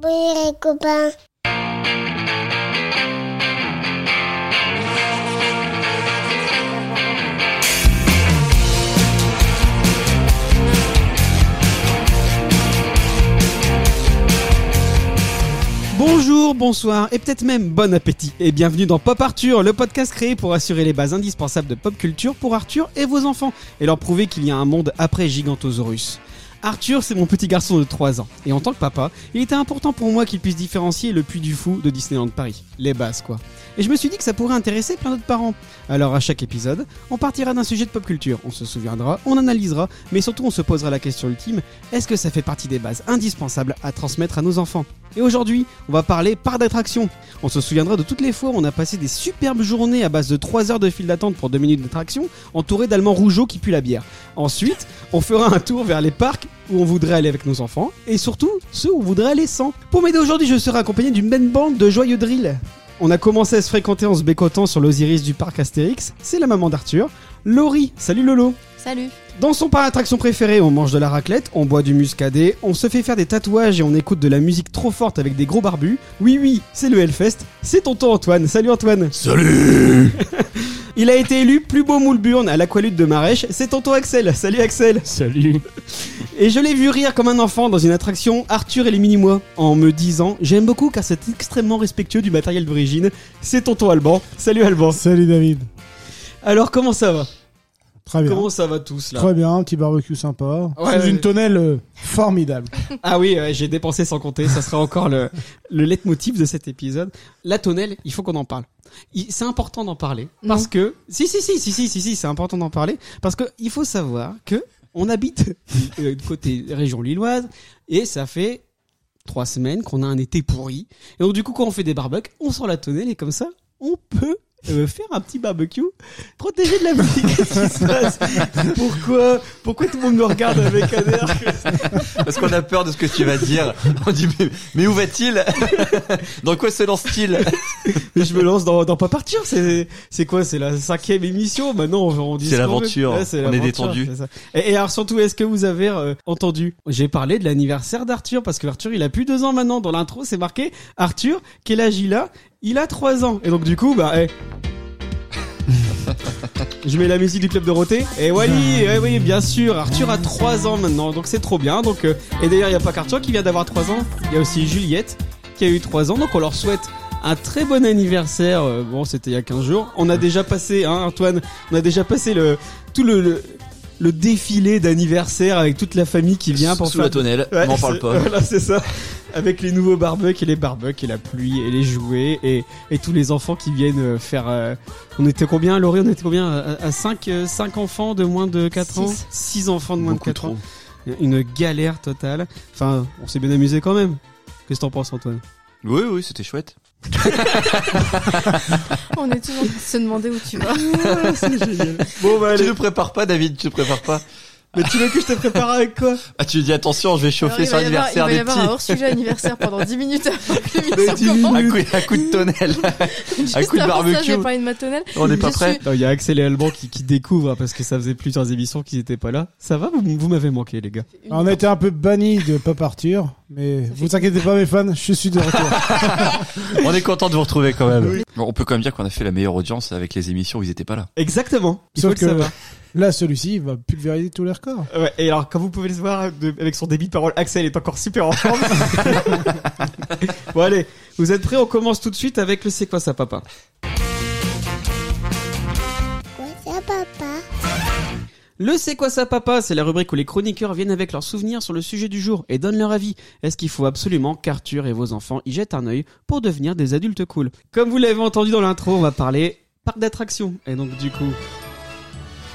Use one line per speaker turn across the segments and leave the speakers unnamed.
Oui, les copains.
Bonjour, bonsoir et peut-être même bon appétit et bienvenue dans Pop Arthur, le podcast créé pour assurer les bases indispensables de pop culture pour Arthur et vos enfants et leur prouver qu'il y a un monde après Gigantosaurus. Arthur, c'est mon petit garçon de 3 ans et en tant que papa, il était important pour moi qu'il puisse différencier le Puy du Fou de Disneyland Paris, les bases quoi. Et je me suis dit que ça pourrait intéresser plein d'autres parents. Alors à chaque épisode, on partira d'un sujet de pop culture, on se souviendra, on analysera, mais surtout on se posera la question ultime, est-ce que ça fait partie des bases indispensables à transmettre à nos enfants et aujourd'hui, on va parler part d'attraction. On se souviendra de toutes les fois où on a passé des superbes journées à base de 3 heures de file d'attente pour 2 minutes d'attraction, entouré d'allemands rougeaux qui puent la bière. Ensuite, on fera un tour vers les parcs où on voudrait aller avec nos enfants, et surtout ceux où on voudrait aller sans. Pour m'aider aujourd'hui, je serai accompagné d'une belle bande de joyeux drills. On a commencé à se fréquenter en se bécotant sur l'Osiris du parc Astérix, c'est la maman d'Arthur. Laurie, salut Lolo
Salut.
dans son parc attraction préféré, on mange de la raclette, on boit du muscadet, on se fait faire des tatouages et on écoute de la musique trop forte avec des gros barbus. Oui, oui, c'est le Hellfest. C'est tonton Antoine. Salut Antoine.
Salut
Il a été élu plus beau moule burne à l'aqualude de Marèche. C'est tonton Axel. Salut Axel.
Salut
Et je l'ai vu rire comme un enfant dans une attraction Arthur et les mini-mois en me disant J'aime beaucoup car c'est extrêmement respectueux du matériel d'origine. C'est tonton Alban. Salut Alban.
Salut David.
Alors, comment ça va
Très bien.
Comment ça va tous là
Très bien, un petit barbecue sympa.
Ouais,
Sous
ouais.
une tonnelle euh, formidable.
Ah oui, ouais, j'ai dépensé sans compter. Ça sera encore le, le leitmotiv de cet épisode. La tonnelle, il faut qu'on en parle. Il- C'est important d'en parler parce que si si si si si si si, c'est important d'en parler parce que il faut savoir que on habite euh, du côté région lilloise et ça fait trois semaines qu'on a un été pourri. Et donc du coup, quand on fait des barbecues, on sort la tonnelle et comme ça, on peut euh, faire un petit barbecue protégé de la pluie. Qu'est-ce qui se passe Pourquoi Pourquoi tout le monde me regarde avec un air que-
Parce qu'on a peur de ce que tu vas dire. On dit, mais, mais où va-t-il Dans quoi se lance-t-il
Mais je me lance dans, dans pas partir. C'est c'est quoi C'est la cinquième émission. Maintenant, on, on dit.
C'est
ce qu'on veut.
l'aventure.
c'est
On est
l'aventure,
détendu.
c'est ça. Et, et alors surtout, est-ce que vous avez euh, entendu J'ai parlé de l'anniversaire d'Arthur parce que Arthur, il a plus deux ans maintenant. Dans l'intro, c'est marqué Arthur. Quel âge il a Il a trois ans. Et donc du coup, bah. eh. Je mets la musique du club Dorothée. Et Wally, eh oui, bien sûr, Arthur a trois ans maintenant, donc c'est trop bien. Donc, euh, et d'ailleurs, il n'y a pas qu'Arthur qui vient d'avoir trois ans, il y a aussi Juliette qui a eu trois ans, donc on leur souhaite un très bon anniversaire. Euh, Bon, c'était il y a 15 jours. On a déjà passé, hein, Antoine, on a déjà passé le tout le le, le défilé d'anniversaire avec toute la famille qui vient Eh pour
Sous
faire.
la tonnelle,
Ouais,
on n'en parle
c'est-
pas.
Voilà, c'est ça. Avec les nouveaux barbecues et les barbecues et la pluie et les jouets et, et tous les enfants qui viennent euh, faire. euh, on était combien, Laurie On était combien euh, À 5 enfants de moins de 4 ans
Six.
6 enfants de moins
Beaucoup
de 4
trop.
ans. Une galère totale. Enfin, on s'est bien amusé quand même. Qu'est-ce que t'en penses, Antoine
Oui, oui, c'était chouette.
On est toujours en train de se demander où tu vas.
C'est génial. Bon, bah
Tu
allez.
ne prépares pas, David, tu ne prépares pas.
Mais tu veux que je te prépare avec quoi
Ah, tu dis attention, je vais
Alors,
chauffer
il
sur
va y avoir, il
l'anniversaire
va y
des
avoir un
petits.
hors-sujet anniversaire pendant 10 minutes avant que
Mais dix
l'émission commence.
Un coup, un coup de tonnelle.
Juste
un coup de
avant ça,
barbecue.
je vais parler de ma tonnelle.
On n'est pas
Je
prêt.
suis-
Non, il y a Axel et Alban qui, qui découvrent hein, parce que ça faisait plusieurs émissions qu'ils étaient pas là. Ça va Vous, vous m'avez manqué, les gars.
Une-
Alors, on a été un peu banni de Pop Arthur, mais vous inquiétez pas mes fans, je suis de retour.
On est content de vous retrouver quand même. Bon, on peut quand même dire qu'on a fait la meilleure audience avec les émissions où ils n'étaient pas là.
Exactement. Il
Sauf
faut le
que-
savoir.
Là, celui-ci il va pulvériser tous les records.
Ouais, et alors, comme vous pouvez le voir, de- avec son débit de parole, Axel est encore super en forme. bon, allez, vous êtes prêts On commence tout de suite avec le C'est quoi ça, papa
Quoi ça, papa
Le C'est quoi ça, papa C'est la rubrique où les chroniqueurs viennent avec leurs souvenirs sur le sujet du jour et donnent leur avis. Est-ce qu'il faut absolument qu'Arthur et vos enfants y jettent un œil pour devenir des adultes cool Comme vous l'avez entendu dans l'intro, on va parler parc d'attractions. Et donc, du coup,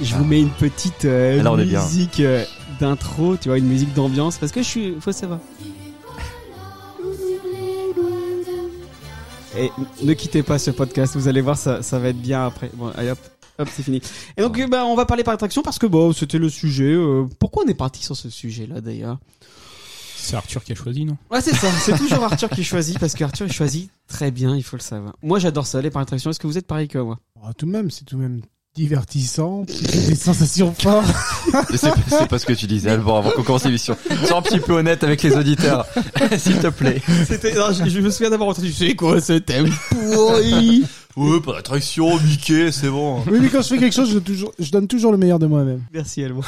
je vous mets une petite euh,
Alors, Ah. on est bien.
musique euh, d'intro, tu vois, une musique d'ambiance, parce que je suis. Faut savoir. Et ne quittez pas ce podcast, vous allez voir, ça, ça va être bien après. Bon, allez hop, hop, c'est fini. Et donc, euh, bah, on va parler par attraction parce que bon, c'était le sujet. euh, pourquoi on est parti sur ce sujet-là d'ailleurs
C'est Arthur qui a choisi, non
Ouais, c'est ça, c'est toujours Arthur qui choisit parce qu'Arthur il choisit très bien, il faut le savoir. Moi j'adore ça, les par attraction. Est-ce que vous êtes pareil que moi
Ah, tout de même, c'est tout de même divertissant, des sensations fortes.
Je sais pas, c'est pas ce que tu disais, Alban, avant qu'on commence l'émission. Sois un petit peu honnête avec les auditeurs, s'il te plaît.
C'était, non, je, je me souviens d'avoir entendu, c'est quoi ce thème pourri
Ouais, pas d'attraction, Mickey, c'est bon.
Oui, mais quand je fais quelque chose, je, toujours, je donne toujours le meilleur de moi-même.
Merci Alban.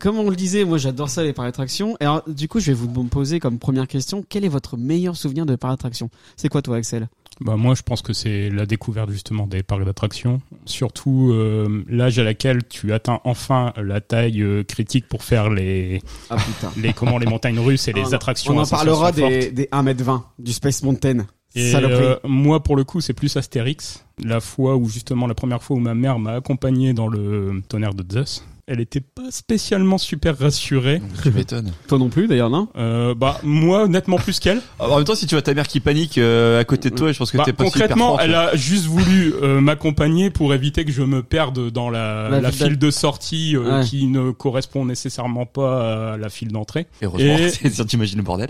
comme on le disait, moi j'adore ça les parcs d'attraction. Et alors, du coup, je vais vous me poser comme première question, quel est votre meilleur souvenir de parc d'attraction C'est quoi toi Axel
Bah moi, je pense que c'est la découverte justement des parcs d'attractions, surtout euh, l'âge à laquelle tu atteins enfin la taille euh, critique pour faire les
Ah putain.
les comment les montagnes russes et les
On en-
attractions.
On
à
en
sensations
parlera
fortes.
des, des 1m20 du Space Mountain.
Et
Saloperie.
euh, moi, pour le coup, c'est plus Astérix. La fois où, justement, la première fois où ma mère m'a accompagné dans le tonnerre de Zeus, elle était pas spécialement super rassurée.
Tu m'étonnes.
Toi non plus d'ailleurs, non
Euh, bah, moi, nettement plus qu'elle.
En même temps, si tu vois ta mère qui panique euh, à côté de toi, je pense que
Bah,
t'es pas super
concrètement,
fort,
elle a juste voulu euh, m'accompagner pour éviter que je me perde dans la,
La
la,
file
file de sortie euh,
Ouais.
qui ne correspond nécessairement pas à la file d'entrée.
quoi. Heureusement,
Et-
c'est- t'imagines le bordel.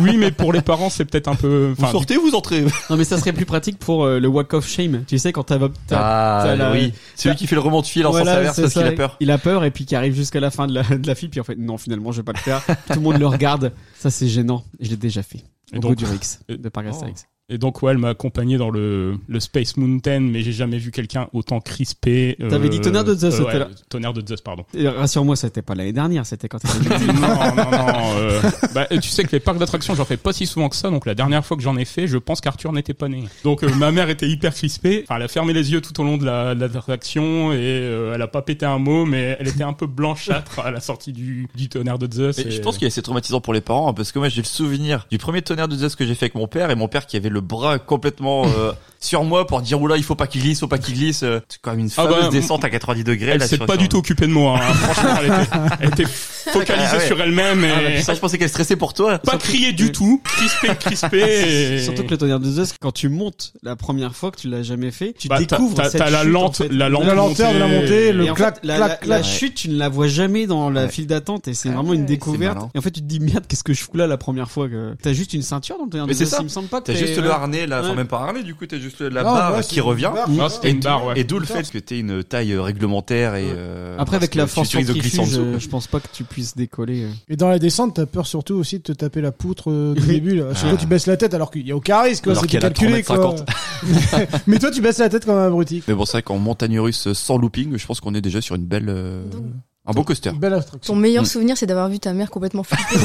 Oui, mais pour les parents, c'est peut-être un peu...
Vous
enfin,
sortez, vous entrez.
Non mais ça serait plus pratique pour euh, le Walk of Shame. Tu sais quand t'as... t'as-
Ah,
t'as la-
oui. Celui qui fait le remont de fil en
Voilà,
sens inverse
c'est
parce qu'il
ça.
a peur.
Il a peur et puis qui arrive jusqu'à la fin de la, de la file puis en fait non finalement je vais pas le faire. Tout le monde le regarde. Ça c'est gênant. Je l'ai déjà fait.
Et
Au
donc- oh.
bout du Rix
Et-
de Parc Astérix.
Et donc ouais, elle m'a accompagné dans le, le Space Mountain, mais j'ai jamais vu quelqu'un autant crispé. euh,
T'avais dit tonnerre de Zeus,
euh, ouais,
tout à l'heure.
Tonnerre de Zeus, pardon.
Et Rassure-moi, c'était pas l'année dernière, c'était quand t'étais
non, non, non. euh, bah, tu sais que les parcs d'attractions, j'en fais pas si souvent que ça. Donc la dernière fois que j'en ai fait, je pense qu'Arthur n'était pas né. Donc euh, ma mère était hyper crispée. Enfin, elle a fermé les yeux tout au long de la- de l'attraction et euh, elle a pas pété un mot, mais elle était un peu blanchâtre à la sortie du, du tonnerre de Zeus.
Mais je
et-
pense qu'il est assez traumatisant pour les parents hein, parce que moi j'ai le souvenir du premier tonnerre de Zeus que j'ai fait avec mon père et mon père qui avait le bras complètement euh, sur moi pour dire oula il faut pas qu'il glisse, faut pas qu'il glisse. euh. C'est quand même une
Ah
fameuse
bah,
descente à 90 degrés.
Elle
là,
s'est
sur-
pas
sur-
du tout occupée de moi. hein. Franchement, elle était, elle était focalisée
Ah ouais.
sur elle-même.
Ah, bah,
Et...
putain, je pensais qu'elle stressait pour toi.
pas crier du tout, crispé, crispé. et-
Surtout que le tonnerre de Zeus, quand tu montes la première fois que tu l'as jamais fait, tu
Bah, t'as-
découvres
t'as-
cette
t'as la
chute,
lente-
en fait.
la lente
La lenteur de la montée, le
Et en
clac,
fait, la, la-
clac,
la
clac.
chute, tu ne la vois jamais dans la
Ouais.
file d'attente et c'est
Ah
vraiment
ouais.
une
C'est
découverte.
marrant.
Et en fait, tu te dis merde, qu'est-ce que je fous là la première fois que t'as juste une ceinture dans le tonnerre
Mais
de
c'est
Zeus.
ça.
Il me semble pas que euh,
T'as juste
t'es-
le harnais là, enfin
Ouais.
même pas harnais du coup, t'as juste la
Non,
barre
Ah, ouais, c'est
qui revient.
barre.
Non, c'était une barre, ouais.
Et d'où le fait que t'aies une taille euh, réglementaire et euh,
Après, avec
parce
la
que tu
force
risques de glisser en
centrifuge,
dessous.
euh, je pense pas que tu puisses décoller. euh.
Et dans la descente, t'as peur surtout aussi de te taper la poutre euh, du début. Là. À chaque fois, tu baisses la tête alors qu'il y a aucun risque. quoi,
Ah. Alors
c'est
qu'il y a la
calculé, quoi.
3,50.
Mais toi, tu baisses la tête comme un abruti.
Mais bon, c'est vrai qu'en montagne russe euh, sans looping, je pense qu'on est déjà sur une belle, euh,
Donc-
un beau coaster.
Belle
Ton
attraction.
meilleur
Mm.
souvenir, c'est d'avoir vu ta mère complètement flippée.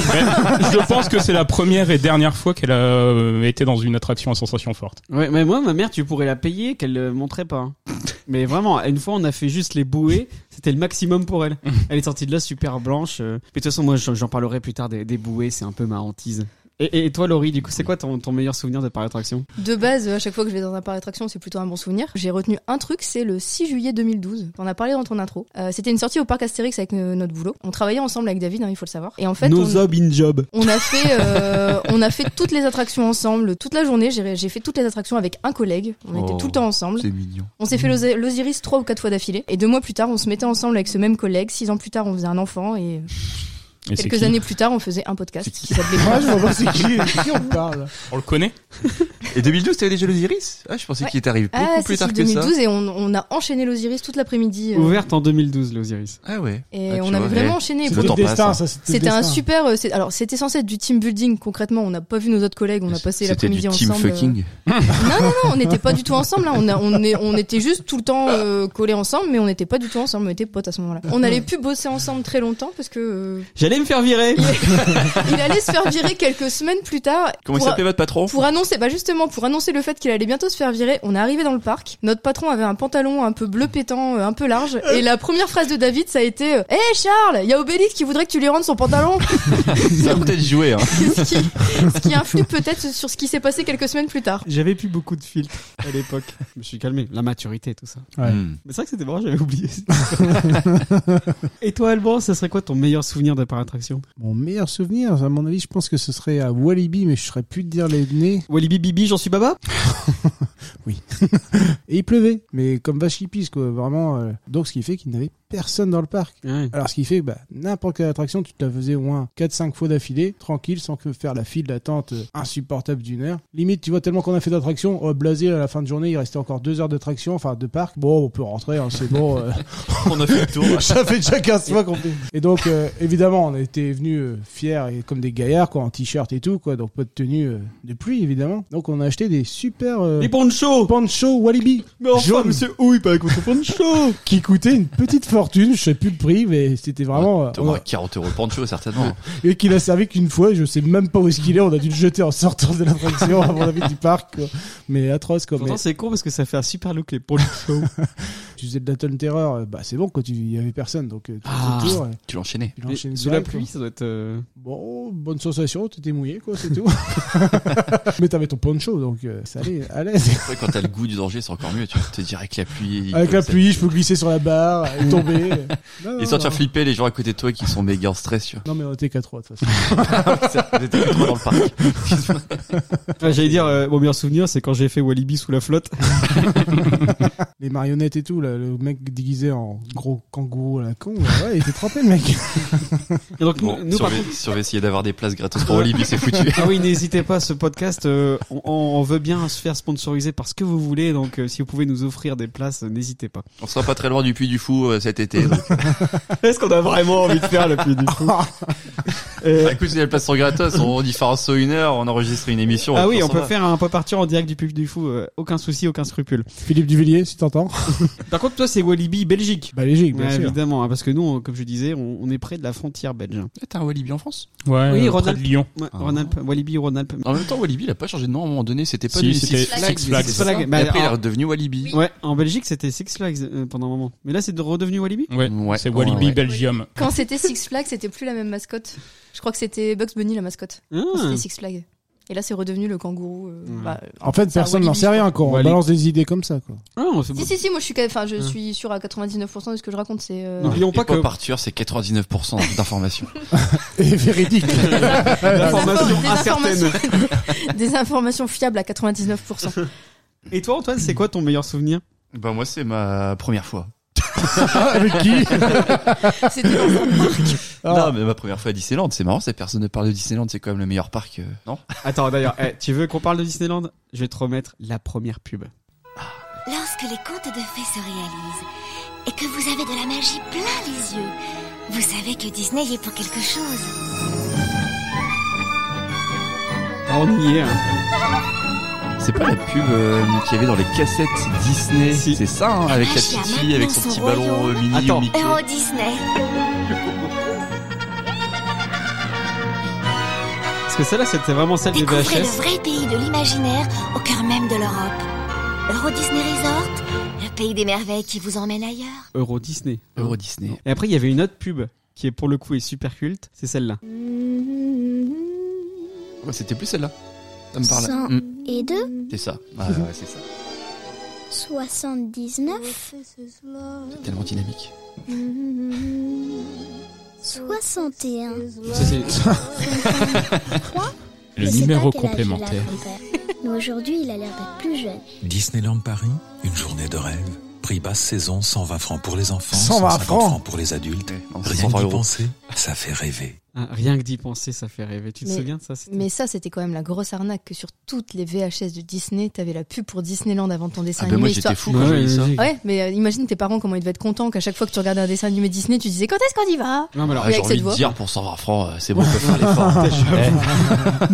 Mais je pense que c'est la première et dernière fois qu'elle a euh, été dans une attraction à sensation forte.
Ouais, mais moi, ma mère, tu pourrais la payer qu'elle euh, montrait pas. hein. mais vraiment, une fois, on a fait juste les bouées. C'était le maximum pour elle. Elle est sortie de là super blanche. euh. Mais de toute façon, moi, j'en j'en parlerai plus tard des, des bouées. C'est un peu ma hantise. Et, et toi, Laurie, du coup, c'est quoi ton, ton meilleur souvenir de parc d'attraction
De base, euh, à chaque fois que je vais dans un parc d'attraction, c'est plutôt un bon souvenir. J'ai retenu un truc, c'est le 6 juillet 2012. T'en as parlé dans ton intro. Euh, C'était une sortie au parc Astérix avec euh, notre boulot. On travaillait ensemble avec David, hein, il faut le savoir. Et en fait, on-
in job.
On a fait, euh, on a fait toutes les attractions ensemble, toute la journée. J'ai j'ai fait toutes les attractions avec un collègue. On
Oh.
était tout le temps ensemble.
C'est mignon.
On s'est fait l'Osi- l'Osiris trois ou quatre fois d'affilée. Et deux mois plus tard, on se mettait ensemble avec ce même collègue. Six ans plus tard, on faisait un enfant. Et
Et c'est
quelques
qui
années plus tard, on faisait un podcast
C'est
qui
qui
s'appelait
Moi, Ah, je vois pas c'est qui, de qui on parle.
On le connaît
Et 2012, t'avais déjà l'Osiris Ah, je pensais
Ouais.
qu'il t'arrive beaucoup
Ah,
plus
c'est
tard
si,
que ça.
2012 et on, on a enchaîné l'Osiris toute l'après-midi. euh,
Ouverte en 2012, l'Osiris.
Ah ouais.
et
Ah, tu
on
vois,
avait vraiment
ouais.
enchaîné.
C'est
C'était
le
le
temps
destin,
passe,
ça. c'était le
C'était un
destin.
super. euh, c'est- Alors, c'était censé être du team building concrètement. On n'a pas vu nos autres collègues. On a passé l'après-midi ensemble.
Ah, C'était du team
euh,
fucking.
Non, non, non, on n'était pas du tout ensemble. Là. On, a- on, est- on était juste tout le temps euh, collés ensemble, mais on n'était pas du tout ensemble. On était potes à ce moment-là.
Ah.
On n'allait plus bosser ensemble très longtemps parce que euh,
J'allais me faire virer.
il allait se faire virer quelques semaines plus tard.
Comment il
pour,
s'appelait votre patron
pour annoncer, bah justement, pour annoncer le fait qu'il allait bientôt se faire virer, on est arrivé dans le parc. Notre patron avait un pantalon un peu bleu pétant, euh, un peu large, et la première phrase de David, ça a été euh, Hé Charles, il y a Obélix qui voudrait que tu lui rendes son pantalon."
Ça a peut-être joué. Hein. »
ce, qui, ce qui influe peut-être sur ce qui s'est passé quelques semaines plus tard.
J'avais plus beaucoup de filtres à l'époque. Je me suis calmé. La maturité, tout ça.
Ouais.
Hmm.
Mais c'est vrai que c'était marrant, j'avais oublié. et toi, Alban, ça serait quoi ton meilleur souvenir de parc d'attraction
Mon meilleur souvenir, à mon avis, je pense que ce serait à Walibi, mais je saurais plus te dire les nez.
Walibi Bibi, j'en suis baba
Oui. et il pleuvait, mais comme vache qui pisse, quoi, vraiment. euh. Donc, ce qui fait qu'il n'y avait personne dans le parc.
Ouais.
Alors, ce qui fait, bah, n'importe quelle attraction, tu te la faisais au moins 4-5 fois d'affilée, tranquille, sans que faire la file d'attente euh, insupportable d'une heure. Limite, tu vois, tellement qu'on a fait d'attractions, oh, blasé, à la fin de journée, il restait encore 2 heures d'attraction, enfin, de parc. Bon, on peut rentrer, hein, c'est bon. euh,
On a fait le tour.
ça fait déjà 15 fois qu'on fait. Et donc, euh, évidemment, on était venus euh, fiers et comme des gaillards, quoi, en t-shirt et tout, quoi. Donc, pas de tenue euh, de pluie, évidemment. Donc, on a acheté des super euh,
Les ponchos
pancho walibi jaunes
où il paraît qu'on se poncho
qui coûtaient une petite fortune. Je sais plus le prix, mais c'était vraiment. euh, on
Thomas,
a-
40 euros de pancho, certainement.
et qu'il a servi qu'une fois. Je sais même pas où est-ce qu'il est. On a dû le jeter en sortant de l'attraction, à mon avis, du parc, quoi. Mais atroce, quoi. Mais
Pourtant, c'est con parce que ça fait un super look, les ponchos.
tu faisais de la tonne terreur, euh, bah, c'est bon, quoi. Tu y avait personne. Donc, euh, tu
Ah.
faisais le tour, et
Tu l'enchaînais.
tu
Et
l'enchaînes
Sous la
direct, quoi.
pluie, ça doit être. euh,
Bon, bonne sensation, t'étais mouillé, quoi, c'est tout. Mais t'avais ton poncho, donc euh, ça allait, à l'aise.
Après, quand t'as le goût du danger, c'est encore mieux. Tu te dire avec la pluie.
Avec
comme
la
ça.
pluie, je peux glisser sur la barre et tomber. Non,
Et
non,
sans te
non.
faire flipper les gens à côté de toi qui sont méga en stress. tu vois.
Non, mais on était qu'à trois, de toute façon.
Vous étiez que trois dans le parc.
Enfin, j'allais dire, euh, mon meilleur souvenir, c'est quand j'ai fait Walibi sous la flotte.
Les marionnettes et tout, là, le mec déguisé en gros kangourou à la con, là, ouais, il était trempé, le mec.
Et donc,
Bon,
nous, nous,
si,
par
on veut- si on veut essayer d'avoir des places gratos pour Olivier, c'est foutu.
Ah oui, n'hésitez pas, ce podcast, euh, on, on veut bien se faire sponsoriser par ce que vous voulez, donc euh, si vous pouvez nous offrir des places, euh, n'hésitez pas.
On sera pas très loin du Puy du Fou euh, cet été. donc.
Est-ce qu'on a vraiment envie de faire le plus du fou Euh,
Bah, écoute, si les places sont gratos, on différence une heure, on enregistre une émission.
Ah oui, on
s'en
peut
va.
faire un pop partir en direct du pub du fou, euh, aucun souci, aucun scrupule.
Philippe Duvillier, si t'entends.
Par contre, toi, c'est Walibi Belgique.
Bah, léger, bien
Ouais,
sûr.
évidemment, hein, parce que nous, on- comme je disais, on, on est près de la frontière belge.
T'as un Walibi en France
Ouais,
Oui,
euh, près
Ronald.
de Lyon.
Ouais,
Ah.
Rhône-Alpes, Walibi, Rhône-Alpes.
En même temps, Walibi, il a pas changé de nom à un moment donné. C'était pas
Si,
du
c'était
Six Flags.
Six Flags.
c'est
Six
ça
Flags.
Et
Bah,
après, il est
alors-
redevenu Walibi.
Ouais, en Belgique, c'était Six Flags euh, pendant un moment. Mais là, c'est de- redevenu Walibi
Ouais,
Ouais,
c'est
ouais,
Walibi
ouais.
Belgium.
Quand c'était Six Flags, c'était plus la même mascotte. Je crois que c'était Bugs Bunny la mascotte. Quand
Ah.
C'était Six Flags. Et là, c'est redevenu le kangourou. euh,
Ouais.
bah,
En fait,
c'est un
personne n'en
Walibi,
sait rien, quoi. On
Walibi.
balance des idées comme ça, quoi.
Ah, on fait-
Si, si, si, moi je suis, ca- enfin, je
Hein.
Ouais.
suis sûr à 99% de ce que je raconte. C'est euh,
N'oublions
Et
pas que
Pop Arthur, c'est 99% d'informations.
Et véridique.
l'information
des
incertaine.
informations, des informations fiables à 99%.
Et toi, Antoine, c'est quoi ton meilleur souvenir
Bah moi c'est ma première fois.
Ah, Avec qui
C'était dans un-
Ah.
Non mais ma première fois à Disneyland, c'est marrant, cette personne ne parle de Disneyland, c'est quand même le meilleur parc, euh, non
Attends, d'ailleurs, eh, tu veux qu'on parle de Disneyland Je vais te remettre la première pub.
Lorsque les contes de fées se réalisent et que vous avez de la magie plein les yeux, vous savez que Disney est pour quelque chose.
Ah, on y est. hein.
C'est pas la pub euh, qu'il y avait dans les cassettes Disney,
Si.
c'est ça, hein, avec la
Ah,
petite
j'ai
fille, avec son
maintenant
petit
son
ballon euh,
royaume.
mini
Attends.
ou Mickey.
Euro Disney.
Parce que celle-là, c'était vraiment celle Ah, des
Découvrez le
VHS.
vrai pays de l'imaginaire au cœur même de l'Europe. Euro Disney Resort, le pays des merveilles qui vous emmène ailleurs.
Euro Disney.
Euro Disney.
Et après, il y avait une autre pub qui est pour le coup est super culte, c'est celle-là.
Ouais, c'était plus celle-là. Ça me parle.
Cent
Mm, Mm-hmm.
et 2,
c'est ça. Ouais, ouais, c'est ça.
79,
Tellement dynamique.
61.
Ça, c'est-
Le
Je sais
numéro
pas quel âge il a,
complémentaire.
mon père. Mais aujourd'hui, il a l'air d'être plus jeune.
Disneyland Paris, une journée de rêve. Prix basse saison, 120 francs pour les enfants,
120
150
francs.
francs pour les adultes.
Ouais, non, c'est
Rien
120
que d'y
euros.
penser, ça fait rêver.
Ah, rien que d'y penser, ça fait rêver. Tu te
Mais-
souviens de ça c'était-
Mais ça, c'était quand même la grosse arnaque que sur toutes les VHS de Disney, t'avais la pub pour Disneyland avant ton dessin
Ah bah
animé.
moi
histoire-
j'étais fou quand j'ai vu ça.
logique.
Ouais, mais euh, imagine tes parents comment ils devaient être contents qu'à chaque fois que tu regardais un dessin animé Disney, tu disais quand est-ce qu'on y va
Non, mais alors,
Ah, j'ai
avec
envie
cette
de
voix.
dire pour 120 francs, euh, c'est bon, on peut faire l'effort. Eh,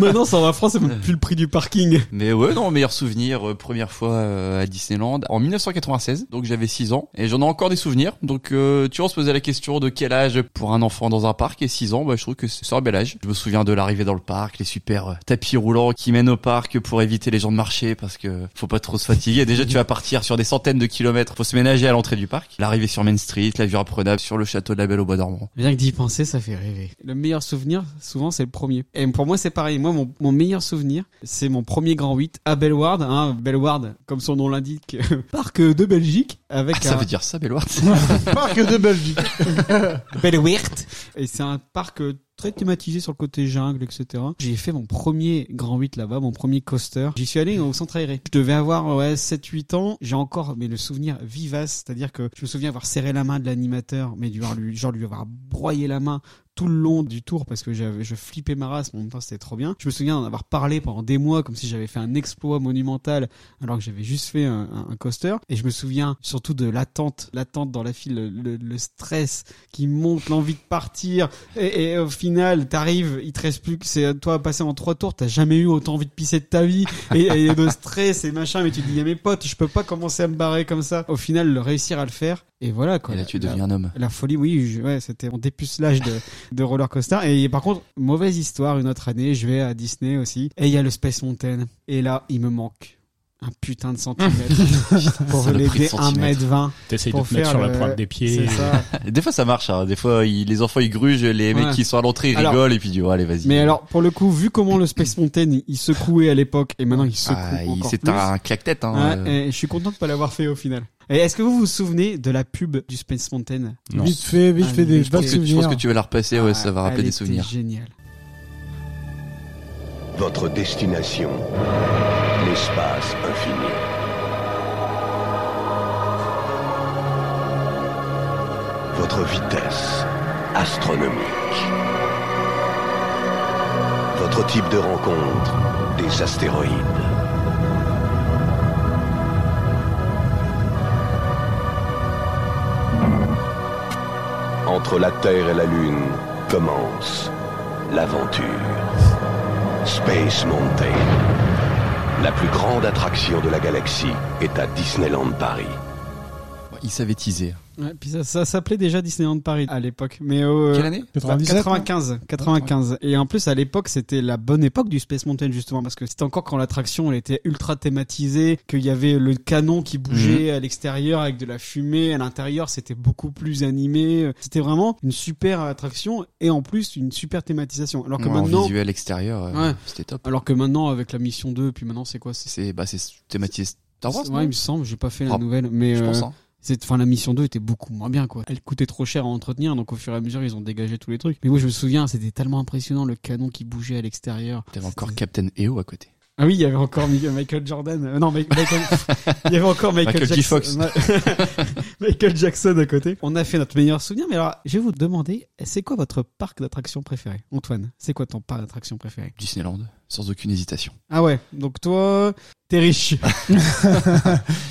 maintenant, ça va en France, c'est même plus le prix du parking.
Mais ouais, non, meilleur souvenir, euh, première fois euh, à Disneyland en 1996, donc j'avais 6 ans et j'en ai encore des souvenirs. Donc euh, tu vois, on se posait la question de quel âge pour un enfant dans un parc et 6 ans, bah, je trouve que c'est c'est un bel âge. Je me souviens de l'arrivée dans le parc, les super euh, tapis roulants qui mènent au parc pour éviter les gens de marcher parce que faut pas trop se fatiguer. Déjà, tu vas partir sur des centaines de kilomètres, faut se ménager à l'entrée du parc. L'arrivée sur Main Street, la vue imprenable sur le château de la Belle au Bois dormant.
Rien que d'y penser, ça fait rêver. Le meilleur souvenir, souvent, c'est le premier. Et pour moi, c'est pareil. Moi, mon, mon meilleur souvenir, c'est mon premier grand 8 à Bellward. Hein, Bellward, comme son nom l'indique, parc de Belgique. avec
Ah, ça
un
veut dire ça, Bellward
Parc de Belgique.
Belweert. Et c'est un parc euh, très thématisé sur le côté jungle, etc. J'ai fait mon premier Grand 8 là-bas, mon premier coaster. J'y suis allé au centre aéré. Je devais avoir ouais, 7-8 ans. J'ai encore mais le souvenir vivace, c'est-à-dire que je me souviens avoir serré la main de l'animateur, mais du lui, genre lui avoir broyé la main tout le long du tour parce que j'avais je flippais ma race mais en même temps c'était trop bien je me souviens d'en avoir parlé pendant des mois comme si j'avais fait un exploit monumental alors que j'avais juste fait un, un- un coaster et je me souviens surtout de l'attente l'attente dans la file le, le- le stress qui monte l'envie de partir et, et au final t'arrives il te reste plus que c'est à toi à passer en trois tours t'as jamais eu autant envie de pisser de ta vie et, et de stress et machin mais tu te dis à mes potes je peux pas commencer à me barrer comme ça au final le réussir à le faire et voilà quoi
Et là, tu
La-
deviens un homme.
la folie, oui, je- ouais, c'était mon dépucelage de, de roller coaster. Et par contre, mauvaise histoire, une autre année, je vais à Disney aussi. Et il y a le Space Mountain. Et là, il me manque un putain de centimètre pour
saloperie de
l'aider
centimètre.
1m20.
T'essayes de
Pour
te mettre
faire
sur la
le-
pointe des pieds. euh,
C'est ça.
Des fois, ça marche. hein. Des fois, ils- les enfants, ils grugent. Les
Ouais.
mecs qui sont à l'entrée, ils
Alors-
rigolent. Et puis, ils disent, oh, allez, vas-y.
Mais alors, pour le coup, vu comment le Space Mountain, il secouait à l'époque, et maintenant il secoue
Ah, il-
encore
c'est
plus.
un claque-tête. Hein.
Ouais,
Euh,
et je suis content de pas l'avoir fait au final. Et est-ce que vous vous souvenez de la pub du Space Mountain
Non.
Vite fait, vite
Ah,
fait des
je
Je
bonnes
pense, que, je pense
souvenirs.
que tu vas la repasser, Eh ouais, ça va
Ah,
rappeler
elle
des
était
souvenirs.
Génial.
Votre destination, l'espace infini. Votre vitesse astronomique. Votre type de rencontre, des astéroïdes. Entre la Terre et la Lune commence l'aventure. Space Mountain. La plus grande attraction de la galaxie est à Disneyland Paris.
Il savait teaser.
Ouais, puis ça, ça s'appelait déjà Disneyland Paris à l'époque. Mais euh, au,
Quelle année
97,
95, 95. Et en plus, à l'époque, c'était la bonne époque du Space Mountain, justement, parce que c'était encore quand l'attraction, elle était ultra thématisée, qu'il y avait le canon qui bougeait
Mhm.
à l'extérieur avec de la fumée, à l'intérieur, c'était beaucoup plus animé. C'était vraiment une super attraction et en plus, une super thématisation. Alors que
Ouais, En
maintenant,
visuel extérieur, euh,
Ouais.
c'était top.
alors que maintenant, avec la mission 2, puis maintenant, c'est quoi? C'est,
C'est bah, c'est thématisé Star Wars,
ouais,
non
il me semble, j'ai pas fait la
Ah,
nouvelle, mais
je
euh,
pense. Hein.
c'est, enfin, la mission 2 était beaucoup moins bien, quoi. Elle coûtait trop cher à entretenir, donc au fur et à mesure, ils ont dégagé tous les trucs. Mais moi, je me souviens, c'était tellement impressionnant, le canon qui bougeait à l'extérieur.
T'avais encore Captain EO à côté.
Ah oui, il y avait encore Mi- Michael Jordan. Euh, non, Ma- Michael... il y avait encore Michael,
Michael J.
Jackson.
Fox.
Ma- Michael Jackson à côté. On a fait notre meilleur souvenir, mais alors, je vais vous demander, c'est quoi votre parc d'attraction préféré Antoine, c'est quoi ton parc d'attraction préféré
Disneyland, sans aucune hésitation.
Ah ouais, donc toi, t'es riche.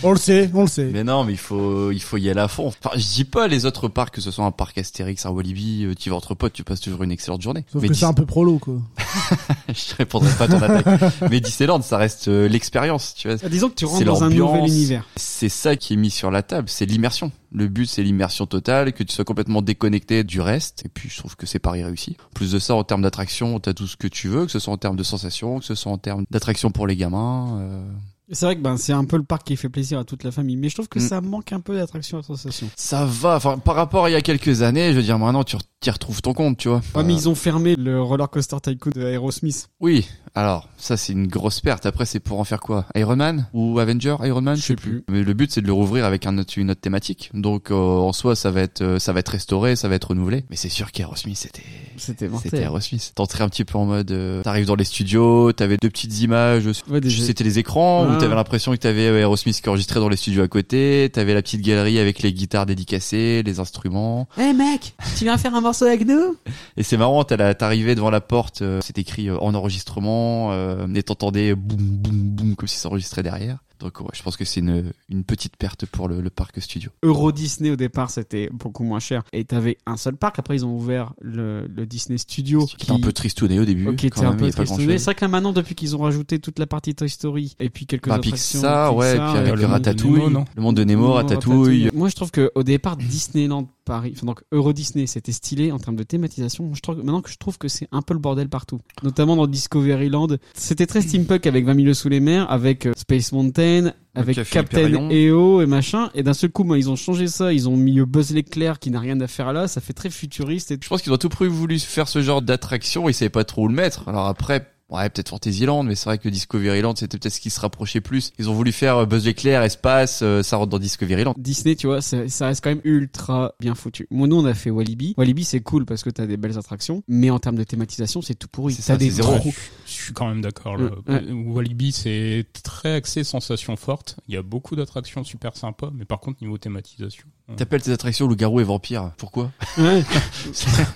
on le sait, on le sait.
Mais non, mais il faut, il faut y aller à fond. Enfin, je dis pas les autres parcs, que ce soit un parc Astérix, un Walibi, euh, tu vas entre potes, tu passes toujours une excellente journée.
Sauf
mais
que c'est un
Dis-
peu prolo, quoi.
je répondrai pas à ton attaque. mais Disneyland, ça reste euh, l'expérience, tu vois.
Ah, Disons que tu rentres
C'est
dans un nouvel
l'ambiance.
univers.
C'est ça qui est mis sur la table, c'est l'immersion. Le but, c'est l'immersion totale, que tu sois complètement déconnecté du reste. Et puis, je trouve que c'est Paris réussi. En plus de ça, en termes d'attraction, t'as tout ce que tu veux, que ce soit en termes de sensations, que ce soit en termes d'attraction pour les gamins. euh,
C'est vrai que ben, c'est un peu le parc qui fait plaisir à toute la famille, mais je trouve que
Mm.
ça manque un peu d'attraction à sensation.
Ça va, enfin, par rapport à il y a quelques années, je veux dire, maintenant, tu t'y retrouves ton compte, tu vois.
Ouais, mais
Euh,
ils ont fermé le roller coaster tycoon de Aerosmith.
Oui, alors ça c'est une grosse perte. Après c'est pour en faire quoi Iron Man ou Avenger Iron Man,
Je sais plus.
Mais le but c'est de le rouvrir avec un autre, une autre thématique. Donc euh, en soi ça va être euh, ça va être restauré, ça va être renouvelé. Mais c'est sûr qu'Aerosmith c'était
C'était
c'était Aerosmith. T'entrais un petit peu en mode euh, t'arrives dans les studios, t'avais deux petites images.
Ouais, des-
C'était les écrans
Ah.
où t'avais l'impression que t'avais euh, Aerosmith qui enregistrait dans les studios à côté. T'avais la petite galerie avec les guitares dédicacées, les instruments.
Eh mec, tu viens faire un morceau avec nous
Et c'est marrant, t'as la- t'arrivais devant la porte, euh, c'est écrit euh, en enregistrement, euh, et t'entendais boum boum boum comme si ça enregistrait derrière. Donc ouais, je pense que c'est une, une petite perte pour le, le parc studio.
Euro Disney au départ c'était beaucoup moins cher et t'avais un seul parc après ils ont ouvert le, le Disney Studio
Qui était un peu tristouné au début,
Ok, qui
quand
était
même,
un
il y
peu
a pas grand
tristouné. C'est vrai que là maintenant depuis qu'ils ont rajouté toute la partie Toy Story et puis quelques
Bah,
attractions euh,
Pixar, ouais, puis avec
le
le
monde de
Ratatouille,
Nemo, non
le monde de Nemo, euh, Ratatouille.
Moi je trouve que au départ Disneyland Paris, enfin donc Euro Disney c'était stylé en termes de thématisation. Moi, Je trouve maintenant que je trouve que c'est un peu le bordel partout, notamment dans Discoveryland. C'était très steampunk avec 20 000 sous les mers, avec euh, Space Mountain, avec
Café
Captain
Hyperion.
EO et machin. Et d'un seul coup, moi, ils ont changé ça. Ils ont mis euh, Buzz l'éclair qui n'a rien à faire là. Ça fait très futuriste. Et...
Je pense qu'ils ont tout près voulu faire ce genre d'attraction, ils savaient pas trop où le mettre. Alors après, Ouais, peut-être Fantasyland, mais c'est vrai que Discoveryland, c'était peut-être ce qui se rapprochait plus. Ils ont voulu faire euh, Buzz l'éclair, espace, euh, ça rentre dans Discoveryland.
Disney, tu vois, ça, ça reste quand même ultra bien foutu. Moi, nous, on a fait Walibi. Walibi, c'est cool parce que t'as des belles attractions, mais en termes de thématisation, c'est tout pourri.
C'est
T'as
ça,
des
c'est zéro.
trous.
Je suis quand même d'accord. là.
Ouais.
Walibi, c'est très axé sensation forte. Il y a beaucoup d'attractions super sympas, mais par contre, niveau thématisation. euh,
T'appelles tes attractions loup-garou et vampire. Pourquoi
Ouais.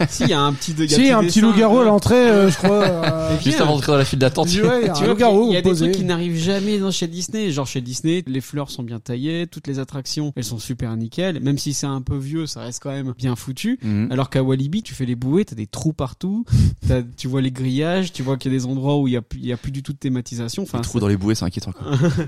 si, il y a un petit de- il y a
Si, un petit
dessin,
loup-garou à
ouais.
l'entrée, euh, je crois. euh,
Juste avant d'entrer dans la file d'attente.
tu vois, il y a
Tu
un
vois,
loup-garou
il y a des
posé.
trucs qui n'arrivent jamais dans chez Disney. Genre chez Disney, les fleurs sont bien taillées, toutes les attractions, elles sont super nickel. Même si c'est un peu vieux, ça reste quand même bien foutu.
Mhm.
Alors qu'à Walibi, tu fais les bouées, t'as des trous partout, t'as- tu vois les grillages, tu vois qu'il y a des endroits où il y a, plus- il y a plus du tout de thématisation. Enfin,
Les trous dans les bouées, c'est inquiétant. quoi.
c'est-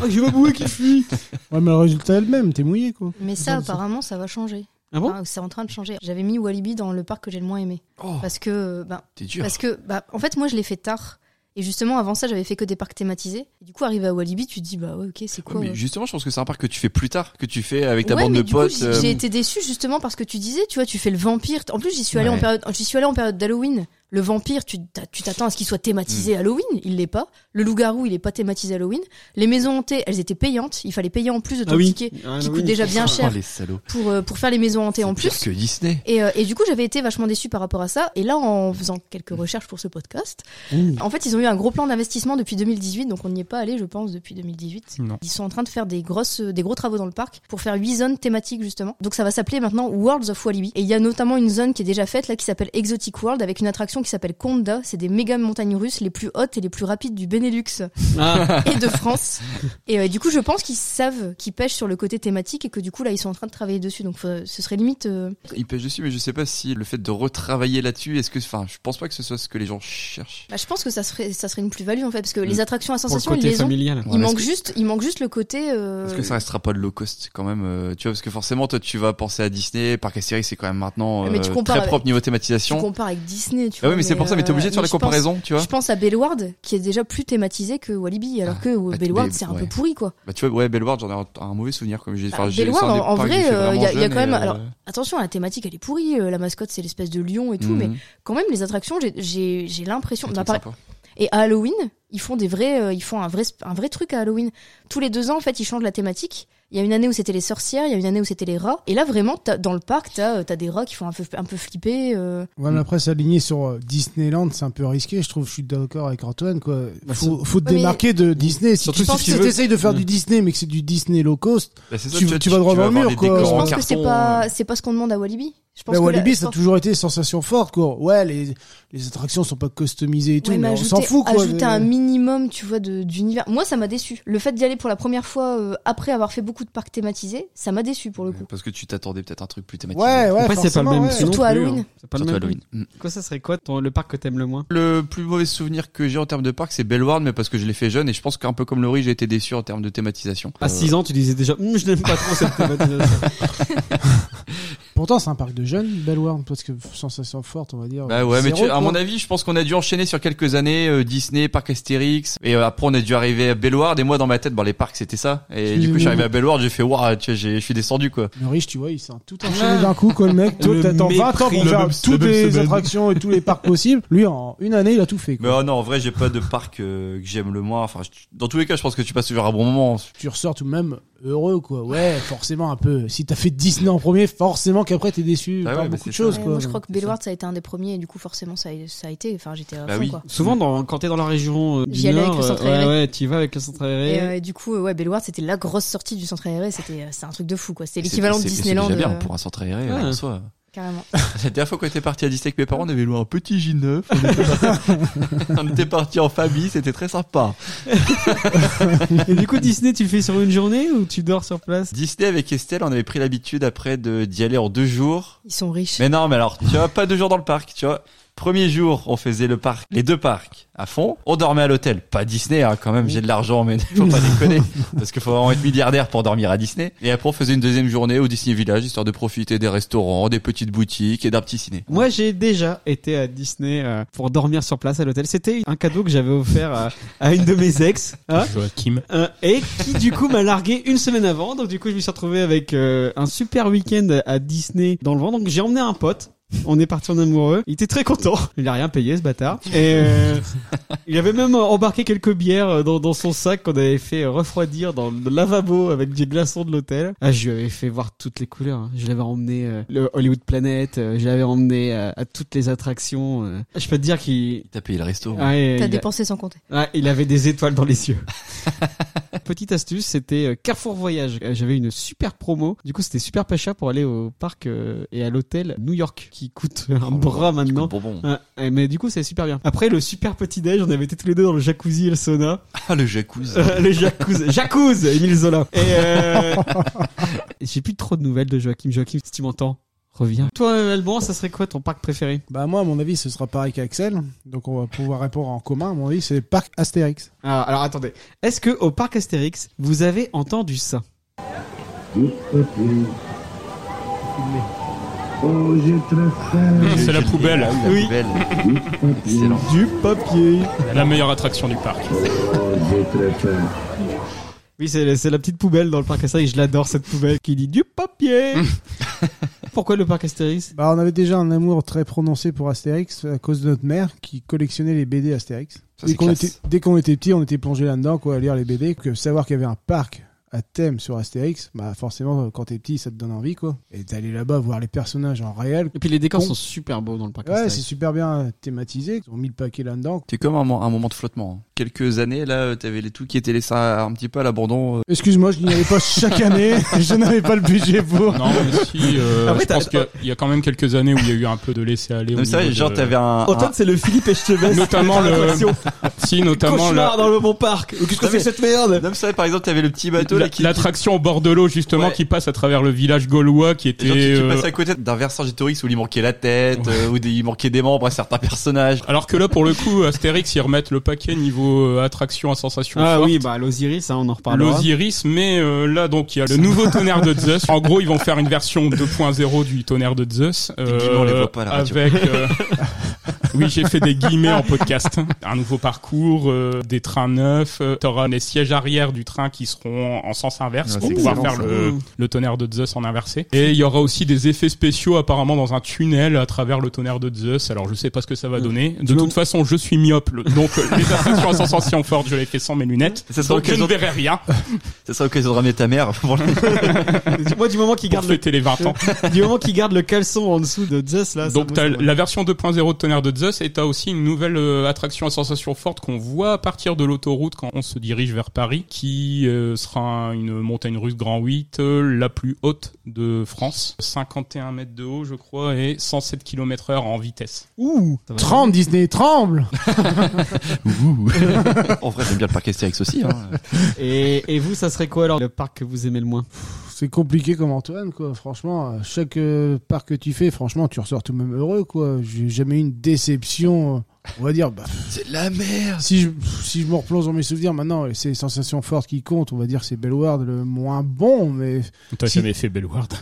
Ah, j'ai ma bouée qui fuit.
Ouais, mais le résultat est le même, t'es mouillé, quoi.
Mais ça,
Dans le-
apparemment, ça va changer.
Ah bon
Enfin, c'est en train de changer. J'avais mis Walibi dans le parc que j'ai le moins aimé.
Oh,
Parce que, ben,
t'es dur.
Parce que, bah, en fait, moi, je l'ai fait tard. Et justement, avant ça, j'avais fait que des parcs thématisés. Et du coup, arrivé à Walibi, tu te dis, bah ouais, ok, c'est
Ouais,
quoi
mais
ouais.
justement, je pense que c'est un parc que tu fais plus tard, que tu fais avec ta
Ouais,
bande
mais
de
du
potes.
coup, j'ai-
euh,
j'ai été déçue justement parce que tu disais, tu vois, tu fais le vampire. En plus, j'y suis allée
Ouais.
en période, j'y suis allée en période d'Halloween. Le vampire, tu t'a- tu t'attends à ce qu'il soit thématisé
Mm.
Halloween, il l'est pas. Le loup-garou, il est pas thématisé Halloween. Les maisons hantées, elles étaient payantes. Il fallait payer en plus de
Ah
ton ticket qui coûte déjà bien
Oh
cher
les salauds.
pour euh, pour faire les maisons hantées en
C'est pire
plus.
que Disney.
Et, euh, et du coup, j'avais été vachement déçue par rapport à ça. Et là, en faisant quelques recherches pour ce podcast, en fait, ils ont eu un gros plan d'investissement depuis 2018. Donc, on n'y est pas allé, je pense, depuis 2018.
Non.
Ils sont en train de faire des, grosses, euh, des gros travaux dans le parc pour faire huit zones thématiques, justement. Donc, ça va s'appeler maintenant Worlds of Walibi. Et il y a notamment une zone qui est déjà faite, là, qui s'appelle Exotic World, avec une attraction qui s'appelle Conda. C'est des méga montagnes russes les plus hautes et les plus rapides du Benelux
Ah,
et de France. Et euh, du coup, je pense qu'ils savent qu'ils pêchent sur le côté thématique et que du coup, là, ils sont en train de travailler dessus. Donc, faut- ce serait limite. euh,
Ils pêchent dessus, mais je sais pas si le fait de retravailler là-dessus, est-ce que, enfin, je pense pas que ce soit ce que les gens cherchent.
Bah, je pense que ça serait, ça serait une plus-value en fait, parce que
Mm.
les attractions à
pour le
sensation, ils
côté
les ont.
familial.
Il
Ouais, parce
manque
que-
juste, il manque juste le côté. euh,
Parce que ça restera pas de low cost quand même, euh, tu vois, parce que forcément, toi, tu vas penser à Disney, Parc Astérix, c'est quand même maintenant
Mais
euh,
tu
très
compares avec-
propre niveau
Tu
thématisation.
compares avec Disney, tu
Ah
vois.
oui, mais c'est pour ça, mais t'es obligé
euh,
de faire
mais
la
je pense-
comparaison, tu vois.
Je pense à Bellward, qui est déjà plus thématisé que Walibi, alors que euh,
bah,
Bellward,
mais-
c'est un
ouais.
peu pourri, quoi.
Bah, tu vois, ouais, Bellward, j'en ai un, un mauvais souvenir, comme j'ai,
Bah,
enfin, j'ai-
Bellward,
c'est un des
en- en
parcs que
vrai,
j'ai fait
euh,
vraiment
y a- y a
jeune
quand même-
et,
alors, Attention, la thématique, elle est pourrie. euh, La mascotte, c'est l'espèce de lion et tout, mais
mhm,
quand même, les attractions, j'ai- j'ai j'ai l'impression.
un
bah,
truc
par-
sympa.
Et à Halloween, ils font des vrais, euh, ils font un vrai, sp- un vrai truc à Halloween. Tous les deux ans, en fait, ils changent la thématique. Il y a une année où c'était les sorcières, il y a une année où c'était les rats. Et là, vraiment, t'as- dans le parc, t'as as des rats qui font un peu, un peu flipper. euh.
Ouais, mais après, s'aligner sur euh, Disneyland, c'est un peu risqué, je trouve. Je suis d'accord avec Antoine, quoi.
Bah,
Faut, faut te
Ouais, mais-
démarquer de Disney. Si
Surtout
tu penses
si tu
que
veux-
t'essayes de faire
Mm.
du Disney, mais que c'est du Disney low cost,
Bah, c'est ça,
tu-
vois,
tu vas droit dans le
avoir
mur,
des
quoi.
décors
Mais je
en
pense que c'est
carton, euh,
pas, c'est pas ce qu'on demande à Walibi. Je pense
la
que
Walibi,
là-
ça a
je pense-
toujours été sensation forte, quoi. Ouais, les, les attractions sont pas customisées et tout,
Ouais,
mais,
mais
on s'en
ajouter,
fout, quoi.
ajouter un minimum, tu vois, de- d'univers. Moi, ça m'a déçu. Le fait d'y aller pour la première fois euh, après avoir fait beaucoup de parcs thématisés, ça m'a déçu pour le coup.
Parce que tu t'attendais peut-être un truc plus thématique.
Ouais, ouais,
Après, c'est pas le
forcément,
même.
ouais.
sinon
Surtout
plus,
Halloween.
hein. C'est pas le
Surtout
même.
Halloween. Mhm.
Quoi, ça serait quoi ton- le parc que t'aimes le moins
Le plus mauvais souvenir que j'ai en termes de parc, c'est Bellward, mais parce que je l'ai fait jeune et je pense qu'un peu comme Laurie, j'ai été déçu en termes de thématisation.
À 6 ans, tu disais déjà, Hum, je n'aime pas trop cette thématisation.
Pourtant, c'est un parc de jeunes, Bellworm, parce que sensation forte, on va dire.
Bah ouais, mais
Zéro,
tu- à
quoi.
mon avis, je pense qu'on a dû enchaîner sur quelques années euh, Disney, Parc Astérix, et euh, après on a dû arriver à Bellward. Et moi, dans ma tête, bon, les parcs c'était ça. Et
Tu-
du coup, je suis arrivé à Bellward, j'ai fait waouh, tu vois, j'ai- je suis descendu quoi.
Le riche, tu vois, il s'est tout
Ah.
enchaîné d'un coup, quoi, le mec. Toi,
Le
t'attends 20 ans
mépris.
pour
La
faire
même-
toutes
la même
les
semaine.
attractions et tous les parcs possibles. Lui, en une année, il a tout fait,
Mais
quoi.
oh non, en vrai, j'ai pas de parc euh, que j'aime le moins. Enfin, je- dans tous les cas, je pense que tu passes toujours un bon moment.
Tu ressors tout de même heureux, quoi. Ouais, forcément, un peu. Si t'as fait Disney en premier, forcément qu'après, t'es déçu
Ah
par
ouais, bah
beaucoup de
c'est ça.
choses,
Ouais,
quoi.
moi, je crois que Bellward, ça a été un des premiers, et du coup, forcément, ça a, ça a été. Enfin, j'étais à
Bah
fond,
oui.
quoi.
Souvent, dans, quand t'es dans la région euh, du
J'y allais avec
Nord,
le centre
euh, ouais,
aéré.
ouais, tu y vas avec le centre
Et,
aéré.
euh, et du coup, euh, ouais, Bellward, c'était la grosse sortie du centre aéré. C'était, euh, c'est un truc de fou, quoi. C'est
C'est-
l'équivalent de
c'est- c'est
Disneyland.
déjà bien
euh,
pour un centre aéré
Ouais.
euh, en soi.
Carrément.
La dernière fois qu'on était parti à Disney avec mes parents, on avait loué un petit J9. On était- On était parti en famille, c'était très sympa.
Et du coup, Disney, tu le fais sur une journée ou tu dors sur place
Disney avec Estelle, on avait pris l'habitude après de d'y aller en deux jours.
Ils sont riches.
Mais non, mais alors, tu vois, pas deux jours dans le parc, tu vois. Premier jour, on faisait le parc, les deux parcs à fond. On dormait à l'hôtel, pas Disney, hein, quand même. J'ai de l'argent, mais faut pas déconner, parce qu'il faut vraiment être milliardaire pour dormir à Disney. Et après, on faisait une deuxième journée au Disney Village, histoire de profiter des restaurants, des petites boutiques et d'un petit ciné.
Moi, j'ai déjà été à Disney euh, pour dormir sur place à l'hôtel. C'était un cadeau que j'avais offert à, à une de mes ex. hein,
Joachim.
euh, et qui du coup m'a largué une semaine avant donc du coup je me suis retrouvé avec euh, un super week-end à Disney dans le vent donc j'ai emmené un pote On est parti en amoureux. Il était très content. Il a rien payé, ce bâtard. Et euh, il avait même embarqué quelques bières euh, dans, dans son sac qu'on avait fait refroidir dans le lavabo avec des glaçons de l'hôtel. Ah, je lui avais fait voir toutes les couleurs. hein. Je l'avais emmené euh, le Hollywood Planet. euh, je l'avais emmené euh, à toutes les attractions. euh. Je peux te dire qu'il...
T'as payé le resto.
Ah, et-
T'as
il a-
dépensé sans compter.
Ouais, Ah, il avait des étoiles dans les yeux. Petite astuce, c'était euh, Carrefour Voyage. Euh, J'avais une super promo. Du coup, c'était super pas cher pour aller au parc euh, et à l'hôtel New York, qui coûte un bras maintenant.
Bon, bon.
Ouais, ouais, mais du coup, c'est super bien. Après, le super petit déj, on avait été tous les deux dans le jacuzzi et le sauna.
Ah, le jacuzzi.
Euh, le jacuzzi. jacuzzi, Emile Zola. Et euh, j'ai plus trop de nouvelles de Joachim. Joachim, si tu m'entends, reviens. Toi, Alban, ça serait quoi ton parc préféré
Bah moi, à mon avis, ce sera pareil qu'Axel. Donc on va pouvoir répondre en commun. À mon avis, c'est Parc Astérix.
Ah, alors attendez, est-ce que au parc Astérix, vous avez entendu ça
C'est la poubelle,
Ah, La
Oui.
poubelle. Excellent.
Du papier.
la meilleure attraction du parc.
Oui, c'est c'est la petite poubelle dans le parc Astérix. Je l'adore cette poubelle qui dit du papier. Pourquoi le parc Astérix
Bah on avait déjà un amour très prononcé pour Astérix à cause de notre mère qui collectionnait les BD Astérix.
Ça,
dès
c'est
qu'on
classe.
était, dès qu'on était petit, on était plongé là-dedans, quoi, à lire les BD. Que savoir qu'il y avait un parc à thème sur Astérix, bah forcément, quand t'es petit, ça te donne envie, quoi. Et d'aller là-bas voir les personnages en réel.
Et puis les décors
Bon.
sont super beaux dans le parc
Ouais, c'est
Astérix.
super bien thématisé. Ils ont mis le paquet là-dedans.
C'est comme un, mo- un moment de flottement. hein. Quelques années, là, euh, t'avais les tout qui étaient laissés un un petit peu à l'abandon. euh.
Excuse-moi, je n'y allais pas chaque année. je n'avais pas le budget pour.
Non, mais si, euh,
Après,
je
t'as-
pense qu'il y a quand même quelques années où il y a eu un peu de laisser aller.
Non, mais c'est vrai, genre, t'avais un.
Antoine,
un-
c'est le Philippe Etchebest.
Notamment
de
le-
l'attraction.
Si, notamment
Cauchemar
la-
dans le bon parc. Qu'est-ce que
Non, mais-
c'est cette merde
Non, mais c'est vrai, par exemple, t'avais le petit bateau, là,
la-
qui.
l'attraction au bord de l'eau, justement,
Ouais.
qui passe à travers le village gaulois, qui
Et
était.
genre, tu, tu
euh,
passais à côté d'un Vercingétorix où il manquait la tête, euh, où des- il manquait des membres à certains personnages.
Alors que là, pour le coup, Astérix, ils remettent le paquet niveau euh, attraction à sensation
Ah
forte.
oui, bah l'Osiris, hein, on en reparlera.
L'Osiris, mais euh, là donc il y a le nouveau tonnerre de Zeus. En gros, ils vont faire une version 2.0 du tonnerre de Zeus.
guillemets, on les voit pas à la radio.
Avec, euh, oui, j'ai fait des guillemets en podcast. hein. Un nouveau parcours, euh, des trains neufs. euh, T'auras les sièges arrière du train qui seront en sens inverse
Ouais,
pour
c'est
pouvoir
excellent,
faire le, le tonnerre de Zeus en inversé. Et il y aura aussi des effets spéciaux apparemment dans un tunnel à travers le tonnerre de Zeus. Alors je sais pas ce que ça va donner. De
moment-
toute façon, je suis myope, le- donc euh, les attractions à sensation forte, je les fais sans mes lunettes.
Ça sera
donc je ne
l'occasion de-
verrai rien.
Ça sera l'occasion de ramener ta mère. pour le-
Moi, du moment qu'il
pour
garde,
fêter les 20 ans.
le... du moment qu'il garde le caleçon en dessous de Zeus
Ah,
là. ça,
Donc
moi,
t'as
ça me-
la version 2.0 de Tonnerre de Zeus et t'as aussi une nouvelle euh, attraction à sensation forte qu'on voit à partir de l'autoroute quand on se dirige vers Paris, qui euh, sera une montagne russe Grand 8, euh, la plus haute de France, 51 mètres de haut je crois et 107 km/h en vitesse.
Ouh,
Ça va.
tremble Disney, tremble
Ouh. en vrai, j'aime bien le parc Astérix aussi. Hein.
Et, et vous, ça serait quoi alors le parc que vous aimez le moins
C'est compliqué comme Antoine, quoi. Franchement, euh, chaque euh, parc que tu fais, franchement, tu ressors tout de même heureux, quoi. J'ai jamais eu une déception. euh, On va dire, bah,
C'est de la merde.
si je, si je me replonge dans mes souvenirs maintenant, et c'est les sensations fortes qui comptent. On va dire, c'est Bellward le moins bon, mais.
T'as
Si.
jamais fait Bellward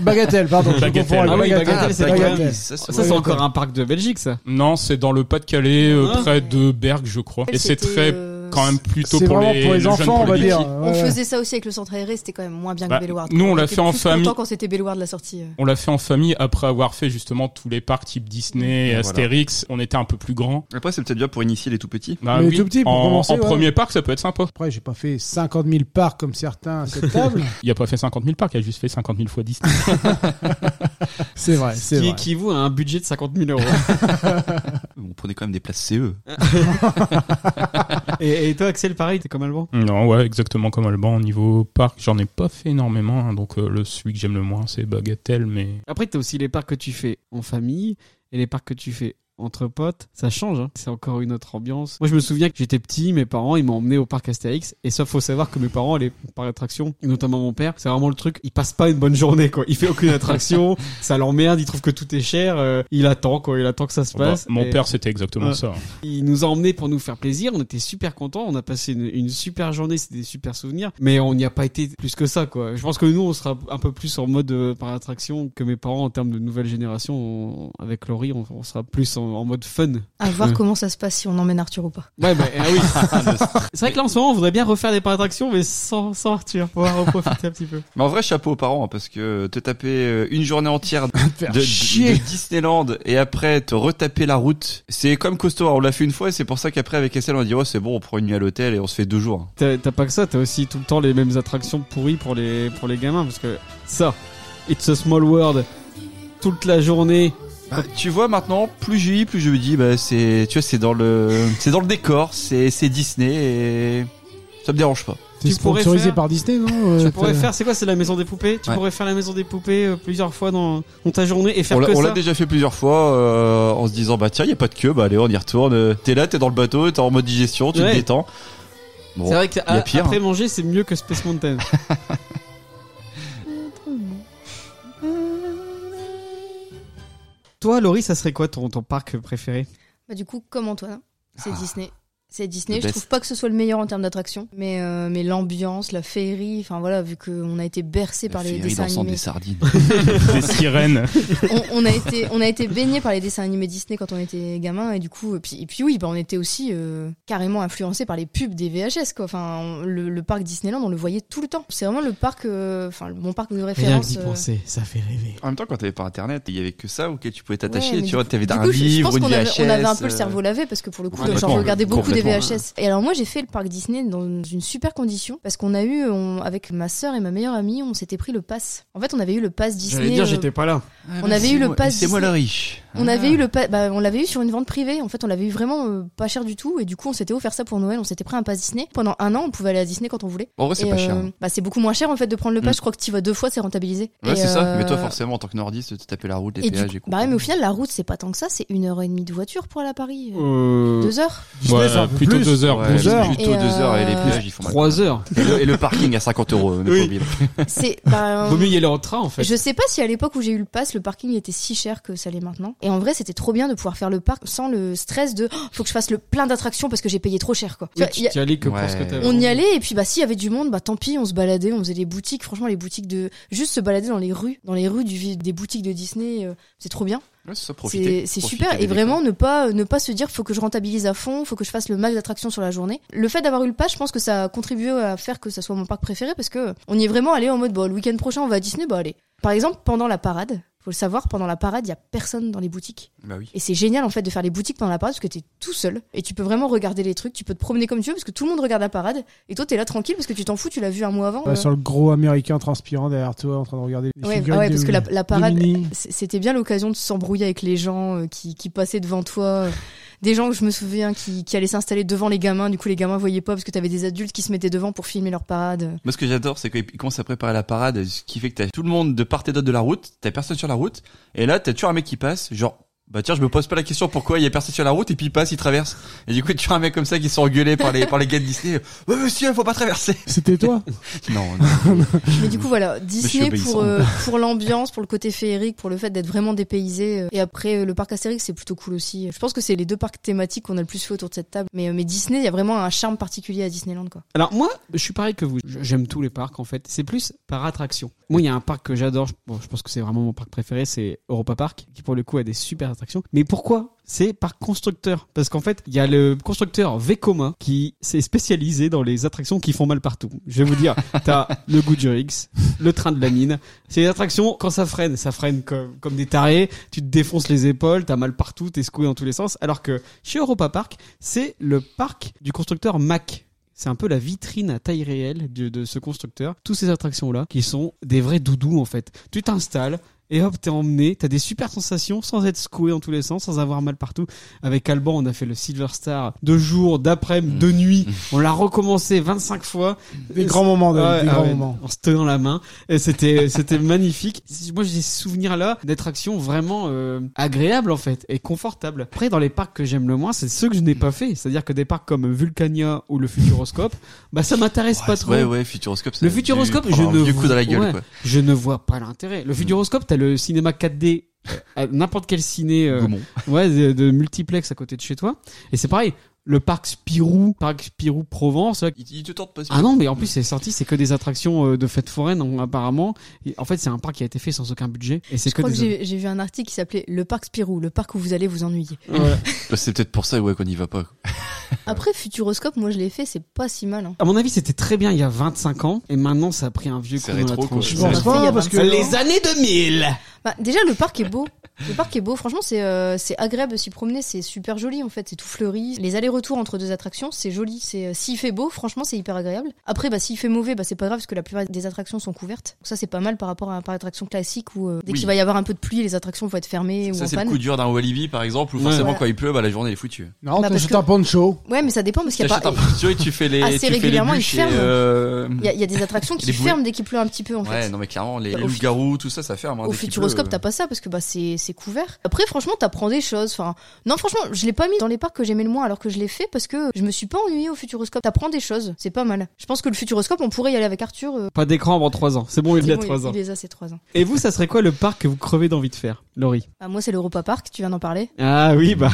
Bagatelle, pardon. je
Bagatelle.
confonds avec
Ah oui,
Bagatelle.
Bagatelle, c'est
Bagatelle.
quand même-
Ça, c'est-
Ça, c'est encore un parc de Belgique, ça.
Non, c'est dans le Pas-de-Calais euh,
Ah.
près de Berck je crois et c'est
C'était,
très
euh,
quand même plutôt
C'est
pour
vraiment
les,
pour les
jeunes
enfants, on va
publics.
dire.
On
Ouais, ouais.
faisait ça aussi avec le centre aéré, c'était quand même moins bien
Bah,
que Bellward.
nous, on l'a
était
fait en
plus
famille.
content quand c'était Bellward la sortie. euh.
On l'a fait en famille après avoir fait justement tous les parcs type Disney,
Voilà.
Astérix. On était un peu plus grands.
Après, c'est peut-être bien pour initier les tout petits.
Bah
Mais tout petit, pour
en,
commencer,
en
ouais.
premier parc, ça peut être sympa.
Après, j'ai pas fait 50 000 parcs comme certains à cette table.
Il a pas fait 50 000 parcs, il a juste fait 50 000 fois Disney.
c'est vrai,
Ce
c'est
qui
vrai.
équivaut à un budget de 50 000 euros.
On prenait quand même des places E. CE.
et, et toi, Axel, pareil, t'es comme Alban
non, ouais, exactement comme Alban. Au niveau parc, j'en ai pas fait énormément. hein, donc euh, le celui que j'aime le moins, c'est Bagatelle. Mais
Après, t'as aussi les parcs que tu fais en famille et les parcs que tu fais entre potes. Ça change, hein. c'est encore une autre ambiance. Moi, je me souviens que j'étais petit, mes parents, ils m'ont emmené au parc Astérix. Et ça, faut savoir que mes parents, les parcs d'attraction, notamment mon père, c'est vraiment le truc. Il passe pas une bonne journée, quoi. Il fait aucune attraction, ça l'emmerde, il trouve que tout est cher. euh, il attend, quoi. Il attend que ça se
Bah,
passe.
mon
Et-
père, c'était exactement
Ouais.
ça. hein.
Il nous a emmenés pour nous faire plaisir. On était super contents. On a passé une, une super journée. C'était des super souvenirs. Mais on n'y a pas été plus que ça, quoi. Je pense que nous, on sera un peu plus en mode euh, par attraction que mes parents en termes de nouvelle génération. On- avec Laurie, on, on sera plus en, en mode fun.
À voir
Ouais.
comment ça se passe si on emmène Arthur ou pas.
Ouais, bah, ah oui.
Le
C'est vrai que là en ce moment, on voudrait bien refaire des parcs d'attraction, mais sans, sans Arthur, pour en profiter un petit peu.
Mais en vrai, chapeau aux parents, hein, parce que te taper euh, une journée entière de, de-
chier.
de Disneyland et après te retaper la route, c'est comme costaud. Alors, on l'a fait une fois et c'est pour ça qu'après avec SL, on a dit, ouais, c'est bon, on prend une nuit à l'hôtel et on se fait deux jours. hein.
T'as t'as pas que ça, t'as aussi tout le temps les mêmes attractions pourries pour les, pour les gamins, parce que ça, It's a Small World, toute la journée.
Bah, tu vois, maintenant, plus j'y vais, plus je me dis, bah, c'est, tu vois, c'est dans le, c'est dans le décor, c'est, c'est Disney et ça me dérange pas.
T'es
Tu pourrais
sponsorisé
faire-
par Disney, non euh,
Tu pourrais
t'as-
faire, c'est quoi, c'est la maison des poupées Tu
Ouais.
pourrais faire la maison des poupées euh, plusieurs fois dans, dans ta journée et faire
On l'a,
que
on
ça.
l'a déjà fait plusieurs fois, euh, en se disant, bah, tiens, y a pas de queue, bah, allez, on y retourne. Euh, T'es là, t'es dans le bateau, t'es en mode digestion, tu
Ouais.
te détends. Bon.
C'est vrai que
y a
à-
pire,
après
hein.
manger, c'est mieux que Space Mountain. Toi, Laurie, ça serait quoi ton, ton parc préféré
Bah, du coup, comme Antoine, c'est
Ah.
Disney. C'est Disney.
Le
Je
best.
trouve pas que ce soit le meilleur en termes d'attraction, mais, euh, mais l'ambiance, la féerie, enfin voilà, vu qu'on a été bercé par les
Féerie
dessins
dans le sang
animés.
des sardines.
Des sirènes.
on, on a été, on a été baigné par les dessins animés Disney quand on était gamin, et du coup, et puis, et puis oui, bah, on était aussi euh, carrément influencé par les pubs des VHS, quoi. Enfin, on- le, le parc Disneyland, on le voyait tout le temps. C'est vraiment le parc, euh, enfin, le- mon parc de référence. euh,
ça fait rêver.
En même temps, quand t'avais pas internet, il y avait que ça auquel tu pouvais t'attacher.
Ouais, mais
tu
du
vois, t'avais
Du
un
coup, je- je,
livre,
pense
une
qu'on avait,
VHS.
on avait un peu
euh,
le cerveau lavé parce que pour le coup,
complètement,
genre, je regardais beaucoup
complètement,
des VHS. Et alors moi, j'ai fait le parc Disney dans une super condition parce qu'on a eu, on- avec ma sœur et ma meilleure amie, on s'était pris le pass. En fait, on avait eu le pass Disney.
J'allais dire,
euh,
j'étais pas là.
Ah,
on
mais
avait
c'est
eu le
moi-
pass
C'est moi le
Disney.
riche.
on
Ah.
avait eu le pa- bah, on l'avait eu sur une vente privée. En fait, on l'avait eu vraiment euh, pas cher du tout. Et du coup, on s'était offert ça pour Noël. On s'était pris un pass Disney. Pendant un an, on pouvait aller à Disney quand on voulait.
En vrai, c'est
Et,
pas cher. hein.
euh, bah, c'est beaucoup moins cher en fait de prendre le pass.
Mm.
Je crois que tu vas deux fois, c'est rentabilisé.
Ouais,
Et,
c'est ça. Mais toi,
euh,
forcément, en tant que nordiste, tu tapais la route, les
et du
péages et
coup- bah ouais, mais au final, la route, c'est pas tant que ça. C'est une heure et demie de voiture pour aller à Paris. euh,
Euh.
Deux heures.
Disney,
Ouais,
c'est un peu
plutôt
plus.
deux heures.
Ouais,
deux heures.
Plutôt
Et,
deux heures et les
euh,
péages, ils font mal.
3 heures.
Et le, et le parking à 50 euros. ne pas
Oui.
oublier.
C'est. bah,
Vaut mieux y aller en train en fait.
Je sais pas si à l'époque où j'ai eu le pass, le parking était si cher que ça l'est maintenant. Et en vrai, c'était trop bien de pouvoir faire le parc sans le stress de Oh, faut que je fasse le plein d'attractions parce que j'ai payé trop cher quoi. Tu
Oui,
vois,
tu
y a-
t'y allais que pour
Ouais.
ce que t'avais.
on y allait et puis bah s'il y avait du monde, bah tant pis, on se baladait, on faisait les boutiques. Franchement, les boutiques de juste se balader dans les rues, dans les rues du vi- des boutiques de Disney, euh, c'est trop bien.
Ouais, c'est ça, profiter.
C'est c'est
Profiter
super
des
et vraiment
décors.
ne pas ne pas se dire faut que je rentabilise à fond, faut que je fasse le max d'attractions sur la journée. Le fait d'avoir eu le pass, je pense que ça a contribué à faire que ça soit mon parc préféré parce que on y est vraiment allé en mode bon le week-end prochain on va à Disney bah allez. Par exemple pendant la parade. Faut le savoir, pendant la parade, il y a personne dans les boutiques.
Bah oui.
Et c'est génial en fait de faire les boutiques pendant la parade parce que t'es tout seul et tu peux vraiment regarder les trucs, tu peux te promener comme tu veux parce que tout le monde regarde la parade et toi t'es là tranquille parce que tu t'en fous, tu l'as vu un mois avant.
Bah,
Euh,
sur le gros américain transpirant derrière toi en train de regarder les
Ouais,
figurines
ah ouais,
de-
parce que la- la
de
parade-
Minnie.
C- C'était bien l'occasion de s'embrouiller avec les gens euh, qui, qui passaient devant toi. euh, Des gens que je me souviens qui, qui allaient s'installer devant les gamins. Du coup, les gamins voyaient pas parce que t'avais des adultes qui se mettaient devant pour filmer leur parade. euh.
Moi, ce que j'adore, c'est qu'ils commencent à préparer la parade, ce qui fait que t'as tout le monde de part et d'autre de la route, t'as personne sur la route, et là, t'as toujours un mec qui passe, genre, bah tiens, je me pose pas la question pourquoi il y a personne sur la route, et puis il passe, il traverse. Et du coup, tu as un mec comme ça qui sont engueulés par les, par les gars de Disney, ouais, monsieur, faut pas traverser.
C'était toi
Non, non.
Mais du coup, voilà, Disney
obéissant.
pour, euh, pour l'ambiance, pour le côté féerique, pour le fait d'être vraiment dépaysé. euh. Et après, euh, le parc Astérix, c'est plutôt cool aussi. Je pense que c'est les deux parcs thématiques qu'on a le plus fait autour de cette table. Mais, euh, mais Disney, il y a vraiment un charme particulier à Disneyland, quoi.
Alors moi, je suis pareil que vous. Je- J'aime tous les parcs en fait. C'est plus par attraction. Moi, il y a un parc que j'adore. Je- Bon, je pense que c'est vraiment mon parc préféré, c'est Europa Park, qui pour le coup a des super attractions. Mais pourquoi C'est par constructeur. Parce qu'en fait, il y a le constructeur Vekoma qui s'est spécialisé dans les attractions qui font mal partout. Je vais vous dire, t'as le Goodurix, le train de la mine. C'est des attractions quand ça freine, ça freine comme, comme des tarés. Tu te défonces les épaules, t'as mal partout, t'es secoué dans tous les sens. Alors que chez Europa Park, c'est le parc du constructeur Mac. C'est un peu la vitrine à taille réelle de, de ce constructeur. Tous ces attractions-là, qui sont des vrais doudous en fait. Tu t'installes et hop, t'es emmené. T'as des super sensations sans être secoué dans tous les sens, sans avoir mal partout. Avec Alban, on a fait le Silver Star de jour, d'après, de nuit. On l'a recommencé 25 fois.
Mm. Des grands moments, David,
Ouais,
des
ah
grands
ouais,
moments.
En se tenant la main. Et c'était, c'était magnifique. Moi, j'ai ce souvenir-là d'attractions vraiment euh, agréables, en fait, et confortables. Après, dans les parcs que j'aime le moins, c'est ceux que je n'ai pas fait. C'est-à-dire que des parcs comme Vulcania ou le Futuroscope, bah, ça m'intéresse pas trop.
Ouais, ouais, Futuroscope. ça
Le
a dû
Futuroscope,
prendre
je
un
ne
vieux coup dans la gueule,
ouais.
quoi.
Je ne vois pas l'intérêt. Le Futuroscope, t'as le cinéma 4D à n'importe quel ciné, euh,
Gaumont.
ouais, de, de multiplex à côté de chez toi. Et c'est pareil. le parc Spirou, parc Spirou Provence. là.
Il, il te tente pas.
Ah non, mais en plus c'est sorti, c'est que des attractions euh, de fêtes foraines on- apparemment. Et en fait, c'est un parc qui a été fait sans aucun budget et c'est
Je
que
crois que
des.
j'ai j'ai vu un article qui s'appelait Le parc Spirou, le parc où vous allez vous ennuyer.
Ouais.
Bah, c'est peut-être pour ça ouais, qu'on y va pas. quoi.
Après, Futuroscope, moi je l'ai fait, c'est pas si mal. hein.
À mon avis, c'était très bien il y a 25 ans et maintenant ça a pris un vieux coup
C'est
dans
rétro,
la
quoi.
tronche.
Je
C'est
pense
rétro. Il y
pas
a
parce que.
25
Les années 2000.
Bah, déjà, le parc est beau. Le parc est beau, franchement, c'est euh, c'est agréable de s'y promener, c'est super joli en fait, c'est tout fleuri. Les allers-retours entre deux attractions, c'est joli. C'est euh, S'il fait beau, franchement, c'est hyper agréable. Après, bah, s'il fait mauvais, bah, c'est pas grave parce que la plupart des attractions sont couvertes. Donc, ça, c'est pas mal par rapport à un parc d'attractions classique où euh, dès
Oui.
qu'il va y avoir un peu de pluie, les attractions vont être fermées ou
Ça,
en
c'est le
panne.
coup dur d'un Walibi, par exemple, où
Ouais.
forcément,
Voilà.
quand il pleut, bah, la journée elle est foutue.
Non,
Bah, parce
t'achètes
que-
un poncho.
Ouais, mais ça dépend parce qu'il y a
T'achètes
pas.
un poncho et tu fais les,
Assez
tu fais les
régulièrement, ils
bûches et,
ferment.
euh,
Il y, a- il y a des attractions
Les
qui
bouées.
ferment dès qu'il pleut un petit peu en
Ouais,
fait.
non, mais clairement, les,
Bah,
les
au-
loups-garous, tout ça, ça ferme. hein,
Au
dès qu'il
Futuroscope,
pleut.
t'as pas ça parce que bah c'est c'est couvert. Après, franchement, t'apprends des choses. Enfin, non, franchement, je l'ai pas mis dans les parcs que j'aimais le moins alors que je l'ai fait parce que je me suis pas ennuyée au Futuroscope. T'apprends des choses, c'est pas mal. Je pense que le Futuroscope, on pourrait y aller avec Arthur. euh,
Pas d'écran avant 3 ans. C'est bon, il
c'est
y a
bon,
3 ans.
Il les a ces 3 ans.
Et vous, ça serait quoi le parc que vous crevez d'envie de faire, Laurie
Bah, moi, c'est l'Europa Park, tu viens d'en parler.
Ah oui, bah.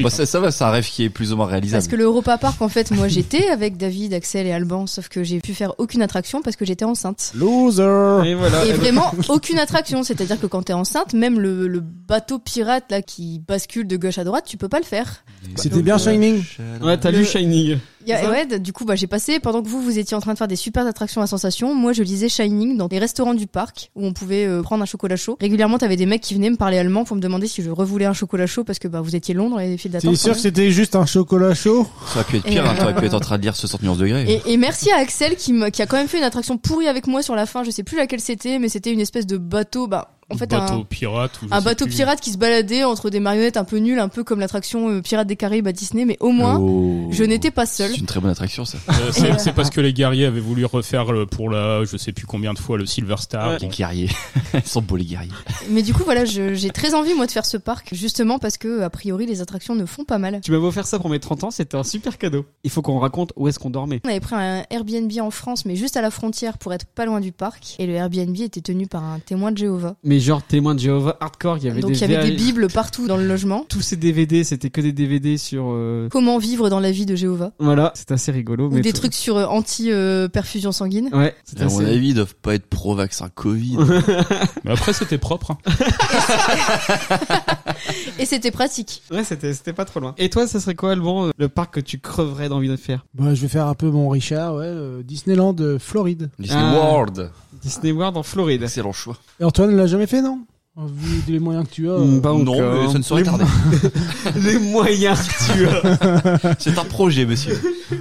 Bah, ça, ça va, c'est un rêve qui est plus ou moins réalisable.
Parce que l'Europa Park, en fait, moi j'étais avec David, Axel et Alban, sauf que j'ai pu faire aucune attraction parce que j'étais enceinte.
Loser
Et voilà.
Et
Eh ben,
vraiment aucune attraction, c'est-à-dire que quand t'es enceinte, même le, le bateau pirate là qui bascule de gauche à droite, tu peux pas le faire.
C'était bien Shining.
Ouais, t'as lu Shining.
Y a-
C'est ça
ouais, d- du coup, bah, j'ai passé, pendant que vous, vous étiez en train de faire des super attractions à sensation, moi, je lisais Shining dans des restaurants du parc où on pouvait euh, prendre un chocolat chaud. Régulièrement, t'avais des mecs qui venaient me parler allemand pour me demander si je revoulais un chocolat chaud parce que bah, vous étiez long dans les files
T'es
d'attente.
sûr
quand
que c'était juste un chocolat chaud
Ça aurait pu être pire,
Et
hein, t'aurais pu
euh,
être en train de hein. lire 60 nuances degrés.
même. et, et merci à Axel qui, m'a- qui a quand même fait une attraction pourrie avec moi sur la fin. Je sais plus laquelle c'était, mais c'était une espèce de bateau. Bah, en fait,
bateau
un,
pirate ou je
un
sais
bateau
plus.
pirate qui se baladait entre des marionnettes un peu nulles, un peu comme l'attraction euh, Pirates des Caraïbes à Disney. Mais au moins,
Oh.
je n'étais pas seule.
C'est une très bonne attraction, ça.
Euh,
Et-
c'est c'est parce que les guerriers avaient voulu refaire le- pour la, je sais plus combien de fois, le Silver
Ah,
Star.
Ouais.
Bon.
Les guerriers. Ils sont beaux, les guerriers.
Mais du coup, voilà, je- j'ai très envie, moi, de faire ce parc, justement parce que, a priori, les attractions ne font pas mal.
Tu m'avais offert ça pour mes 30 ans, c'était un super cadeau. Il faut qu'on raconte où est-ce qu'on dormait.
On avait pris un Airbnb en France, mais juste à la frontière pour être pas loin du parc. Et le Airbnb était tenu par un témoin de Jéhovah.
Mais genre témoin de Jéhovah hardcore, il y avait
Donc
des
il y avait
VHS.
des bibles partout dans le logement.
Tous ces DVD, c'était que des DVD sur. euh,
Comment vivre dans la vie de Jéhovah
Voilà, c'est assez rigolo.
Ou
mais
des
tout-
trucs sur euh, anti-perfusion sanguine.
Ouais, c'est
À mon
assez.
avis, ils doivent pas être pro-vaccin Covid.
Mais après, c'était propre. hein.
Et c'était pratique.
Ouais, c'était c'était pas trop loin. Et toi, ça serait quoi, Alban, euh, le parc que tu creverais d'envie de faire
Bah, je vais faire un peu mon Richard, ouais, euh, Disneyland, euh, Floride.
Disney
Ah.
World.
Disney World en
Bah,
Floride.
Excellent choix.
Et Antoine l'a jamais fait, non Vu les moyens que tu as. euh,
Mm, pas
non,
encore.
mais ça ne saurait
Mais-
tarder.
Les moyens que tu as.
C'est un projet, monsieur.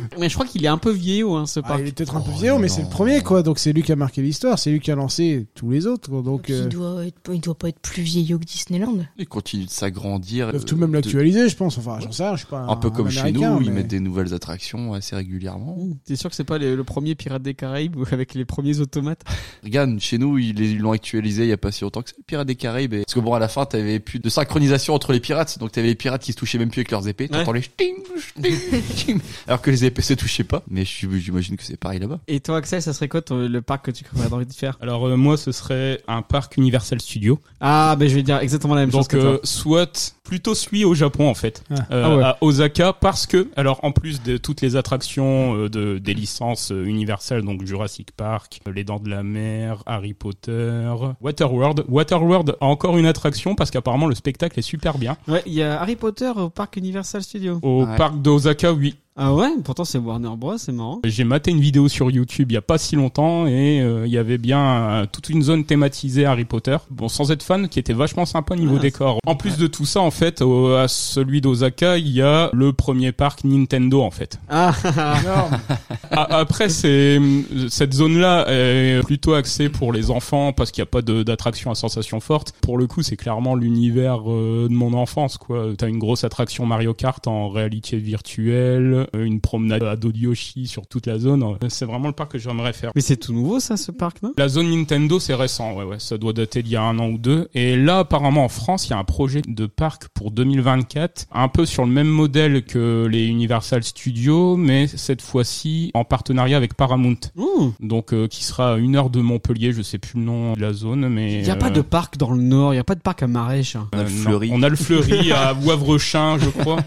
mais je crois qu'il est un peu vieillot, hein, ce
Ah,
parc.
il est peut-être un peu
Oh,
vieux, mais
non.
c'est le premier, quoi. Donc c'est lui qui a marqué l'histoire, c'est lui qui a lancé tous les autres. quoi. Donc euh,
Il, doit être- il doit pas être plus vieillot que Disneyland.
Ils continuent de s'agrandir.
ils
euh,
doivent tout de même
de-
l'actualiser, je pense. Enfin, j'en sais rien, je suis pas.
Un peu comme chez nous,
Américain,
où ils
mais-
mettent des nouvelles attractions assez régulièrement.
Ouh, T'es sûr que c'est pas les- le premier Pirate des Caraïbes ou avec les premiers automates
Regarde, chez nous, ils ils l'ont actualisé il y a pas si longtemps que ça, le Pirate des Caraïbes. Et- Parce que bon, à la fin, t'avais plus de synchronisation entre les pirates. Donc t'avais les pirates qui se touchaient même plus avec leurs épées. T'entends les ch'ting, ch'ting, ch'ting, alors que les épées se touchaient pas. Mais je- j'imagine que c'est pareil là-bas.
Et toi, Axel, ça serait quoi ton- le parc que tu creverais d'envie de faire
Alors euh, moi, ce serait un parc Universal Studio.
Ah, ben je vais dire exactement la même chose
Donc
que toi.
euh, soit plutôt celui au Japon en fait,
Ah.
Euh,
Ah ouais.
à Osaka, parce que alors en plus de toutes les attractions euh, de des licences euh, Universal, donc Jurassic Park, euh, Les Dents de la Mer, Harry Potter, Waterworld. Waterworld a encore une attraction parce qu'apparemment le spectacle est super bien
Ouais, il y a Harry Potter au parc Universal Studio.
au
Ouais.
parc d'Osaka. Oui,
Ah ouais, pourtant c'est Warner Bros, c'est marrant.
J'ai maté une vidéo sur YouTube il y a pas si longtemps et euh, il y avait bien euh, toute une zone thématisée Harry Potter. Bon, sans être fan, qui était vachement sympa niveau
Ah,
décor. En plus de tout ça, en fait, au- à celui d'Osaka, il y a le premier parc Nintendo, en fait.
Ah, ah,
Énorme.
A- Ah, Après, c'est cette zone-là est plutôt axée pour les enfants parce qu'il n'y a pas de- d'attraction à sensation forte. Pour le coup, c'est clairement l'univers euh, de mon enfance, quoi. T'as une grosse attraction Mario Kart en réalité virtuelle. euh, une promenade à dos de Yoshi sur toute la zone. Euh, C'est vraiment le parc que j'aimerais faire.
Mais c'est tout nouveau ça, ce parc, non
La zone Nintendo, c'est récent, ouais, ouais, ça doit dater d'il y a un an ou deux. Et là, apparemment, en France, il y a un projet de parc pour 2024, un peu sur le même modèle que les Universal Studios, mais cette fois-ci en partenariat avec Paramount.
Ouh.
Donc, euh, qui sera à une heure de Montpellier, je sais plus le nom de la zone, mais...
Il n'y a
euh,
pas de parc dans le nord, il n'y a pas de parc à Marèche.
Euh, On a le
non.
Fleury.
On a le Fleury à Wavrechin, je crois.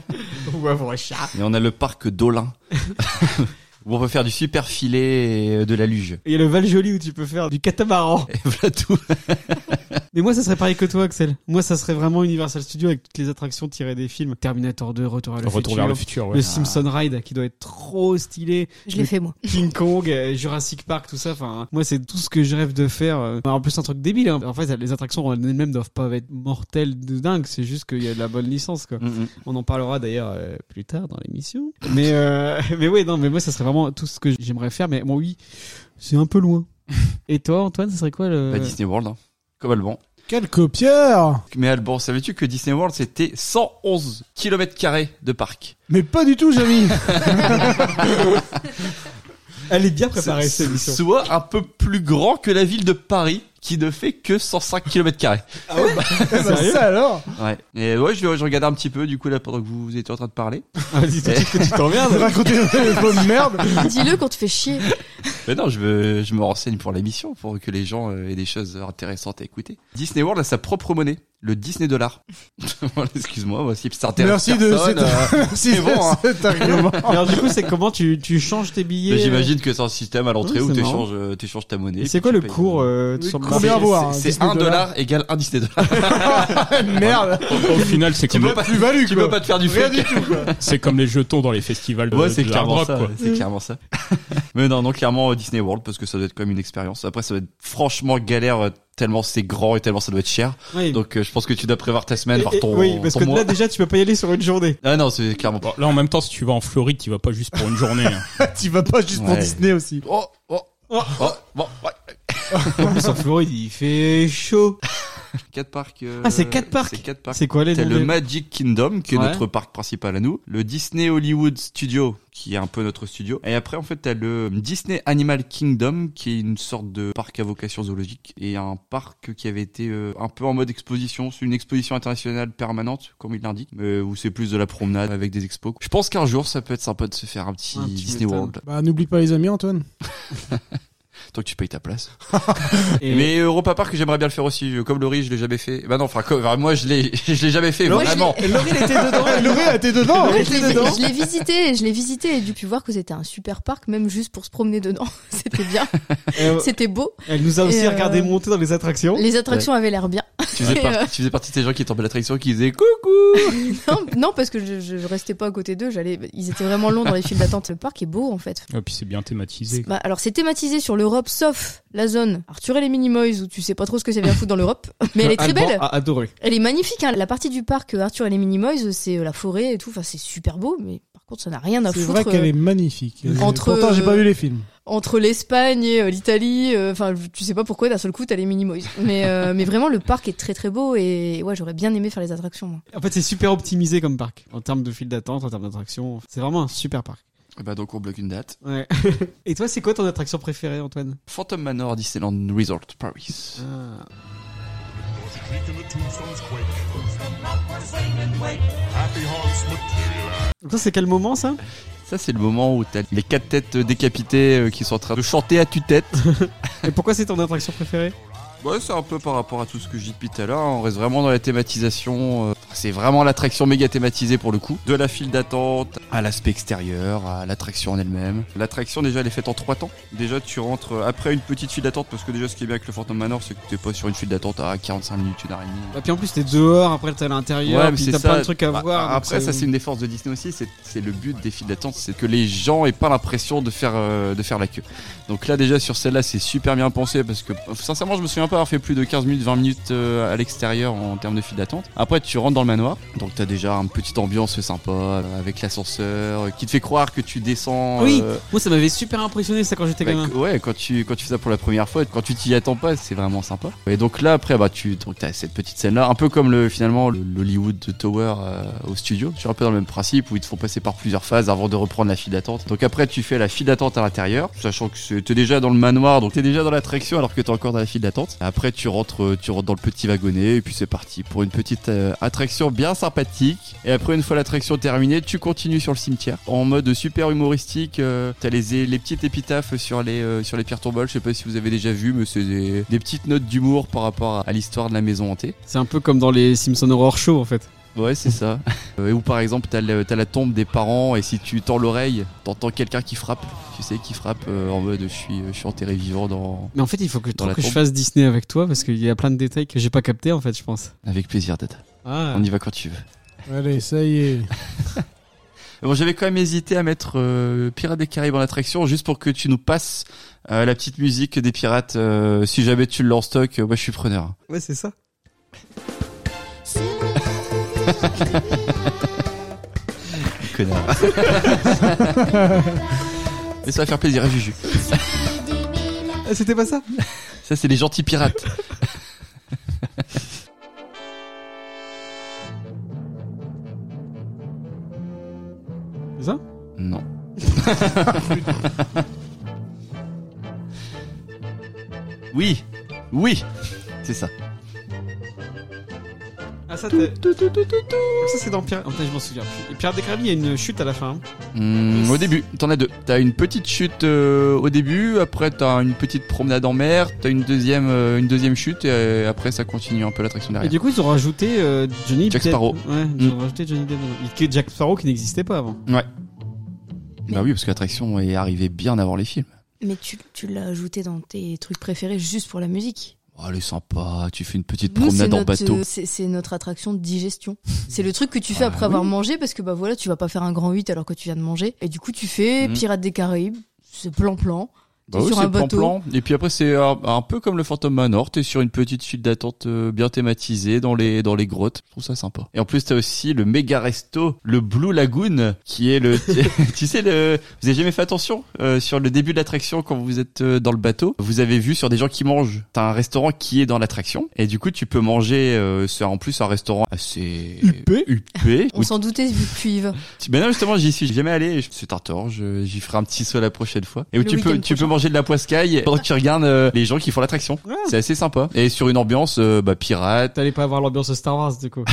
Et on a le parc d'Olin. où on peut faire du super filet et euh, de la luge.
Il y a le Val Joli où tu peux faire du catamaran.
Et voilà tout.
Mais moi, ça serait pareil que toi, Axel. Moi, ça serait vraiment Universal Studios avec toutes les attractions tirées des films. Terminator 2, Retour vers le
Retour
futur.
vers le futur, ouais. Ah.
Le Simpson Ride qui doit être trop stylé,
Je l'ai fait moi.
King Kong, euh, Jurassic Park, tout ça. Enfin, moi c'est tout ce que je rêve de faire. Euh, En plus c'est un truc débile. hein. En fait les attractions en elles-mêmes doivent pas être mortelles de dingue. C'est juste qu'il y a de la bonne licence quoi.
Mhm.
On en parlera d'ailleurs euh, plus tard dans l'émission. Mais euh, mais ouais non mais moi ça serait vraiment tout ce que j'aimerais faire. Mais bon oui c'est un peu loin. Et toi Antoine ça serait quoi le
Bah,
Pas Disney World, hein. comme Alban.
Quel copieur
Mais Alban, savais-tu que Disney World c'était 111 km de parc
Mais pas du tout, Jamy
Elle est bien
C'est- Soit un peu plus grand que la ville de Paris qui ne fait que 105 km
Eh ben,
Sérieux
ça alors
Ouais. Et ouais, je, je regardais un petit peu du coup là pendant que vous, vous étiez en train de parler.
Vas-y Ah, tout de suite que tu
bah
t'emmerdes.
Raconter des bonnes merdes
Dis-le quand tu fais chier.
Mais non, je, veux, je me renseigne pour l'émission, pour que les gens euh, aient des choses intéressantes à écouter. Disney World a sa propre monnaie, le Disney dollar. Voilà, Excuse-moi, moi, si ça intéresse
Merci de cet,
personne, euh,
merci
c'est
de
bon, hein.
cet argument.
Alors du coup c'est comment tu tu changes tes
mais
Bah,
billets
J'imagine que c'est un système à l'entrée
Ouais,
où
c'est
tu
marrant.
échanges, euh, t'échanges ta monnaie.
Et c'est quoi
puis tu
le
payes.
cours euh,
Oui,
sur le
combien
marché
à voir, hein,
C'est
Disney
un dollar égale un Disney dollar.
Merde
Au final, c'est
tu
comme,
peux pas,
plus-value,
tu
quoi.
peux pas te faire du
Rien
fric.
du tout, quoi.
c'est comme les jetons dans les festivals de,
Ouais, c'est
de hard
clairement
rock,
ça.
quoi.
ouais, C'est clairement ça. Mais non, non, clairement euh, Disney World parce que ça doit être quand même une expérience. Après, ça doit être franchement galère euh, tellement c'est grand et tellement ça doit être cher.
Oui.
Donc, euh, je pense que tu dois prévoir ta semaine,
Et-
par
et-
ton,
oui, parce
ton
que
mois.
là déjà tu peux pas y aller sur une journée.
Ah non, c'est clairement pas.
Bon, là, en même temps, si tu vas en Floride, tu vas pas juste pour une journée. hein.
Tu vas pas juste pour
Ouais.
Disney aussi.
Oh, oh,
Oh.
oh, oh, bon, ouais.
En plus en Floride il fait chaud.
Quatre parcs. euh,
Ah, c'est quatre parcs.
C'est quatre parcs.
C'est quoi les
T'as
noms
le
des-
Magic Kingdom, qui est
Ouais.
notre parc principal à nous. Le Disney Hollywood Studio, qui est un peu notre studio. Et après, en fait, t'as le Disney Animal Kingdom, qui est une sorte de parc à vocation zoologique. Et un parc qui avait été euh, un peu en mode exposition. C'est une exposition internationale permanente, comme il l'indique. Mais où c'est plus de la promenade avec des expos. Je pense qu'un jour, ça peut être sympa de se faire un petit
Ah, tu
Disney
m'étonnes.
World.
Bah, n'oublie pas les amis, Antoine.
Tant que tu payes ta place.
Et-
Mais Europa Park, j'aimerais bien le faire aussi. euh, Comme Laurie, je l'ai jamais fait. Bah non, enfin, comme- enfin, moi, je l'ai, je l'ai jamais fait.
Laurie,
vraiment.
Laurie, elle était dedans.
Ah, Laurie, elle était dedans
Ouais, je l'ai je l'ai visité, je l'ai visité et j'ai pu voir que c'était un super parc, même juste pour se promener dedans. C'était bien,
Euh,
c'était beau.
elle nous a aussi
Et, euh,
regardé monter dans les attractions.
Les attractions avaient l'air bien.
Tu faisais,
Et,
par-
euh,
tu faisais partie de ces gens qui tombaient l'attraction qui disaient coucou.
Non, non, parce que je, je, je restais pas à côté d'eux. J'allais, ils étaient vraiment longs dans les files d'attente. Le parc est beau en fait.
Et puis, c'est bien thématisé.
Bah, alors c'est thématisé sur l'Europe, sauf la zone Arthur et les Minimoys où tu sais pas trop ce que ça vient foutre dans l'Europe, mais elle est très
Alban
belle.
a adoré.
Elle est magnifique. Hein. La partie du parc euh, Arthur et les Minimoys, c'est euh, la forêt et tout. Enfin, c'est super beau, mais par contre, ça n'a rien à
C'est
foutre
vrai qu'elle
euh,
est magnifique. Euh,
Entre-
Pourtant, j'ai pas vu les films.
entre l'Espagne et euh, l'Italie. euh, Enfin, tu sais pas pourquoi d'un seul coup t'as les Minimoys. Mais euh, mais vraiment, le parc est très très beau et ouais, j'aurais bien aimé faire les attractions. moi.
En fait, c'est super optimisé comme parc. En termes de file d'attente, en termes d'attractions. C'est vraiment un super parc.
Et bah donc on bloque une date.
Ouais. Et toi, c'est quoi ton attraction préférée, Antoine
Phantom Manor Disneyland Resort Paris.
Ça, c'est quel moment, ça
Ça c'est le moment où t'as les quatre têtes décapitées euh, qui sont en train de chanter à tue-tête.
Et pourquoi c'est ton attraction préférée
ouais c'est un peu par rapport à tout ce que je dis depuis tout à l'heure. hein. On reste vraiment dans la thématisation. euh, C'est vraiment l'attraction méga thématisée pour le coup. De la file d'attente à l'aspect extérieur, à l'attraction en elle-même. L'attraction déjà elle est faite en trois temps. Déjà tu rentres euh, après une petite file d'attente parce que déjà ce qui est bien avec le Phantom Manor c'est que t'es pas sur une file d'attente à 45 minutes, une heure et demie.
Et Bah, Puis en plus, t'es dehors, après t'es à l'intérieur,
mais
puis
c'est
t'as
ça.
plein de trucs à
Bah,
voir. donc
Après, ça, c'est une des forces de Disney aussi. C'est, c'est le but des files d'attente, c'est que les gens aient pas l'impression de faire euh, de faire la queue. Donc là, déjà sur celle-là, c'est super bien pensé parce que euh, sincèrement, je me souviens souviens pas avoir fait plus de 15 minutes, 20 minutes euh, à l'extérieur en termes de file d'attente. Après, tu rentres dans le manoir, donc t'as déjà une petite ambiance sympa euh, avec l'ascenseur euh, qui te fait croire que tu descends.
Oui,
euh,
moi ça m'avait super impressionné ça quand j'étais
bah,
gamin.
qu- ouais, quand tu, quand tu fais ça pour la première fois, quand tu t'y attends pas, c'est vraiment sympa. Et donc là, après, bah, tu donc, as cette petite scène-là, un peu comme le, finalement le- l'Hollywood Tower euh, au studio. Tu es un peu dans le même principe où ils te font passer par plusieurs phases avant de reprendre la file d'attente. Donc après, tu fais la file d'attente à l'intérieur, sachant que tu es déjà dans le manoir, donc tu es déjà dans l'attraction alors que tu es encore dans la file d'attente. Après, tu rentres, euh, tu rentres dans le petit wagonnet et puis c'est parti pour une petite euh, attraction bien sympathique. Et après, une fois l'attraction terminée, tu continues sur le cimetière en mode super humoristique. euh, T'as les, les petites épitaphes sur les, euh, sur les pierres tombales. Je sais pas si vous avez déjà vu, mais c'est des, des petites notes d'humour par rapport à, à l'histoire de la maison hantée.
C'est un peu comme dans les Simpson Horror Show en fait.
Ouais, c'est ça. Euh, Ou par exemple, t'as le- t'as la tombe des parents et si tu tends l'oreille, t'entends quelqu'un qui frappe. Tu sais, qui frappe euh, en mode je suis, je suis enterré vivant dans.
Mais en fait, il faut que, je
Dans
trouve
la
que je
tombe.
fasse Disney avec toi parce qu'il y a plein de détails que j'ai pas capté en fait, je pense.
Avec plaisir, Dada.
Ah,
On y va quand tu veux.
Allez, ça y est.
Euh, Bon, j'avais quand même hésité à mettre euh, Pirates des Caraïbes en attraction juste pour que tu nous passes euh, la petite musique des pirates. euh, si jamais tu l'as en stock, euh, moi je suis preneur.
ouais, c'est ça.
Connard. Mais ça va faire plaisir à Juju.
Ah, C'était pas ça
Ça, c'est les gentils pirates.
C'est ça
Non. oui, oui, c'est ça.
Ah, ça, t'as- ça c'est dans Pirates. Oh, putain, je m'en souviens plus. Et Pirates des Caraïbes, il y a une chute à la fin. hein.
Hmm, au début, t'en as deux. T'as une petite chute euh, au début, après t'as une petite promenade en mer, t'as une deuxième, euh, une deuxième chute et euh, après ça continue un peu l'attraction
Et
derrière.
du coup, ils ont rajouté euh, Johnny
Jack
Depp.
Sparrow.
Ouais, ils ont rajouté Johnny Depp. dedans. Qui est Jack Sparrow qui n'existait pas avant.
Bah oui, parce que l'attraction est arrivée bien avant les films.
Mais tu, tu l'as ajouté dans tes trucs préférés juste pour la musique.
Oh, elle est sympa, tu fais une petite
Nous, c'est
promenade en
notre,
bateau.
euh, C'est c'est notre attraction de digestion. C'est le truc que tu fais
Ah
après avoir mangé parce que bah voilà, tu vas pas faire un grand 8 alors que tu viens de manger. Et du coup, tu fais
Mhm.
Pirates des Caraïbes, c'est plan-plan.
Bah
T'es
oui,
sur
c'est
un bateau.
plan-plan. Et puis après, c'est un, un peu comme le Phantom Manor. T'es sur une petite file d'attente euh, bien thématisée dans les, dans les grottes. Je trouve ça sympa. Et en plus, t'as aussi le méga resto, le Blue Lagoon, qui est le, tu sais, le, vous avez jamais fait attention, euh, sur le début de l'attraction quand vous êtes euh, dans le bateau. Vous avez vu sur des gens qui mangent. T'as un restaurant qui est dans l'attraction. Et du coup, tu peux manger, euh, c'est en plus un restaurant assez
Huppé.
huppé,
On
où
s'en doutait vu que tu y vas.
tu- Ben non, justement, j'y suis jamais allé. Je- C'est un tort. je- J'y ferai un petit saut la prochaine fois. Et où
Le
tu peux,
week-end
tu peux
prochain.
manger de la poiscaille pendant que tu regardes euh, les gens qui font l'attraction.
Ouais.
C'est assez sympa. Et sur une ambiance euh, bah, pirate.
T'allais pas avoir l'ambiance de Star Wars du coup.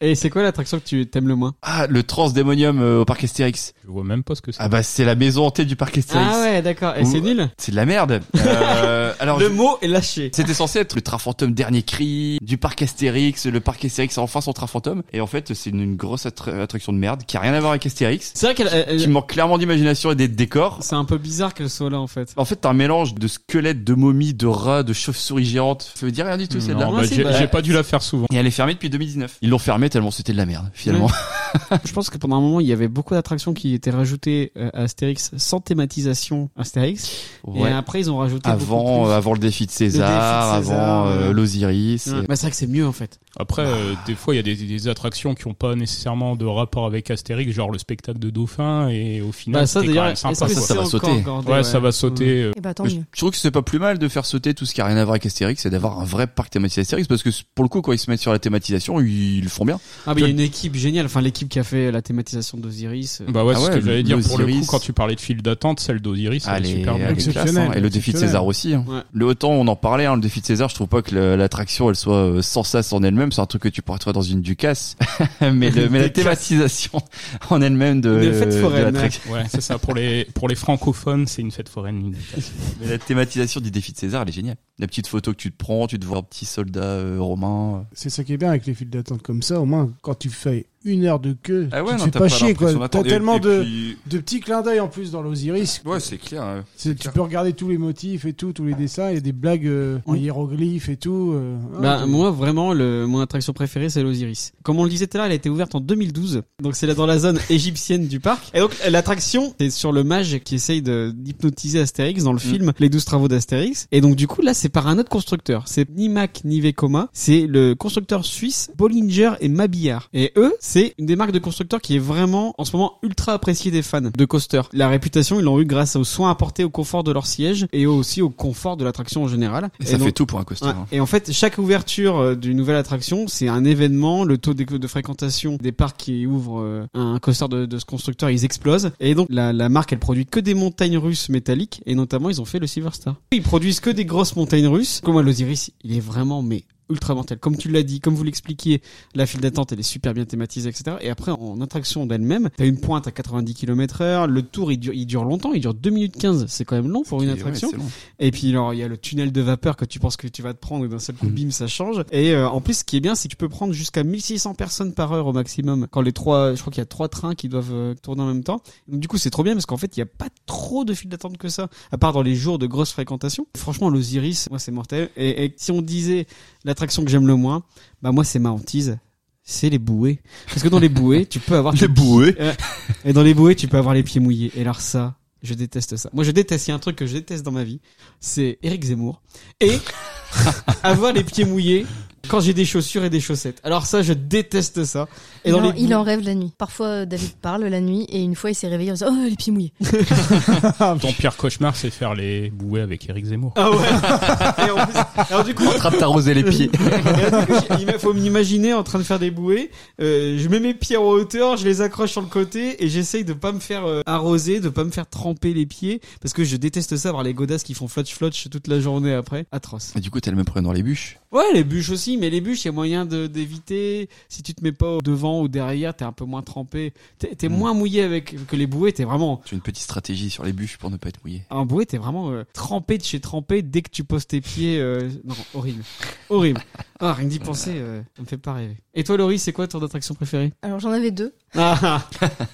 Et c'est quoi l'attraction que tu t'aimes le moins
Ah, le Transdémonium euh, au parc Astérix.
Je vois même pas ce que c'est.
Ah bah c'est la maison hantée du parc Astérix.
Ah ouais, d'accord. Et
Ou-
c'est nul
C'est de la merde. Euh, alors
Le
je-
mot est lâché.
C'était censé être le train fantôme dernier cri du parc Astérix. Le parc Astérix a enfin son train fantôme. Et en fait, c'est une, une grosse attra- attraction de merde qui a rien à voir avec Astérix.
C'est vrai qu'elle elle-
Qui manque clairement d'imagination et des décors.
c'est un peu bizarre qu'elle soit là en fait.
En fait, t'as un mélange de squelettes, de momies, de rats, de chauves-souris géantes. Ça veut dire rien du tout,
Non,
celle-là.
bah,
Ouais,
j'ai
c'est-
j'ai pas dû la faire souvent.
Et elle est fermée depuis 2019. Ils l'ont fermée tellement c'était de la merde, finalement.
Je pense que pendant un moment, il y avait beaucoup d'attractions qui étaient rajoutées euh, à Astérix sans thématisation Astérix.
Ouais.
Et après, ils ont rajouté beaucoup
Avant,
plus.
euh, avant le défi de César,
Le défi de César,
avant euh,
ouais.
l'Osiris.
Ouais.
et-
Bah, c'est vrai que c'est mieux en fait.
Après,
Bah.
euh, des fois, il y a des, des attractions qui ont pas nécessairement de rapport avec Astérix, genre le spectacle de dauphin, et au final,
Bah, ça
c'était quand
d'ailleurs,
même sympa.
est-ce que
Ça, ça
quoi.
c'est
va
encore
sauter.
gardé,
Ouais, ça va sauter. euh,
Et bah tant
Je,
mieux.
je trouve que c'est pas plus mal de faire sauter tout ce qui a rien à voir avec Astérix et d'avoir un vrai parc thématisé Astérix parce que pour le coup, quand ils se mettent sur la thématisation, ils le font bien.
Ah mais il y a une équipe géniale. Enfin, l'équipe qui a fait la thématisation d'Osiris. euh,
Bah ouais,
Ah
c'est ce
ouais,
que j'allais dire. Pour le coup,
l'Osiris.
quand tu parlais de file d'attente, celle d'Osiris, elle est
Allez,
super bien.
elle est Exceptionnel,
Et le défi de
exceptionnel.
César aussi. hein.
Ouais.
Le autant on en parlait, hein, le défi de César, je trouve pas que le- l'attraction elle soit euh, sans sas en elle-même, c'est un truc que tu pourrais trouver dans une Ducasse. mais, le- mais la
Ducasse.
thématisation en elle-même de,
Une fête
de
foraine.
l'attraction-
Ouais, c'est ça. Pour les, pour les francophones, c'est une fête foraine. une dédicace.
mais la thématisation du défi de César, elle est géniale. La petite photo que tu te prends, tu te vois un petit soldat euh, romain.
C'est ça qui est bien avec les files d'attente comme ça. Au moins, quand tu fais une heure de queue,
Ah ouais,
tu te
non,
fais
t'as
pas
pas
chier quoi.
l'impression
T'as
d'attendre. Et-
tellement
et
de,
puis-
de petits clins d'œil en plus dans l'Osiris.
Ouais, c'est clair. hein.
C'est- Tu peux regarder tous les motifs et tout, tous les dessins. Il y a des blagues euh, en
Mm.
Oui.
hiéroglyphes et tout. euh,
Bah,
ah,
moi, vraiment, le, mon attraction préférée, c'est l'Osiris. Comme on le disait tout à l'heure, elle a été ouverte en 2012. Donc, c'est là dans la zone égyptienne du parc. Et donc, l'attraction, Mm. c'est sur le mage qui essaye de- d'hypnotiser Astérix dans le film Les 12 travaux d'Astérix. Et donc, du coup, là, c'est c'est par un autre constructeur. C'est ni Mac ni Vekoma. C'est le constructeur suisse Bollinger et Mabillard. Et eux, c'est une des marques de constructeurs qui est vraiment en ce moment ultra appréciée des fans de coasters. La réputation, ils l'ont eu grâce aux soins apportés au confort de leur siège et aussi au confort de l'attraction en général.
Et ça
donc-
fait tout pour un coaster.
Ouais.
hein.
Et en fait, chaque ouverture euh, d'une nouvelle attraction, c'est un événement. Le taux d'éco- de fréquentation des parcs qui ouvrent euh, un coaster de, de ce constructeur, ils explosent. Et donc, la, la marque, elle produit que des montagnes russes métalliques. Et notamment, ils ont fait le Silver Star. Ils produisent que des grosses montagnes russes. Comme moi, l'Osiris, il est vraiment, mais ultra mental. Comme tu l'as dit, comme vous l'expliquiez, la file d'attente, elle est super bien thématisée, etc. Et après, en attraction d'elle-même, t'as une pointe à 90 km heure. Le tour, il dure, il dure longtemps. Il dure 2 minutes 15. C'est quand même long pour une
Et ouais,
attraction.
c'est long.
Et puis alors il y a le tunnel de vapeur que tu penses que tu vas te prendre et d'un
Mm.
seul coup bim ça change. Et euh, en plus ce qui est bien c'est que tu peux prendre jusqu'à 1600 personnes par heure au maximum quand les trois je crois qu'il y a trois trains qui doivent euh, tourner en même temps. Donc du coup c'est trop bien parce qu'en fait il n'y a pas trop de files d'attente que ça à part dans les jours de grosse fréquentation. Franchement l'Osiris moi c'est mortel et, et si on disait l'attraction que j'aime le moins bah moi c'est ma hantise c'est les bouées parce que dans les bouées tu peux avoir
Les bouées.
et dans les bouées, tu peux avoir les pieds mouillés. Et alors ça, je déteste ça. Moi, je déteste. Il y a un truc que je déteste dans ma vie, c'est Eric Zemmour et avoir les pieds mouillés quand j'ai des chaussures et des chaussettes. Alors ça, je déteste ça. Et dans
il, en,
les
il en
bouées-
rêve la nuit. Parfois, euh, David parle la nuit et une fois, il s'est réveillé en disant Oh, les pieds mouillés.
Ah,
Ton pire cauchemar, c'est faire les bouées avec Eric Zemmour.
ah ouais. Et en plus- alors du coup,
En train de t'arroser les pieds.
Et là, du coup, j'ai- il m'a- faut m'imaginer en train de faire des bouées. Euh, je mets mes pieds en hauteur, je les accroche sur le côté et j'essaye de pas me faire euh, arroser, de pas me faire tremper les pieds parce que je déteste ça, voir les godasses qui font flotch flotch toute la journée après. Atroce.
Et du coup, t'as le même problème dans les bûches.
Ouais, les bûches aussi, mais les bûches, il y a moyen de- d'éviter. Si tu te mets pas devant ou derrière, t'es un peu moins trempé. T'es t'es
Mm.
moins mouillé avec que les bouées. T'es vraiment
J'ai une petite stratégie sur les bûches pour ne pas être mouillé.
un bouée, t'es vraiment euh, trempé de chez trempé dès que tu poses tes pieds. euh, Non, horrible, horrible. Ah, rien que d'y penser, euh, ça me fait pas rêver. Et toi, Laurie, c'est quoi ton attraction préférée
Alors, j'en avais deux.
Ah,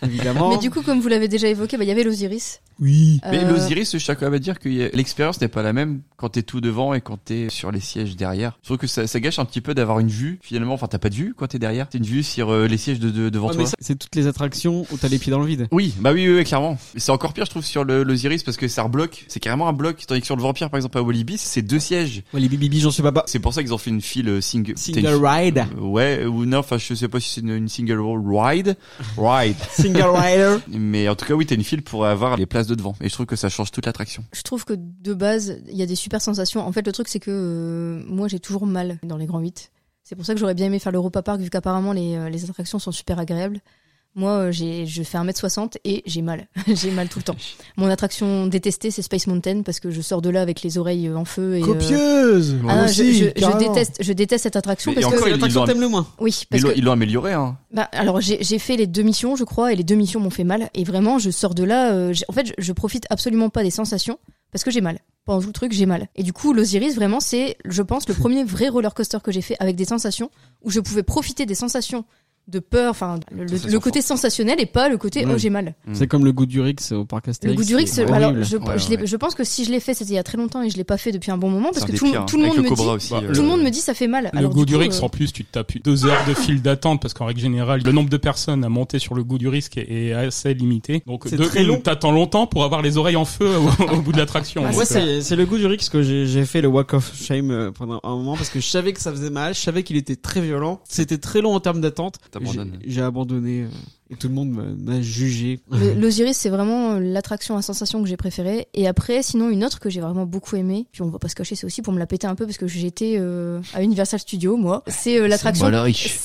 évidemment.
Mais du coup, comme vous l'avez déjà évoqué, bah, il y avait l'Osiris.
oui.
Mais
Euh,
l'Osiris, je tiens quand même à dire que y a- l'expérience n'est pas la même quand t'es tout devant et quand t'es sur les sièges derrière. Je trouve que ça, ça gâche un petit peu d'avoir une vue, finalement. Enfin, t'as pas de vue quand t'es derrière. T'as une vue sur euh, les sièges de, de- devant
Ouais,
toi.
Ah, mais ça, c'est toutes les attractions où t'as les pieds dans le vide.
Oui, bah oui, oui, oui, clairement. Mais C'est encore pire, je trouve, sur le- l'Osiris parce que ça rebloque. C'est carrément un bloc. Tandis que sur le vampire, par exemple, à Walibi, c'est deux sièges.
Ouais, les bibi j'en suis pas pas.
C'est pour ça qu'ils ont fait une file euh, single.
Single
t'as une-
ride.
Euh, Ouais, ou non, enfin, je sais pas si c'est une, une single ride. Ride.
Single rider.
Mais en tout cas, oui, t'as une file pour avoir les places de devant. Et je trouve que ça change toute l'attraction.
Je trouve que de base, il y a des super sensations. En fait, le truc, c'est que euh, moi, j'ai toujours mal dans les grands 8. C'est pour ça que j'aurais bien aimé faire l'Europa Park, vu qu'apparemment, les, euh, les attractions sont super agréables. Moi, euh, j'ai, je fais 1m60 et j'ai mal. j'ai mal tout le temps. Mon attraction détestée, c'est Space Mountain, parce que je sors de là avec les oreilles euh, en feu. Et, euh,
Copieuse
Ah non,
Moi
je,
aussi,
je- je
carrément.
déteste, je déteste cette attraction
Mais-
parce
et
que.
encore,
C'est
ils
l'attraction
l'ont-
que t'aimes le moins.
Oui,
Mais
parce
ils l'ont-
que
ils l'ont amélioré, hein.
bah, alors j'ai j'ai fait les deux missions, je crois, et les deux missions m'ont fait mal. Et vraiment, je sors de là. euh, j'ai- en fait, je, je profite absolument pas des sensations parce que j'ai mal. Pendant tout le truc, j'ai mal. Et du coup, l'Osiris, vraiment, c'est, je pense, le premier vrai roller coaster que j'ai fait avec des sensations où je pouvais profiter des sensations de peur, enfin, le, le-
Sensation
le côté sensationnel et pas le côté
Ouais.
oh j'ai mal.
C'est comme le goût du Rix au parc Astérix.
Le goût du Rix,
c'est
alors
horrible.
je,
Ouais,
je l'ai-
ouais.
je pense que si je l'ai fait, c'était il y a très longtemps et je l'ai pas fait depuis un bon moment parce
C'est un
que
des
tout, le-
pires,
tout le
hein.
monde
Avec
me
le Cobra
dit,
aussi.
Bah,
euh,
tout le
Euh,
monde me dit ça fait mal.
le
Alors,
goût
du
du
coup,
risque,
euh,
en plus, tu te tapes deux heures de file d'attente parce qu'en règle générale, le nombre de personnes à monter sur le goût du risque est, est assez limité. Donc,
C'est
de
très
une,
long.
t'attends longtemps pour avoir les oreilles en feu au, au bout de
Ah,
l'attraction.
Ouais,
Donc, euh,
c'est c'est le goût du Rix que j'ai j'ai fait le Walk of Shame euh, pendant un moment parce que je savais que ça faisait mal, je savais qu'il était très violent, c'était très long en termes d'attente.
T'abandonnes.
J'ai- J'ai abandonné euh, et tout le monde me- m'a jugé.
Le- L'Osiris, c'est vraiment euh, l'attraction à sensation que j'ai préférée. Et après, sinon, une autre que j'ai vraiment beaucoup aimée, puis on va pas se cacher, c'est aussi pour me la péter un peu parce que j'étais euh, à Universal Studios, moi. C'est euh, l'attraction.
Voilà, riche.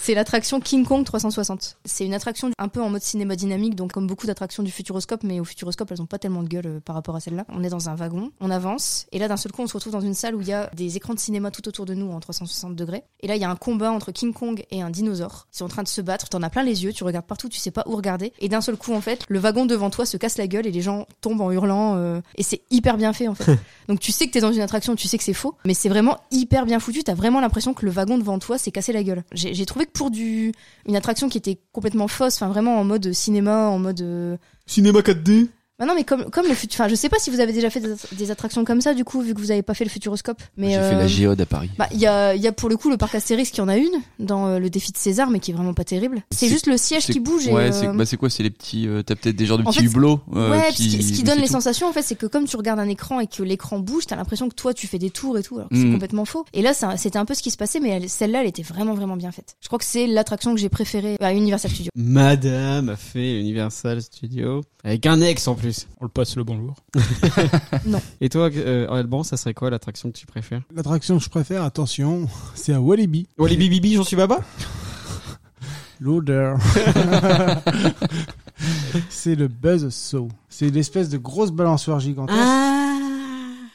C'est l'attraction King Kong 360. C'est une attraction un peu en mode cinéma dynamique, donc comme beaucoup d'attractions du Futuroscope, mais au Futuroscope, elles ont pas tellement de gueule euh, par rapport à celle-là. On est dans un wagon, on avance, et là d'un seul coup, on se retrouve dans une salle où il y a des écrans de cinéma tout autour de nous en 360 degrés. Et là, il y a un combat entre King Kong et un dinosaure. Ils sont en train de se battre, t'en as plein les yeux, tu regardes partout, tu sais pas où regarder. Et d'un seul coup, en fait, le wagon devant toi se casse la gueule et les gens tombent en hurlant, euh, et c'est hyper bien fait en fait. Donc tu sais que t'es dans une attraction, tu sais que c'est faux, mais c'est vraiment hyper bien foutu. T'as vraiment l'impression que le wagon devant toi s'est cassé la gueule. J'ai j'ai trouvé que pour du une attraction qui était complètement fausse, enfin vraiment en mode cinéma, en mode euh,
Cinéma 4D.
bah, Ah non, mais comme, comme le futur. Enfin, je sais pas si vous avez déjà fait des, des attractions comme ça, du coup, vu que vous avez pas fait le Futuroscope. Mais
J'ai fait
euh,
la géode à Paris.
bah, il y a, il y a pour le coup le parc Astérix qui en a une dans euh, le défi de César, mais qui est vraiment pas terrible. C'est
C'est-
juste le siège
C'est-
qui bouge. et,
Ouais,
euh,
c'est bah, c'est quoi C'est les petits. euh, T'as peut-être des genres de
En
petits
fait,
hublots. euh,
ouais, puis ce qui- ce qui donne
c'est
les
tout.
sensations, en fait, c'est que comme tu regardes un écran et que l'écran bouge, t'as l'impression que toi, tu fais des tours et tout, alors que c'est
Mm.
complètement faux. Et là, ça- c'était un peu ce qui se passait, mais elle- celle-là, elle était vraiment, vraiment bien faite. Je crois que c'est l'attraction que j'ai préférée à Universal Studios.
Madame a fait Universal Studios. Avec un ex en plus.
On le passe le bonjour.
Et toi, euh, Alban, ça serait quoi l'attraction que tu préfères
L'attraction que je préfère, attention, c'est à Walibi.
Walibi Bibi, j'en suis baba
L'odeur. c'est le Buzz Saw. C'est l'espèce de grosse balançoire gigantesque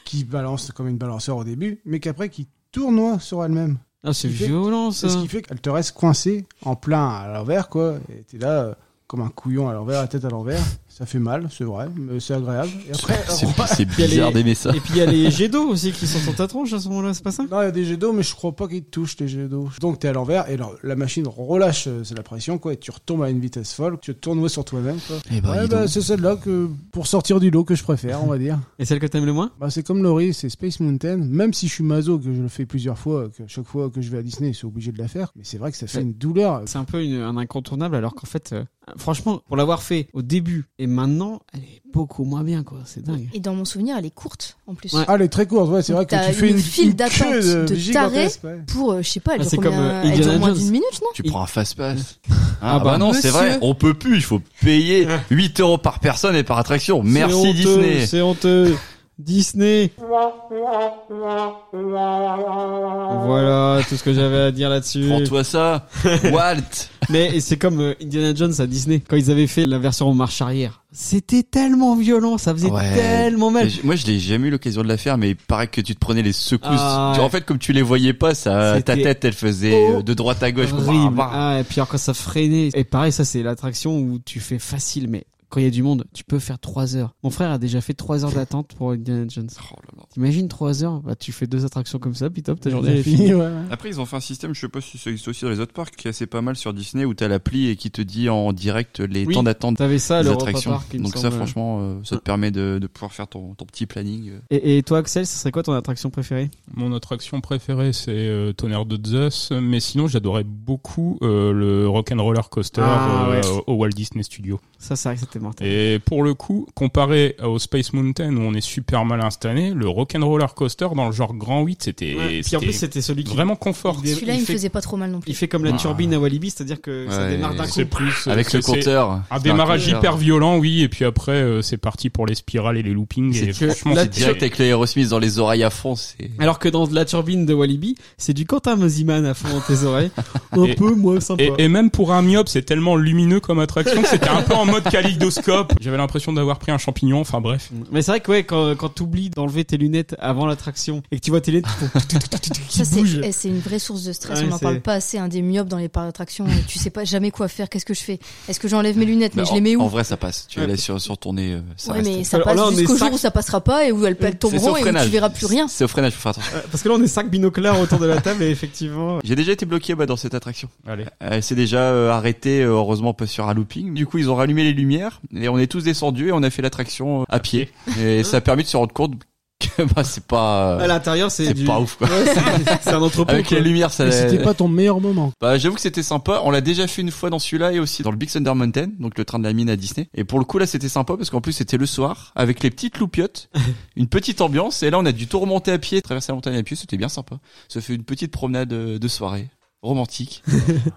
qui balance comme une balançoire au début, mais qu'après qui tournoie sur elle-même.
Ah, c'est
Il fait-
violent ça
C'est ce qui fait qu'elle te reste coincée en plein à l'envers, quoi. Et t'es là euh, comme un couillon à l'envers, la tête à l'envers. Ça fait mal, c'est vrai, mais c'est agréable. Et après,
C'est
on-
c'est
y a
bizarre
les-
d'aimer ça.
Et puis il y a les jets d'eau aussi qui sont sur ta tronche à ce moment-là, c'est pas ça
Non, il y a des jets d'eau, mais je crois pas qu'ils te touchent, les jets d'eau. Donc, t'es à l'envers, et le- la machine relâche euh, c'est la pression, quoi, et tu retombes à une vitesse folle, tu te tournes sur toi-même, quoi.
Eh ben,
ouais,
dis
bah,
donc.
c'est celle-là que, pour sortir du lot, que je préfère, on va dire.
Et celle que t'aimes le moins
Bah, c'est comme Laurie, c'est Space Mountain. Même si je suis maso, que je le fais plusieurs fois, que chaque fois que je vais à Disney, je suis obligé de la faire, mais c'est vrai que ça fait
Ouais.
une douleur.
C'est un peu une- un incontournable, alors qu'en fait, euh, franchement, pour l'avoir fait au début et maintenant, elle est beaucoup moins bien, quoi. C'est dingue.
Et dans mon souvenir, elle est courte, en plus.
Ouais.
Ah, elle est très courte, ouais, c'est vrai que
T'as
tu fais
une
une,
file
une
d'attente
queue
de
gigantesque, ouais.
Pour, euh, je sais pas, elle
Ah,
dure,
c'est
combien,
comme, euh,
elle dure
Indiana
moins
Jones.
d'une minute, non
Tu
Il-
prends un fast-pass.
Ah
Ah,
bah,
bah non, c'est vrai,
monsieur.
on peut plus, il faut payer 8 euros par personne et par attraction. Merci Disney.
C'est honteux. Disney. Voilà tout ce que j'avais à dire là-dessus.
Prends-toi ça, Walt.
Mais c'est comme euh, Indiana Jones à Disney quand ils avaient fait la version en marche arrière. C'était tellement violent, ça faisait
Ouais.
tellement mal.
Moi, je l'ai jamais eu l'occasion de la faire, mais il paraît que tu te prenais les secousses.
Ah,
Tu- En fait, comme tu les voyais pas, ça, ta
C'était
tête, elle faisait euh, de droite à gauche.
Horrible.
Bah, bah.
Ah, et puis alors quand ça freinait. Et pareil, ça c'est l'attraction où tu fais facile, mais quand il y a du monde, tu peux faire 3 heures. Mon frère a déjà fait 3 heures d'attente pour Indiana Jones.
Oh là là.
T'imagines 3 heures Bah tu fais deux attractions comme ça, puis top, ta journée
Elle
elle
est
est finie.
finie, ouais. ouais.
Après, ils ont fait un système, je sais pas si ça existe aussi dans les autres parcs, qui est assez pas mal sur Disney, où t'as l'appli et qui te dit en direct les
Oui.
temps d'attente
T'avais ça à
des
l'Europa
attractions.
Park. il me
Donc ça,
semble.
franchement, euh, ça te permet de, de pouvoir faire ton, ton petit planning. euh.
Et, et toi, Axel, ce serait quoi ton attraction préférée
Mon attraction préférée, c'est euh, Tonnerre de Zeus, mais sinon j'adorais beaucoup euh, le Rock'n'Roller Coaster
Ah,
euh,
ouais.
au- au Walt Disney Studio.
Ça, c'est vrai que c'était mortel.
Et pour le coup, comparé au Space Mountain où on est super mal installé, le Rock'n'Roller Coaster dans le genre Grand 8,
Ouais,
c'était
Puis en
c'était
plus, c'était celui qui.
vraiment confort.
Il-
Celui-là,
il
il me
fait-
faisait pas trop mal non
Il
plus.
fait comme la
Ah.
turbine à Walibi, c'est-à-dire que ça
Ouais,
démarre d'un coup.
C'est plus euh,
Avec
c'est-
le
c'est
compteur.
Un démarrage
C'est un compteur.
hyper violent, oui, et puis après euh, c'est parti pour les spirales et les loopings.
C'est
Et
que
franchement,
là,
c'est
Direct avec le Aerosmith dans les oreilles à fond, c'est...
Alors que dans la turbine de Walibi, c'est du Quentin Mosiman à fond dans tes oreilles. Un
Et-
peu moins sympa.
Et, et même pour un myope, c'est tellement lumineux comme attraction que c'était un peu en mode kaléidoscope. J'avais l'impression d'avoir pris un champignon, enfin bref.
Mais c'est vrai que ouais, quand, quand t'oublies d'enlever tes lunettes avant l'attraction et que tu vois tes lunettes qui font tout, tout, tout, tout, tout, qui
Ça, c'est
bougent.
eh, c'est une vraie source de stress.
Ouais,
on n'en
c'est-
parle pas assez. Un des myopes dans les parcs d'attractions. euh, tu sais pas jamais quoi faire. Qu'est-ce que je fais Est-ce que j'enlève mes lunettes Mais
Bah,
je les mets
en,
où
en vrai, ça passe. Tu
Ouais.
les laisses sur, sur ton nez, euh, ça
Ouais,
reste.
mais ça
Alors
passe
là, on est
jusqu'au jour
cinq.
où ça passera pas et où elles,
C'est-
elles
c'est au
tomberont et où
freinage.
tu verras plus rien.
C'est au freinage, faut faire attention.
euh, Parce que là, on est cinq binoclars autour de la table et effectivement.
J'ai déjà été bloqué bah, dans cette attraction.
Allez.
Elle s'est déjà euh, arrêtée, euh, heureusement pas sur un looping. Du coup, ils ont rallumé les lumières et on est tous descendus et on a fait l'attraction euh, à pied. Et ça a permis de se rendre compte que bah, c'est pas, euh,
À l'intérieur, c'est
c'est
du.
pas ouf. Quoi.
Ouais, c'est- c'est un entrepôt.
Avec
quoi.
les lumières, ça.
Mais c'était pas ton meilleur moment.
Bah, j'avoue que c'était sympa. On l'a déjà fait une fois dans celui-là et aussi dans le Big Thunder Mountain, donc le train de la mine à Disney. Et pour le coup, là, c'était sympa parce qu'en plus, c'était le soir avec les petites loupiottes, une petite ambiance. Et là, on a dû tout remonter à pied, traverser la montagne à pied. C'était bien sympa. Ça fait une petite promenade euh, de soirée romantique.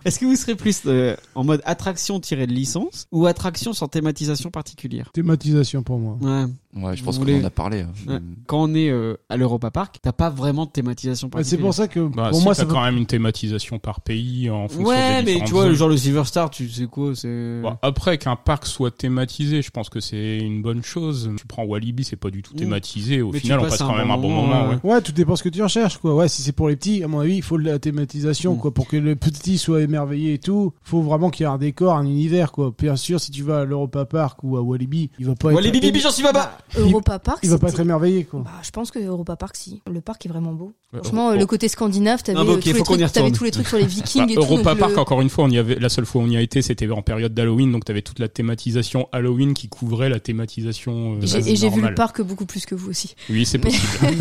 Est-ce que vous serez plus euh, en mode attraction tirée de licence ou attraction sans thématisation particulière
Thématisation pour moi.
Ouais.
Ouais, je
Vous
pense
voulez-
qu'on en a parlé. hein.
Ouais. Quand on est euh, à l'Europa Park, t'as pas vraiment de thématisation
Ouais, c'est
particulière.
pour ça que,
Bah,
pour
si
moi,
t'as
ça
quand même une thématisation par pays en fonction
Ouais,
des
mais
différentes
tu vois,
zones.
genre euh, le Silver Star, tu sais quoi, c'est.
Bon, après qu'un parc soit thématisé, je pense que c'est une bonne chose. Tu prends Walibi, c'est pas du tout
Mmh.
thématisé. Au
Mais tu
final, on
passes
passe
un
quand
bon
même un bon
moment,
moment.
ouais.
ouais.
Ouais, tout dépend ce que tu recherches, quoi. Ouais, si c'est pour les petits, à mon avis, il faut de la thématisation,
Mm.
quoi. Pour que le petit soit émerveillé et tout, faut vraiment qu'il y ait un décor, un univers, quoi. Bien sûr, si tu vas à l'Europa Park ou à Walibi, il va pas
Walibi
être...
Bibi, j'en suis baba
Europa Park.
Il va pas être
c'était-
émerveillé, quoi.
Bah, je pense que Europa Park, si. Le parc est vraiment beau.
Ouais,
Franchement,
Euro-
le côté scandinave, t'avais
Ah bah
euh,
ok,
tous, les
faut qu'on y
trucs- t'avais
retourne.
tous les trucs sur les Vikings et
Bah, Europa
tout. donc
Park,
le-
encore une fois, on y avait, la seule fois où on y a été, c'était en période d'Halloween, donc t'avais toute la thématisation Halloween qui couvrait la thématisation. euh,
Et j'ai- Et j'ai vu
normale.
le parc beaucoup plus que vous aussi.
Oui, c'est
Mais-
possible.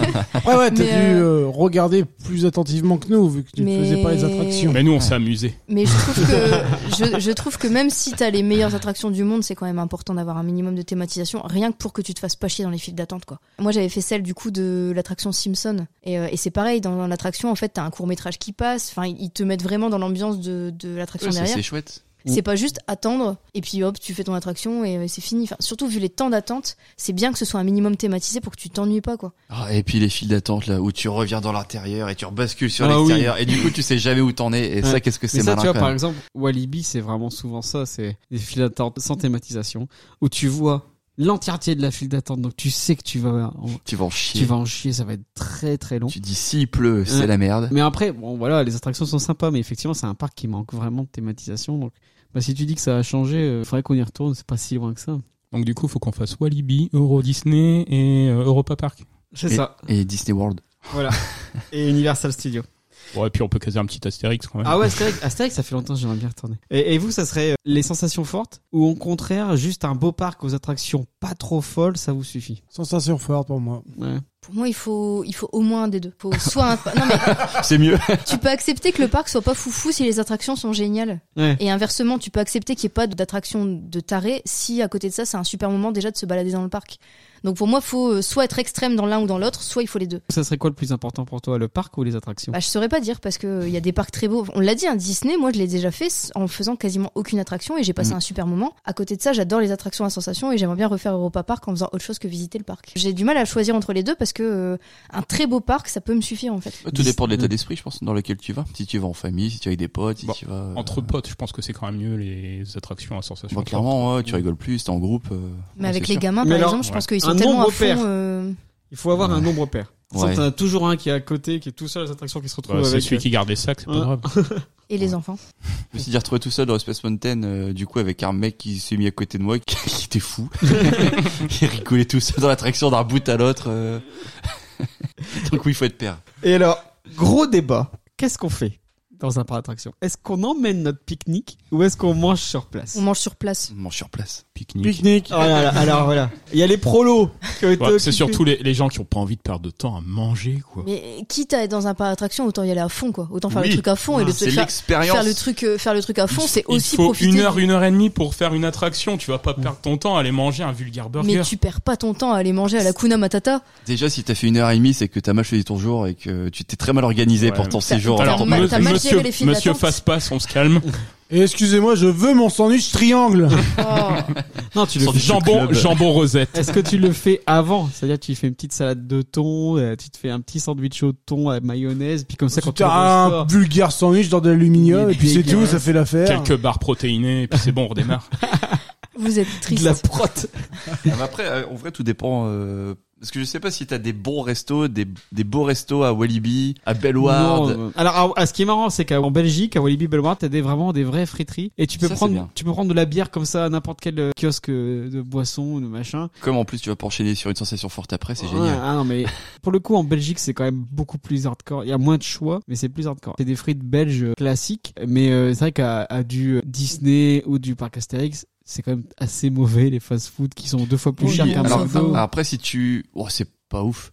Ouais, ouais, t'as dû
Mais, euh,
euh, regarder plus attentivement que nous, vu que tu ne
Mais-
faisais pas les attractions.
Mais nous, on s'est amusés.
Mais je trouve que, je, je trouve que même si t'as les meilleures attractions du monde, c'est quand même important d'avoir un minimum de thématisation, rien que pour que tu te fasses pas chier dans les files d'attente, quoi. Moi, j'avais fait celle, du coup, de l'attraction Simpson. Et, euh, et c'est pareil, dans l'attraction, en fait, t'as un court-métrage qui passe. Enfin, ils te mettent vraiment dans l'ambiance de, de l'attraction
Ouais, c'est
derrière.
c'est chouette.
C'est pas juste attendre et puis hop, tu fais ton attraction et euh, c'est fini. Enfin, surtout vu les temps d'attente, c'est bien que ce soit un minimum thématisé pour que tu t'ennuies pas, quoi.
Ah, et puis les files d'attente là où tu reviens dans l'intérieur et tu rebascules sur
Ah oui.
l'extérieur et du coup tu sais jamais où t'en es et
Ouais.
ça qu'est-ce que
Mais
c'est
ça,
malin
tu vois,
quand
par
même.
exemple, Walibi, c'est vraiment souvent ça. C'est des files d'attente sans thématisation où tu vois l'entièreté de la file d'attente. Donc, tu sais que tu vas, en-
Tu vas en
tu
chier.
vas en chier. Ça va être très, très long.
Tu dis s'il pleut,
Ouais.
c'est la merde.
Mais après, bon, voilà, les attractions sont sympas, mais effectivement, c'est un parc qui manque vraiment de thématisation. Donc, bah, si tu dis que ça a changé, il faudrait qu'on y retourne. C'est pas si loin que ça.
Donc du coup, faut qu'on fasse Walibi, Euro Disney et euh, Europa Park.
C'est
Et- Et Disney World.
Voilà. Et Universal Studios.
Ouais, et puis on peut caser un petit Astérix quand même.
Ah ouais, Astérix, Astérix, ça fait longtemps que j'aimerais bien retourner. Et, et vous, ça serait euh, les sensations fortes ou au contraire, juste un beau parc aux attractions pas trop folles, ça vous suffit
Sensation forte pour moi.
Ouais.
Pour moi, il faut, il faut au moins un des deux. Faut soit un, non, mais
C'est mieux.
tu peux accepter que le parc soit pas foufou si les attractions sont géniales.
Ouais.
Et inversement, tu peux accepter qu'il n'y ait pas d'attraction de taré si à côté de ça, c'est un super moment déjà de se balader dans le parc. Donc pour moi, faut euh, soit être extrême dans l'un ou dans l'autre, soit il faut les deux.
Ça serait quoi le plus important pour toi, le parc ou les attractions
Bah, je saurais pas dire parce que euh, il y a des parcs très beaux. On l'a dit, un Disney, moi je l'ai déjà fait s- en faisant quasiment aucune attraction et j'ai passé
Mm.
un super moment. À côté de ça, j'adore les attractions à sensations et j'aimerais bien refaire Europa Park en faisant autre chose que visiter le parc. J'ai du mal à choisir entre les deux parce que euh, un très beau parc, ça peut me suffire en fait.
Tout dépend de l'état d'esprit, je pense, dans lequel tu vas. Si tu vas en famille, si tu vas avec des potes, si
Bon,
tu vas. euh,
Entre potes, je pense que c'est quand même mieux les attractions à sensation.
Bon, clairement, ouais, tu rigoles plus, t'es en groupe. euh,
Mais
ouais,
avec
c'est
les
sûr.
gamins,
Mais
par
alors,
exemple, je pense qu'ils
un
sont tellement
nombre
à fond.
pair.
euh,
Il faut avoir un
Ouais.
nombre pair.
Ouais.
T'en as toujours un qui est à côté, qui est tout seul les attractions qui se retrouvent
Bah, c'est
avec.
celui qui garde les sacs, c'est pas
Ouais.
grave.
Et les enfants.
Je me suis dit retrouvé tout seul dans Space Mountain, euh, du coup, avec un mec qui s'est mis à côté de moi, qui, qui était fou. qui rigolait tout seul dans l'attraction d'un bout à l'autre. euh. Donc oui, il faut être père.
Et alors, gros débat. Qu'est-ce qu'on fait dans un parc d'attractions Est-ce qu'on emmène notre pique-nique ou est-ce qu'on mange sur place
On mange sur place.
On mange sur place.
Pique-nique.
Pique-nique.
Oh là là, alors voilà. Il y a les prolos. qui ont été
Ouais, c'est
occupés.
surtout les, les gens qui ont pas envie de perdre de temps à manger, quoi.
Mais quitte à être dans un parc d'attraction, autant y aller à fond, quoi. Autant faire
Oui. Ah,
le truc à fond et le
C'est
faire,
l'expérience.
faire le truc, euh, faire le truc à fond, c'est
Il
aussi
faut
profiter.
une
du-
heure, une heure et demie pour faire une attraction. Tu vas pas perdre ton temps à aller manger un vulgaire burger.
Mais tu perds pas ton temps à aller manger à la Kuna Matata.
Déjà, si t'as fait une heure et demie, c'est que t'as mal choisi ton jour et que tu t'es très mal organisé
Ouais.
pour ton
T'as-
séjour.
t'as
Alors,
Ton-
mal-
me-
t'as mal
monsieur,
géré les files
monsieur
d'attente.
Fastpass, on se calme.
Et excusez-moi, je veux mon sandwich triangle.
Non, tu le
Sans
fais.
jambon,
club.
jambon rosette.
Est-ce que tu le fais avant C'est-à-dire tu fais une petite salade de thon, euh, tu te fais un petit sandwich au thon à mayonnaise, puis comme ça quand tu
T'as un
ressors,
vulgaire sandwich dans de l'aluminium
Il est
et puis c'est
dégueulasse.
tout, ça fait l'affaire.
Quelques barres protéinées, et puis c'est bon, on redémarre.
Vous êtes triste.
de la prote.
Ah, mais Après, euh, en vrai, tout dépend. euh, Parce que je sais pas si t'as des bons restos, des, des beaux restos à Walibi, à
Non,
Bellward.
euh, Alors, à- à ce qui est marrant, c'est qu'en Belgique, à Walibi Belmar, t'as des, vraiment des vraies friteries. Et tu peux
Ça, c'est
prendre,
bien.
tu peux prendre de la bière comme ça à n'importe quel euh, kiosque euh, de boisson ou de machin.
Comme en plus tu vas pas enchaîner sur une sensation forte après, c'est
Ouais,
génial.
ah non, mais pour le coup, en Belgique, c'est quand même beaucoup plus hardcore. Il y a moins de choix, mais c'est plus hardcore. C'est des frites belges euh, classiques, mais euh, c'est vrai qu'à à du euh, Disney ou du parc Astérix, c'est quand même assez mauvais les fast-food qui sont deux fois plus
Oui,
chers qu'un
alors,
McDo.
alors après si tu, oh c'est pas ouf.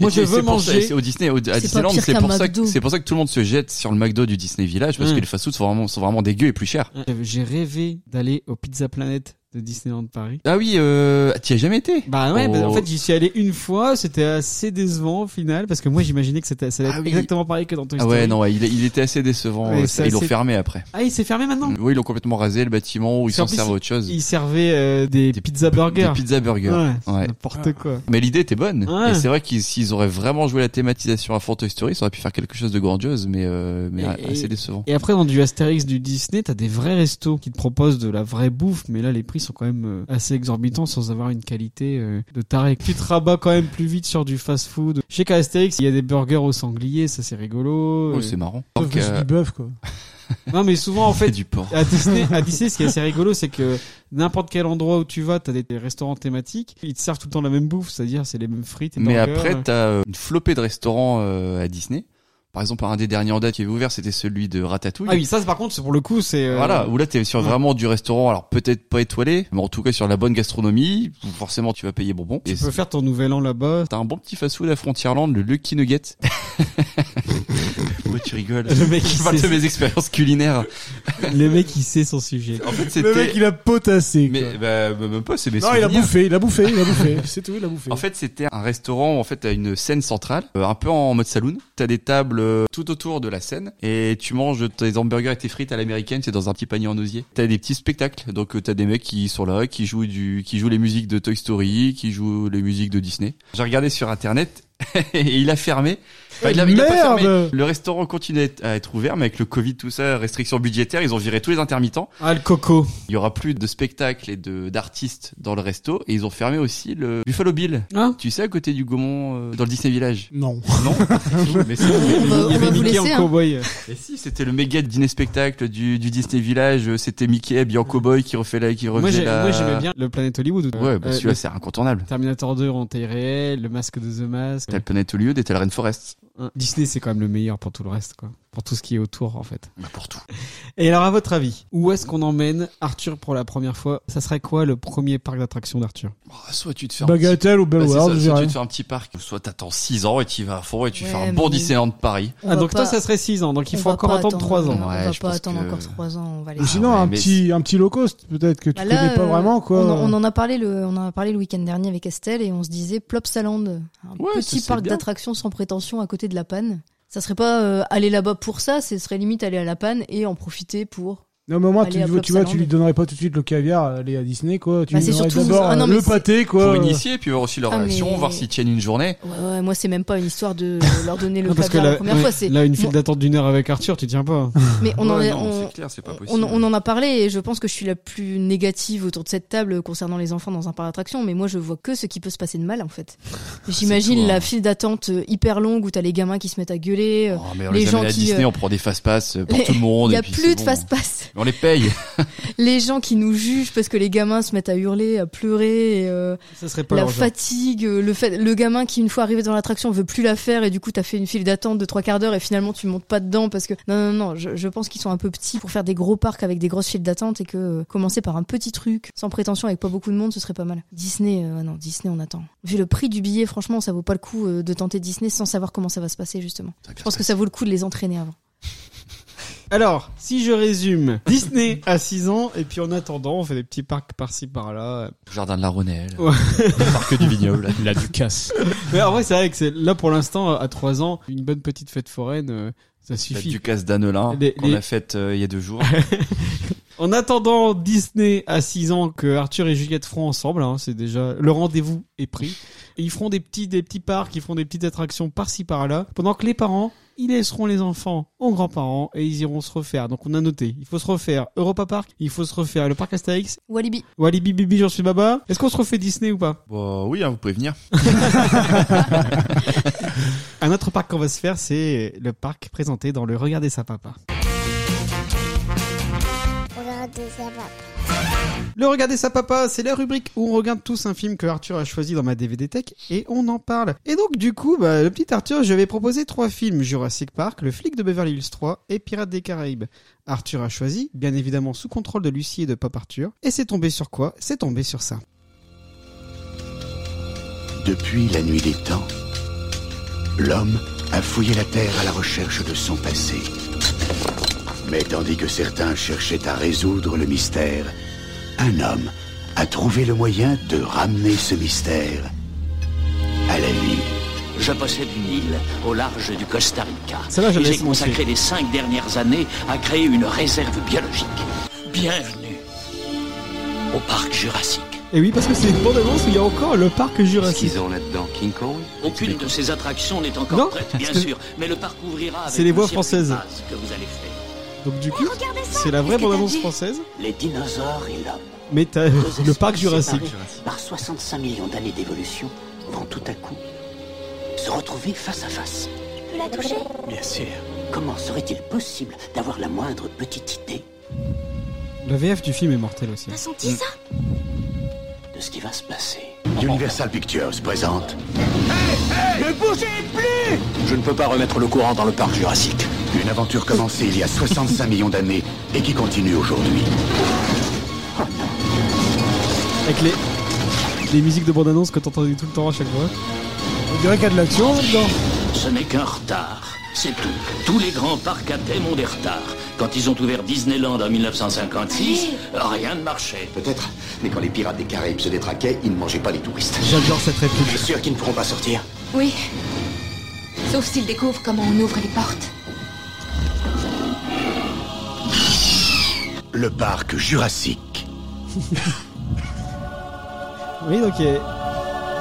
Moi,
Et c'est-
je veux
c'est pour ça-
manger.
c'est au Disney, au, à
pas
Disneyland,
pire
c'est
qu'un
pour ça
McDo.
que c'est pour ça que tout le monde se jette sur le McDo du Disney Village parce
Ouais.
que les fast-food sont vraiment sont vraiment dégueux et plus chers.
J'avais- J'ai rêvé d'aller au Pizza Planet de Disneyland Paris.
Ah oui, euh, t'y as jamais été
Bah ouais,
Oh.
bah en fait j'y suis allé une fois, c'était assez décevant au final parce que moi j'imaginais que c'était ça allait
Ah
être
oui.
exactement pareil que dans Toy
Ah
Story.
ouais, non, ouais, il, il était assez décevant.
Ouais,
euh,
c'est
ils l'ont
assez-
fermé après.
Ah il s'est fermé maintenant.
Oui, ils l'ont complètement rasé le bâtiment où ils
Parce qu'en
s'en
plus,
servent à autre chose.
Il servait euh, des,
Des-
pizza burgers.
Des pizza burgers.
Ouais, c'est
Ouais.
n'importe quoi.
Mais l'idée était bonne.
Ouais.
Et c'est vrai qu'ils s'ils auraient vraiment joué la thématisation à fond Toy Story, ça aurait pu faire quelque chose de grandiose, mais euh, mais
Et-
assez décevant.
Et après, dans du Astérix, du Disney, t'as des vrais restos qui te proposent de la vraie bouffe, mais là, les prix sont quand même euh, assez exorbitants sans avoir une qualité euh, de taré. Tu te rabats quand même plus vite sur du fast-food. Je sais qu'à Astérix, il y a des burgers au sanglier, ça c'est rigolo.
Oh,
Euh,
c'est marrant.
Sauf
Donc,
que c'est
euh,
du bœuf, quoi.
non, mais souvent, en
fait
fait,
du porc.
à Disney, à Disney, ce qui est assez rigolo, c'est que N'importe quel endroit où tu vas, t'as des, des restaurants thématiques. Ils te servent tout le temps la même bouffe, c'est-à-dire c'est les mêmes frites. Et
Mais
burgers.
après, t'as euh, une flopée de restaurants euh, à Disney. Par exemple, un des derniers en date qui avait ouvert, c'était celui de Ratatouille.
ah oui, ça c'est- par contre, c'est pour le coup, c'est euh,
Voilà, où là t'es sur
ouais.
vraiment du restaurant, alors peut-être pas étoilé, mais en tout cas sur la bonne gastronomie, forcément tu vas payer bonbon.
Tu
Et
peux faire ton nouvel an là-bas.
T'as un bon petit fast-food à Frontierland, le Lucky Nugget. Pourquoi tu rigoles
Le mec,
Je
il
parle de
sait-
mes expériences culinaires.
Le mec, il sait son sujet.
En fait,
Le mec,
c'était...
il a potassé. quoi.
Mais bah, même pas, c'est mes
non, il a
souvenirs.
bouffé, il a bouffé, il a bouffé. C'est tout, il a bouffé.
En fait, c'était un restaurant où en fait t'as une scène centrale, euh, un peu en mode saloon. T'as des tables euh, tout autour de la scène et tu manges tes hamburgers et tes frites à l'américaine. C'est dans un petit panier en osier. T'as des petits spectacles. Donc euh, t'as des mecs qui sont là, qui jouent du, qui jouent les musiques de Toy Story, qui jouent les musiques de Disney. J'ai regardé sur internet et il a fermé. Enfin, il a, il a pas
Ah, Merde
fermé. Le restaurant continue à être- à être ouvert, mais avec le Covid, tout ça, restrictions budgétaires, ils ont viré tous les intermittents.
Ah, le coco.
Il y aura plus de spectacles et de d'artistes dans le resto et ils ont fermé aussi le Buffalo Bill.
Hein
tu sais à côté du Gaumont euh, dans le Disney Village.
Non.
Non, mais si,
On
mais-
va, on
Il
va
avait
vous
niqué
laisser.
en
hein.
cowboy.
mais si, c'était le méga dîner spectacle du, du Disney Village, euh, c'était Mickey habillé en cowboy qui refait la qui
Moi,
refaisait
j'ai-
la
moi, j'aimais bien le Planète Hollywood.
Ouais, bah,
Euh,
celui-là
le
c'est incontournable.
Terminator 2 en taille réelle, le masque de The Mask.
T'as le Planet Hollywood et t'as le Rainforest.
Hein. Disney, c'est quand même le meilleur pour tout le reste, quoi. Pour tout ce qui est autour, en fait.
Bah, pour tout.
Et alors, à votre avis, où est-ce qu'on emmène Arthur pour la première fois Ça serait quoi le premier parc d'attractions d'Arthur
Oh, soit tu te fais un petit...
Bagatelle ou Bell
bah, c'est ça,
World, je
soit
dirais.
tu te fais un petit parc, soit t'attends 6 ans et t'y vas à fond et tu
Ouais,
fais un bon
mais-
Disneyland de Paris.
On
Ah,
va
donc
pas-
toi, ça serait 6 ans. Donc il
on
faut
va
encore
pas
attendre 3 ans.
On
Ouais,
va
je
pas
pense
attendre
que-
encore 3 ans. On va
Ou
laisser.
sinon,
ouais,
un
mais
petit, un petit low cost, peut-être, que tu
Bah là,
connais pas
euh,
vraiment, quoi.
On, en- on en a parlé le, on en a parlé le week-end dernier avec Estelle et on se disait Plopsaland, un
Ouais, ça,
petit
c'est
parc
bien.
d'attractions sans prétention à côté de la panne. Ça serait pas euh, aller là-bas pour ça, ce serait limite aller à la panne et en profiter pour.
Non, mais au moins, tu,
Aller à
vois, tu vois, tu
Plopsaland.
lui donnerais pas tout de suite le caviar, aller à Disney, quoi. Tu
Bah,
lui
c'est
donnerais
surtout-
d'abord
Ah, non,
euh,
mais
le
c'est-
pâté, quoi.
Pour initier et puis voir aussi leur
Ah,
réaction,
mais-
voir s'ils tiennent une journée.
Ouais, ouais, moi c'est même pas une histoire de euh, leur donner le
Non, parce que
caviar la
là,
première
ouais,
fois. C'est
là, une file
Moi-
d'attente d'une heure avec Arthur, tu tiens pas.
mais on en
Ouais,
est,
non,
on-
c'est clair, c'est pas
on-
possible.
on en a parlé et je pense que je suis la plus négative autour de cette table concernant les enfants dans un parc d'attractions, mais moi je vois que ce qui peut se passer de mal en fait.
C'est
J'imagine
toi, hein.
la file d'attente euh, hyper longue où t'as les gamins qui se mettent à gueuler. euh,
Oh, mais on
les
les,
gens
amène à
qui,
Disney,
euh,
on prend des fast-pass pour
les-
tout le monde.
Il n'y
et
a
Oh, puis
plus
c'est
de
bon. hein.
fast-pass.
Mais On les paye.
Les gens qui nous jugent parce que les gamins se mettent à hurler, à pleurer, et, euh,
Ça serait pas
la
leur genre.
fatigue, euh, le fait, le gamin qui une fois arrivé dans l'attraction veut plus la faire et du coup t'as fait une file d'attente de trois quarts d'heure et finalement tu montes pas dedans parce que non non non, je, je pense qu'ils sont un peu petits pour faire des gros parcs avec des grosses files d'attente et que euh, commencer par un petit truc sans prétention avec pas beaucoup de monde ce serait pas mal. Disney, euh, non Disney on attend. Vu le prix du billet, franchement ça vaut pas le coup euh, de tenter Disney sans savoir comment ça va se passer justement. Je pense que ça vaut le coup de les entraîner avant.
Alors, si je résume, Disney à 6 ans, et puis en attendant, on fait des petits parcs par-ci par-là.
Jardin de la Rhônelle,
Ouais.
le parc du vignoble.
La Ducasse.
Mais en vrai, c'est vrai que c'est là pour l'instant, à 3 ans, une bonne petite fête foraine, euh, ça
La
suffit.
Ducasse d'Annelin
Les-
qu'on
les-
a faite euh, il y a deux jours.
En attendant Disney à 6 ans que Arthur et Juliette feront ensemble, hein, c'est déjà le rendez-vous est pris. Et ils feront des petits des petits parcs, ils feront des petites attractions par-ci par-là, pendant que les parents ils laisseront les enfants aux grands-parents et ils iront se refaire. Donc on a noté, il faut se refaire Europa Park, il faut se refaire le parc Astérix,
Walibi.
Walibi Bibi, j'en suis baba. Est-ce qu'on se refait Disney ou pas
bon, oui, hein, vous pouvez venir.
Un autre parc qu'on va se faire, c'est le parc présenté dans le Regardez ça papa.
Regardez ça, papa.
Le Regardez ça papa, c'est la rubrique où on regarde tous un film que Arthur a choisi dans ma DVD Tech et on en parle. Et donc du coup, bah, le petit Arthur, je vais proposer trois films, Jurassic Park, Le flic de Beverly Hills 3 et Pirates des Caraïbes. Arthur a choisi, bien évidemment sous contrôle de Lucie et de Pop Arthur, et c'est tombé sur quoi C'est tombé sur ça.
Depuis la nuit des temps, l'homme a fouillé la Terre à la recherche de son passé. Mais tandis que certains cherchaient à résoudre le mystère, un homme a trouvé le moyen de ramener ce mystère à la vie.
Je possède une île au large du Costa Rica.
Ça va, je
Et
laisse
J'ai
mon
consacré les cinq dernières années à créer une réserve biologique. Bienvenue au parc Jurassique.
Et oui, parce que c'est une bande annonce où il y a encore le parc Jurassic.
ont là-dedans King Kong
Aucune de ces attractions n'est encore
Non.
prête, bien
Parce que-
sûr, mais le parc ouvrira avec
C'est les
le
voix
circuit de
françaises.
base que vous allez faire.
Donc du coup, c'est la vraie
Eh, Qu'est-ce que
bande
t'as
annonce
vu
française,
Les dinosaures et l'homme,
mais t'as
Deux
le parc
espèces
Jurassique.
séparées par 65 millions d'années d'évolution, vont tout à coup se retrouver face à face.
Tu l'as touché
Bien sûr.
Comment serait-il possible d'avoir la moindre petite idée
La VF du film est mortelle aussi.
Ressenti ça
de ce qui va se passer.
Universal Pictures présente
Ne bougez plus
Je ne peux pas remettre le courant dans le parc jurassique. Une aventure commencée il y a 65 millions d'années et qui continue aujourd'hui.
Avec les, les musiques de bande-annonce que t'entendais tout le temps à chaque fois.
On dirait qu'il y a de l'action dedans.
Ce n'est qu'un retard. C'est tout. Tous les grands parcs à thème ont des retards. Quand ils ont ouvert Disneyland en 1956, rien ne marchait.
Peut-être, mais quand les pirates des Caraïbes se détraquaient, ils ne mangeaient pas les touristes.
J'adore cette réplique.
Je suis sûr qu'ils ne pourront pas sortir.
Oui. Sauf s'ils découvrent comment on ouvre les portes.
Le parc jurassique.
Oui, donc euh,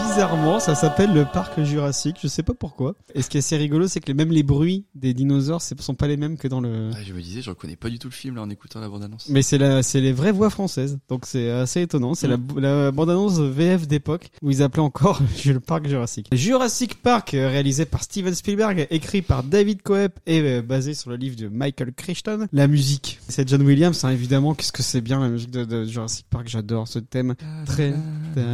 bizarrement, ça s'appelle le parc jurassique. Je sais pas pourquoi. Et ce qui est assez rigolo, c'est que même les bruits des dinosaures c'est- sont pas les mêmes que dans le.
Ah, je me disais, je reconnais pas du tout le film là en écoutant la bande-annonce.
Mais c'est la, c'est les vraies voix françaises. Donc c'est assez étonnant. C'est la, la bande-annonce VF d'époque où ils appelaient encore le parc Jurassic. Jurassic Park, euh, réalisé par Steven Spielberg, écrit par David Coep et euh, basé sur le livre de Michael Crichton. La musique, c'est John Williams. hein, évidemment, qu'est-ce que c'est bien la musique de, de Jurassic Park. J'adore ce thème très. Ta-da.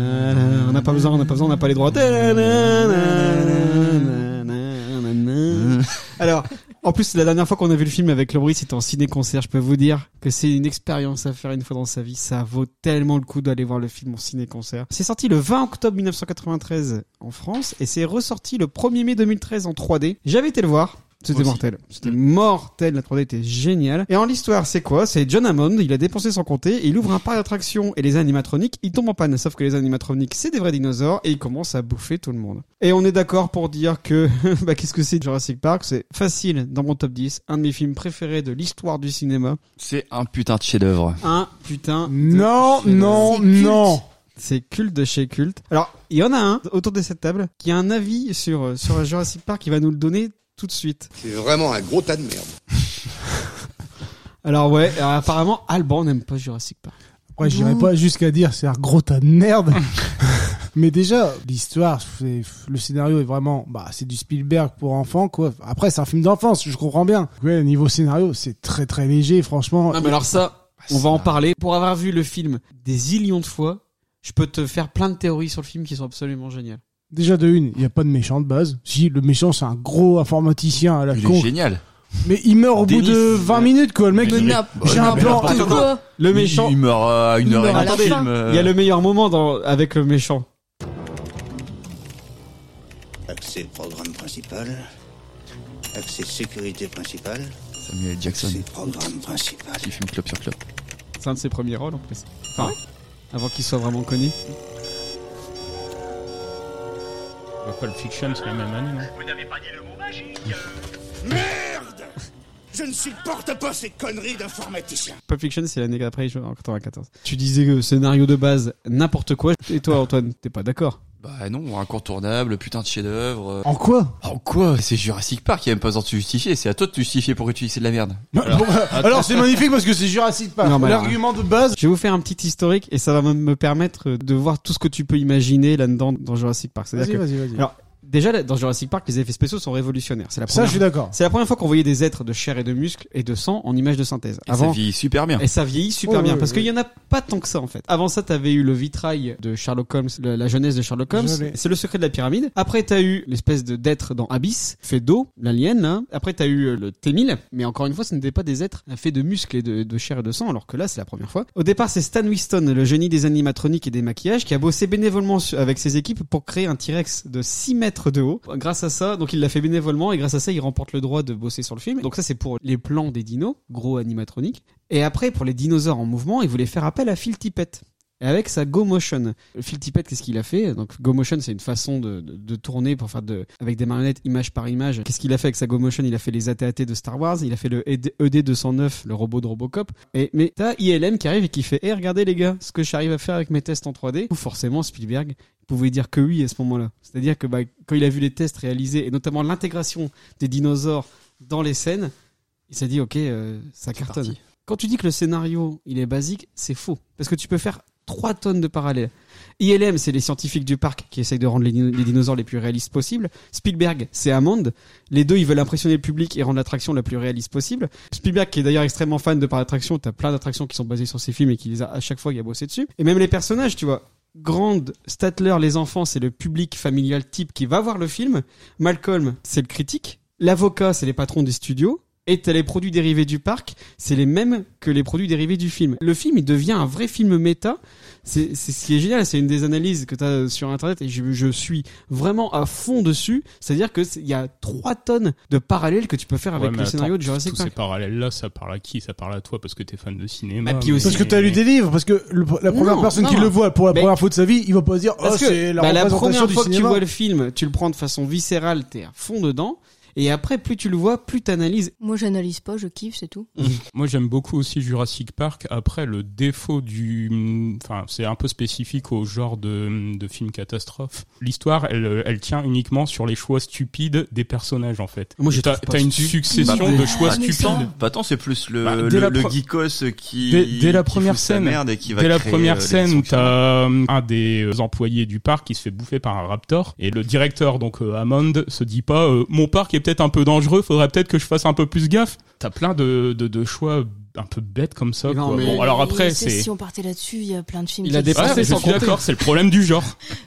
On n'a pas besoin, on n'a pas besoin, on n'a pas les droits. Ta-da-na-na-na-na-na-na. Euh, Alors, en plus, la dernière fois qu'on a vu le film avec Laurie, c'était en ciné-concert. Je peux vous dire que c'est une expérience à faire une fois dans sa vie. Ça vaut tellement le coup d'aller voir le film en ciné-concert. C'est sorti le 20 octobre 1993 en France et c'est ressorti le 1er mai 2013 en 3D. J'avais été le voir. C'était
Moi aussi.
mortel. C'était mortel. La 3D était géniale. Et en l'histoire, c'est quoi C'est John Hammond. Il a dépensé sans compter. Il ouvre un parc d'attractions et les animatroniques, ils tombent en panne. Sauf que les animatroniques, c'est des vrais dinosaures et ils commencent à bouffer tout le monde. Et on est d'accord pour dire que, bah, qu'est-ce que c'est Jurassic Park C'est facile dans mon top 10. Un de mes films préférés de l'histoire du cinéma.
C'est un putain de chef-d'œuvre.
Un putain. de
Non,
chef-d'œuvre.
non,
C'est culte.
non.
C'est culte de chez culte. Alors, il y en a un autour de cette table qui a un avis sur, euh, sur Jurassic Park. Il va nous le donner tout de suite.
C'est vraiment un gros tas de merde.
Alors ouais, alors apparemment Alban n'aime pas Jurassic Park.
Après, j'irai pas jusqu'à dire c'est un gros tas de merde. Mais déjà, l'histoire, c'est- le scénario est vraiment, bah, c'est du Spielberg pour enfants, quoi. Après, c'est un film d'enfance, je comprends bien. Ouais, niveau scénario, c'est très très léger, franchement.
Non mais alors ça, on
ça-
va en parler. Pour avoir vu le film des zillions de fois, je peux te faire plein de théories sur le film qui sont absolument géniales.
Déjà de une, il n'y a pas de méchant de base. Si, le méchant, c'est un gros informaticien à la
Il
con.
est génial.
Mais il meurt au bout
Dennis.
de 20 minutes, quoi. Le mec,
Mais
il-
n'importe
j'ai un plan.
n'importe quoi.
quoi.
Le méchant.
Il meurt à une
Il
heure et
meurt à
demie
la
de
fin.
film. euh,
Il y a le meilleur moment dans, avec le méchant.
Accès programme principal. Accès sécurité principale.
Samuel Jackson
Accès programme principal.
qui fume clope sur clope.
C'est un de ses premiers rôles en plus. Enfin, avant qu'il soit vraiment connu.
Bah, Pulp Fiction, c'est la même année, non
Merde Je ne supporte pas ces conneries d'informaticien.
Pulp Fiction, c'est l'année après, je- en 94. Tu disais que scénario de base, n'importe quoi. Et toi, Antoine, t'es pas d'accord
Bah non, incontournable, putain de chef-d'œuvre. euh.
En quoi
Oh quoi C'est Jurassic Park, il y a même pas besoin de se justifier. C'est à toi de te justifier pour que tu dis que c'est de la merde.
Alors, c'est magnifique parce que c'est Jurassic Park.
Non, mais alors-
L'argument de base.
Je vais vous faire un petit historique et ça va me- me permettre de voir tout ce que tu peux imaginer là-dedans dans Jurassic Park. C'est-à-dire
Vas-y,
que
vas-y, vas-y.
Alors, déjà, là, dans Jurassic Park, les effets spéciaux sont révolutionnaires. C'est la
Ça,
première.
je suis d'accord.
C'est la première fois qu'on voyait des êtres de chair et de muscles et de sang en images de synthèse.
Et ça vieillit super bien.
Et ça vieillit super
Ouais,
bien
ouais,
parce qu'il
ouais.
y en a pas tant que ça en fait. Avant ça, t'avais eu le vitrail de Sherlock Holmes, le- la jeunesse de Sherlock Holmes.
Je l'ai.
C'est le secret de la pyramide. Après, t'as eu l'espèce de d'être dans Abyss, fait d'eau, l'alien. Là. Après, t'as eu euh, le T1000, mais encore une fois, ce n'était pas des êtres faits de muscles et de, de chair et de sang, alors que là, c'est la première fois. Au départ, c'est Stan Winston, le génie des animatroniques et des maquillages, qui a bossé bénévolement su- avec ses équipes pour créer un T-Rex de 6 mètres de haut. Grâce à ça, donc il l'a fait bénévolement et grâce à ça, il remporte le droit de bosser sur le film. Donc ça, c'est pour les plans des dinos, gros animatroniques. Et après, pour les dinosaures en mouvement, il voulait faire appel à Phil Tippett. Et avec sa Go Motion. Phil Tippett, qu'est-ce qu'il a fait Donc Go Motion, c'est une façon de, de, de tourner pour faire de, avec des marionnettes image par image. Qu'est-ce qu'il a fait avec sa Go Motion Il a fait les AT-AT de Star Wars, il a fait le E ED-209, le robot de Robocop. Et mais t'as ILM qui arrive et qui fait Eh, regardez les gars, ce que j'arrive à faire avec mes tests en 3D." Ou forcément Spielberg pouvait dire que oui à ce moment-là. C'est-à-dire que bah, quand il a vu les tests réalisés et notamment l'intégration des dinosaures dans les scènes, il s'est dit "OK, euh, ça cartonne."
parti.
Quand tu dis que le scénario, il est basique, c'est faux. Parce que tu peux faire 3 tonnes de parallèles. ILM, c'est les scientifiques du parc qui essayent de rendre les, dino- les dinosaures les plus réalistes possibles. Spielberg, c'est Hammond. Les deux, ils veulent impressionner le public et rendre l'attraction la plus réaliste possible. Spielberg, qui est d'ailleurs extrêmement fan de par l'attraction, t'as plein d'attractions qui sont basées sur ses films et qui les a à chaque fois, il a bossé dessus. Et même les personnages, tu vois. Grande, Statler, les enfants, c'est le public familial type qui va voir le film. Malcolm, c'est le critique. L'avocat, c'est les patrons des studios. Et t'as les produits dérivés du parc, c'est les mêmes que les produits dérivés du film. Le film, il devient un vrai film méta. C'est c'est ce qui est génial, c'est une des analyses que t'as sur Internet et je, je suis vraiment à fond dessus. C'est-à-dire que c'est- il y a trois tonnes de parallèles que tu peux
Ah,
faire avec
Ouais, mais
le scénario
attends,
de Jurassic
tous
Park.
ces parallèles-là, ça parle à qui Ça parle à toi parce que t'es fan de
Ah,
cinéma.
puis aussi-
Parce que t'as lu des livres, parce que le- la première
Non,
personne
non.
qui le voit pour la
Mais-
première fois de sa vie, il va pas se dire oh
Parce que
c'est la
bah, la
représentation
première
du
fois que tu
cinéma.
vois le film, tu le prends de façon viscérale, t'es à fond dedans. Et après, plus tu le vois, plus t'analyses.
Moi, j'analyse pas, je kiffe, c'est tout.
Moi, j'aime beaucoup aussi Jurassic Park. Après, le défaut du. Enfin, c'est un peu spécifique au genre de, de film catastrophe. L'histoire, elle, elle tient uniquement sur les choix stupides des personnages, en fait.
Moi, je
Et T'as
trouve pas
t'as une
stupide.
succession
Bah,
de
mais-
choix
Ah, mais ça-
stupides.
Bah attends, c'est plus le,
Bah,
le,
dès la
le
pro-
geekos qui.
Dès, dès la
qui
première
fout sa
scène,
merde et qui va
dès la
créer,
première
euh, des
scène,
dysfonctionnements.
t'as euh, un des euh, employés du parc qui se fait bouffer par un raptor et le directeur, donc euh, Hammond, se dit pas euh, mon parc est peut-être un peu dangereux, faudrait peut-être que je fasse un peu plus gaffe. T'as plein de, de, de choix un peu bêtes comme ça.
Non,
quoi.
mais-
Bon, alors après,
Et c'est-
c'est
Si on partait là-dessus, il y a plein de films.
Il a
qui existent. Ah,
dépassé
Ouais, je
sans
suis
compter.
d'accord, c'est le problème du genre.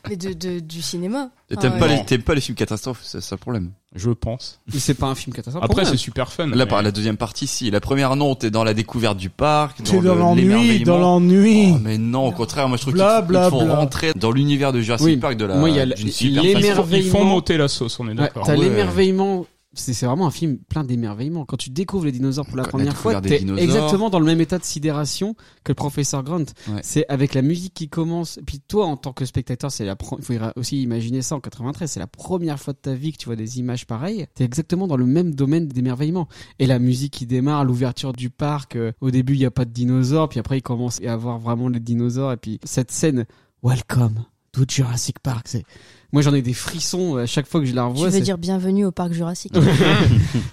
Mais de, de- du cinéma.
Et
Ah
T'aimes
ouais.
pas, les- t'aimes pas les films catastrophes, c'est ça le problème.
Je pense.
Mais c'est pas un film catastrophe.
Après,
Après,
pour moi.
c'est super fun.
Là,
mais-
par la deuxième partie, si. La première, non, t'es dans la découverte du parc,
T'es
dans,
dans
le-
l'ennui,
l'émerveillement.
dans l'ennui.
Oh, mais non, au contraire, moi je trouve qu'ils
Bla,
te-
bla,
ils te font
bla.
rentrer dans l'univers de Jurassic
Oui.
Park de la.
Moi, il y a l-
d'une super
l'émer-
façon.
Ils font- Ils font
émerveillement.
monter la sauce, on est
Ouais,
d'accord.
T'as
Ouais.
l'émerveillement. C'est c'est vraiment un film plein d'émerveillement. Quand tu découvres les dinosaures pour la
Quand la
première fois,
découverte des
t'es
dinosaures.
exactement dans le même état de sidération que le professeur Grant.
Ouais.
C'est avec la musique qui commence. Puis toi, en tant que spectateur, c'est la. pro- Il faut ira- aussi imaginer ça en 93. C'est la première fois de ta vie que tu vois des images pareilles. T'es exactement dans le même domaine d'émerveillement. Et la musique qui démarre, l'ouverture du parc. euh, au début, il y a pas de dinosaures. Puis après, il commence à avoir vraiment les dinosaures. Et puis cette scène, Welcome to Jurassic Park. C'est. Moi, j'en ai des frissons euh, à chaque fois que je la
Tu
revois.
veux
c'est-
dire bienvenue au parc Jurassique.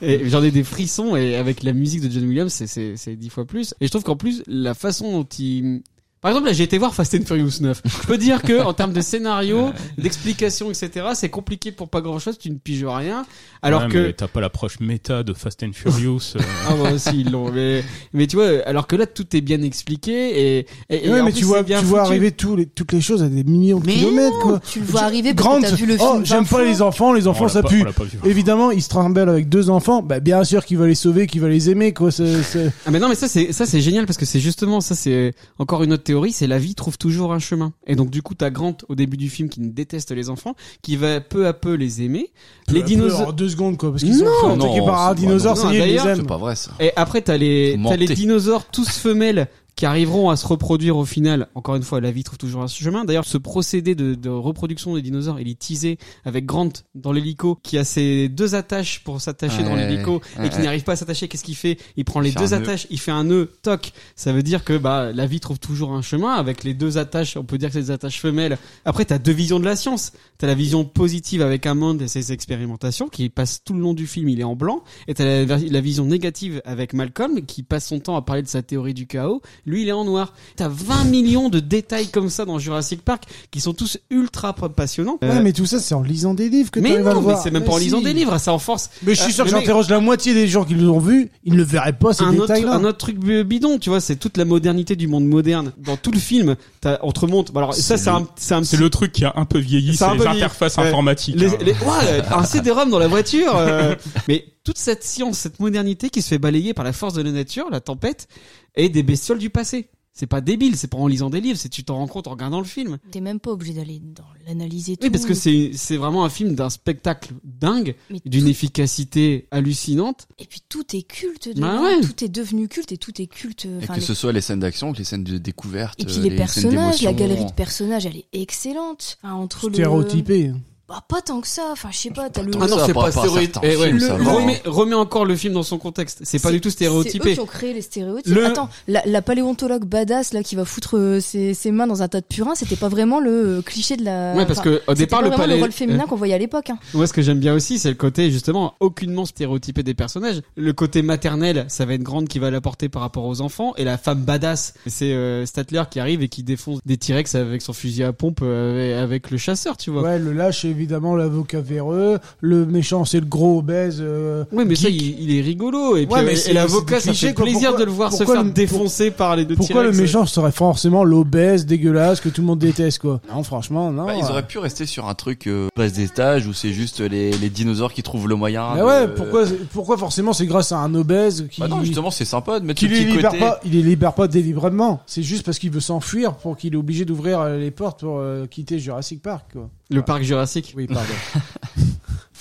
et j'en ai des frissons et avec la musique de John Williams, c'est- c'est c'est dix fois plus. Et je trouve qu'en plus, la façon dont il... Par exemple, là, j'ai été voir Fast and Furious 9. Je peux dire que, en termes de scénario, d'explication, etc., c'est compliqué pour pas grand chose, tu ne piges rien. Alors
Ouais,
que...
mais T'as pas l'approche méta de Fast and Furious. euh,
Ah bah aussi, ils l'ont, mais, mais tu vois, alors que là, tout est bien expliqué et, et, et
Ouais,
en
mais
plus,
tu vois,
c'est
tu
bien
vois
foutu.
arriver tous les, toutes les choses à des millions de
Mais
kilomètres, quoi.
tu le vois arriver parce
Grant,
que t'as vu le film.
oh, j'aime pas les enfants, les enfants
on l'a
ça
pas-
pue.
on l'a pas vu.
Évidemment, il se tremble avec deux enfants, bah, bien sûr qu'il va les sauver, qu'il va les aimer, quoi. c'est- c'est-
Ah mais non mais ça c'est ça c'est génial parce que c'est justement ça c'est encore une autre théorie c'est la vie trouve toujours un chemin et donc du coup t'as Grant au début du film qui ne déteste les enfants qui va peu à peu les aimer les
Peu à peu, en
dinosaures
deux secondes, quoi, parce qu'ils sont
Non,
attaqués
non,
par un
c'est-
dinosaure,
non,
ça y est, ils
d'ailleurs,
les
C'est
aiment.
pas vrai ça.
et après t'as les
Vous
t'as les
mentez.
dinosaures tous femelles qui arriveront à se reproduire au final encore une fois la vie trouve toujours un chemin d'ailleurs ce procédé de, de reproduction des dinosaures il est teasé avec Grant dans l'hélico qui a ses deux attaches pour s'attacher dans
Ouais,
l'hélico
ouais,
et qui
ouais.
n'arrive pas à s'attacher qu'est-ce qu'il fait il prend les
fait
deux
un nœud.
attaches il fait un nœud toc ça veut dire que bah la vie trouve toujours un chemin avec les deux attaches on peut dire que c'est des attaches femelles après t'as deux visions de la science t'as la vision positive avec Hammond et ses expérimentations qui passe tout le long du film il est en blanc et t'as la, ver- la vision négative avec Malcolm qui passe son temps à parler de sa théorie du chaos lui il est en noir t'as 20 millions de détails comme ça dans Jurassic Park qui sont tous ultra passionnants
Ouais,
Euh,
mais tout ça, c'est en lisant des livres que
mais
t'arrives à le
non mais
voir.
c'est même pas en
si.
lisant des livres ça en force
Mais je suis
Ah,
sûr que
le mec-
j'interroge la moitié des gens qui l'ont vu, ils ne verraient pas ces
un autre,
détails-là.
un autre truc bi- bidon, tu vois, c'est toute la modernité du monde moderne. Dans tout le film, t'as, on te remonte. bah Alors ça,
C'est
c'est
le-
un, c'est un
C'est
petit-
le truc qui a un peu vieilli,
C'est un
c'est
peu
les
vieilli.
interfaces
Ouais.
informatiques.
les,
hein.
les- ouais, un CD-ROM dans la voiture. euh, mais toute cette science, cette modernité qui se fait balayer par la force de la nature, la tempête et des bestioles du passé. C'est pas débile, c'est pas en lisant des livres, c'est tu t'en rends compte en regardant le film.
T'es même pas obligé d'aller dans l'analyser tout.
Oui, parce que c'est c'est vraiment un film d'un spectacle dingue,
Mais
d'une efficacité hallucinante.
Et puis tout est culte.
Bah
dedans,
ouais.
Tout est devenu culte et tout est culte.
Et
enfin,
que
les-
ce soit les scènes d'action, que les scènes de découverte,
Et puis
euh,
les
scènes
personnages, la
euh,
d'émotion. Bah,
galerie de personnages, elle est excellente. Enfin, hein, entre le
Stéréotypé.
Bah, pas tant que ça. Enfin, je sais pas, t'as le.
Ah non,
Ça,
c'est
par
pas
rapport à
stéréotypé.
certains films, ça va.
remets, remets encore le film dans son contexte. C'est pas du tout
C'est eux
stéréotypé.
qui ont créé les stéréotypes.
Le-
Attends, la, la paléontologue badass là qui va foutre euh, ses, ses mains dans un tas de purins, c'était pas vraiment le euh, cliché de la.
Ouais, parce que,
enfin,
au
c'était
départ,
pas
le
vraiment
palais-
le rôle féminin
euh.
qu'on voyait à l'époque. hein.
Moi, ce que j'aime bien aussi, c'est le côté justement aucunement stéréotypé des personnages. Le côté maternel, ça va être grande qui va l'apporter par rapport aux enfants, et la femme badass, c'est euh, Statler qui arrive et qui défonce des T-Rex avec son fusil à pompe euh, avec le chasseur, tu vois.
Ouais, le lâche, évidemment, l'avocat véreux. Le méchant, c'est le gros obèse. euh,
Ouais, mais ça,
geek.
il, il est rigolo. Et puis,
Ouais, mais
euh,
c'est-
et l'avocat,
c'est
ça
des clichés,
fait
quoi.
plaisir
Pourquoi-
de le voir se
pourquoi
faire
le-
défoncer par les deux
Pourquoi le
T-Rex.
méchant serait forcément l'obèse dégueulasse que tout le monde déteste, quoi Non, franchement, non.
Bah,
euh.
ils auraient pu rester sur un truc euh, base des stages où c'est juste les, les dinosaures qui trouvent le moyen.
Bah
de-
ouais, pourquoi, pourquoi forcément c'est grâce à un obèse qui.
Bah non, justement, c'est sympa de mettre
qui
le
les
petit
libère
côté.
pas, il les libère pas délibérément. C'est juste parce qu'il veut s'enfuir pour qu'il est obligé d'ouvrir euh, les portes pour euh, quitter Jurassic Park. Quoi.
euh, Le parc Jurassique.
Oui, pardon.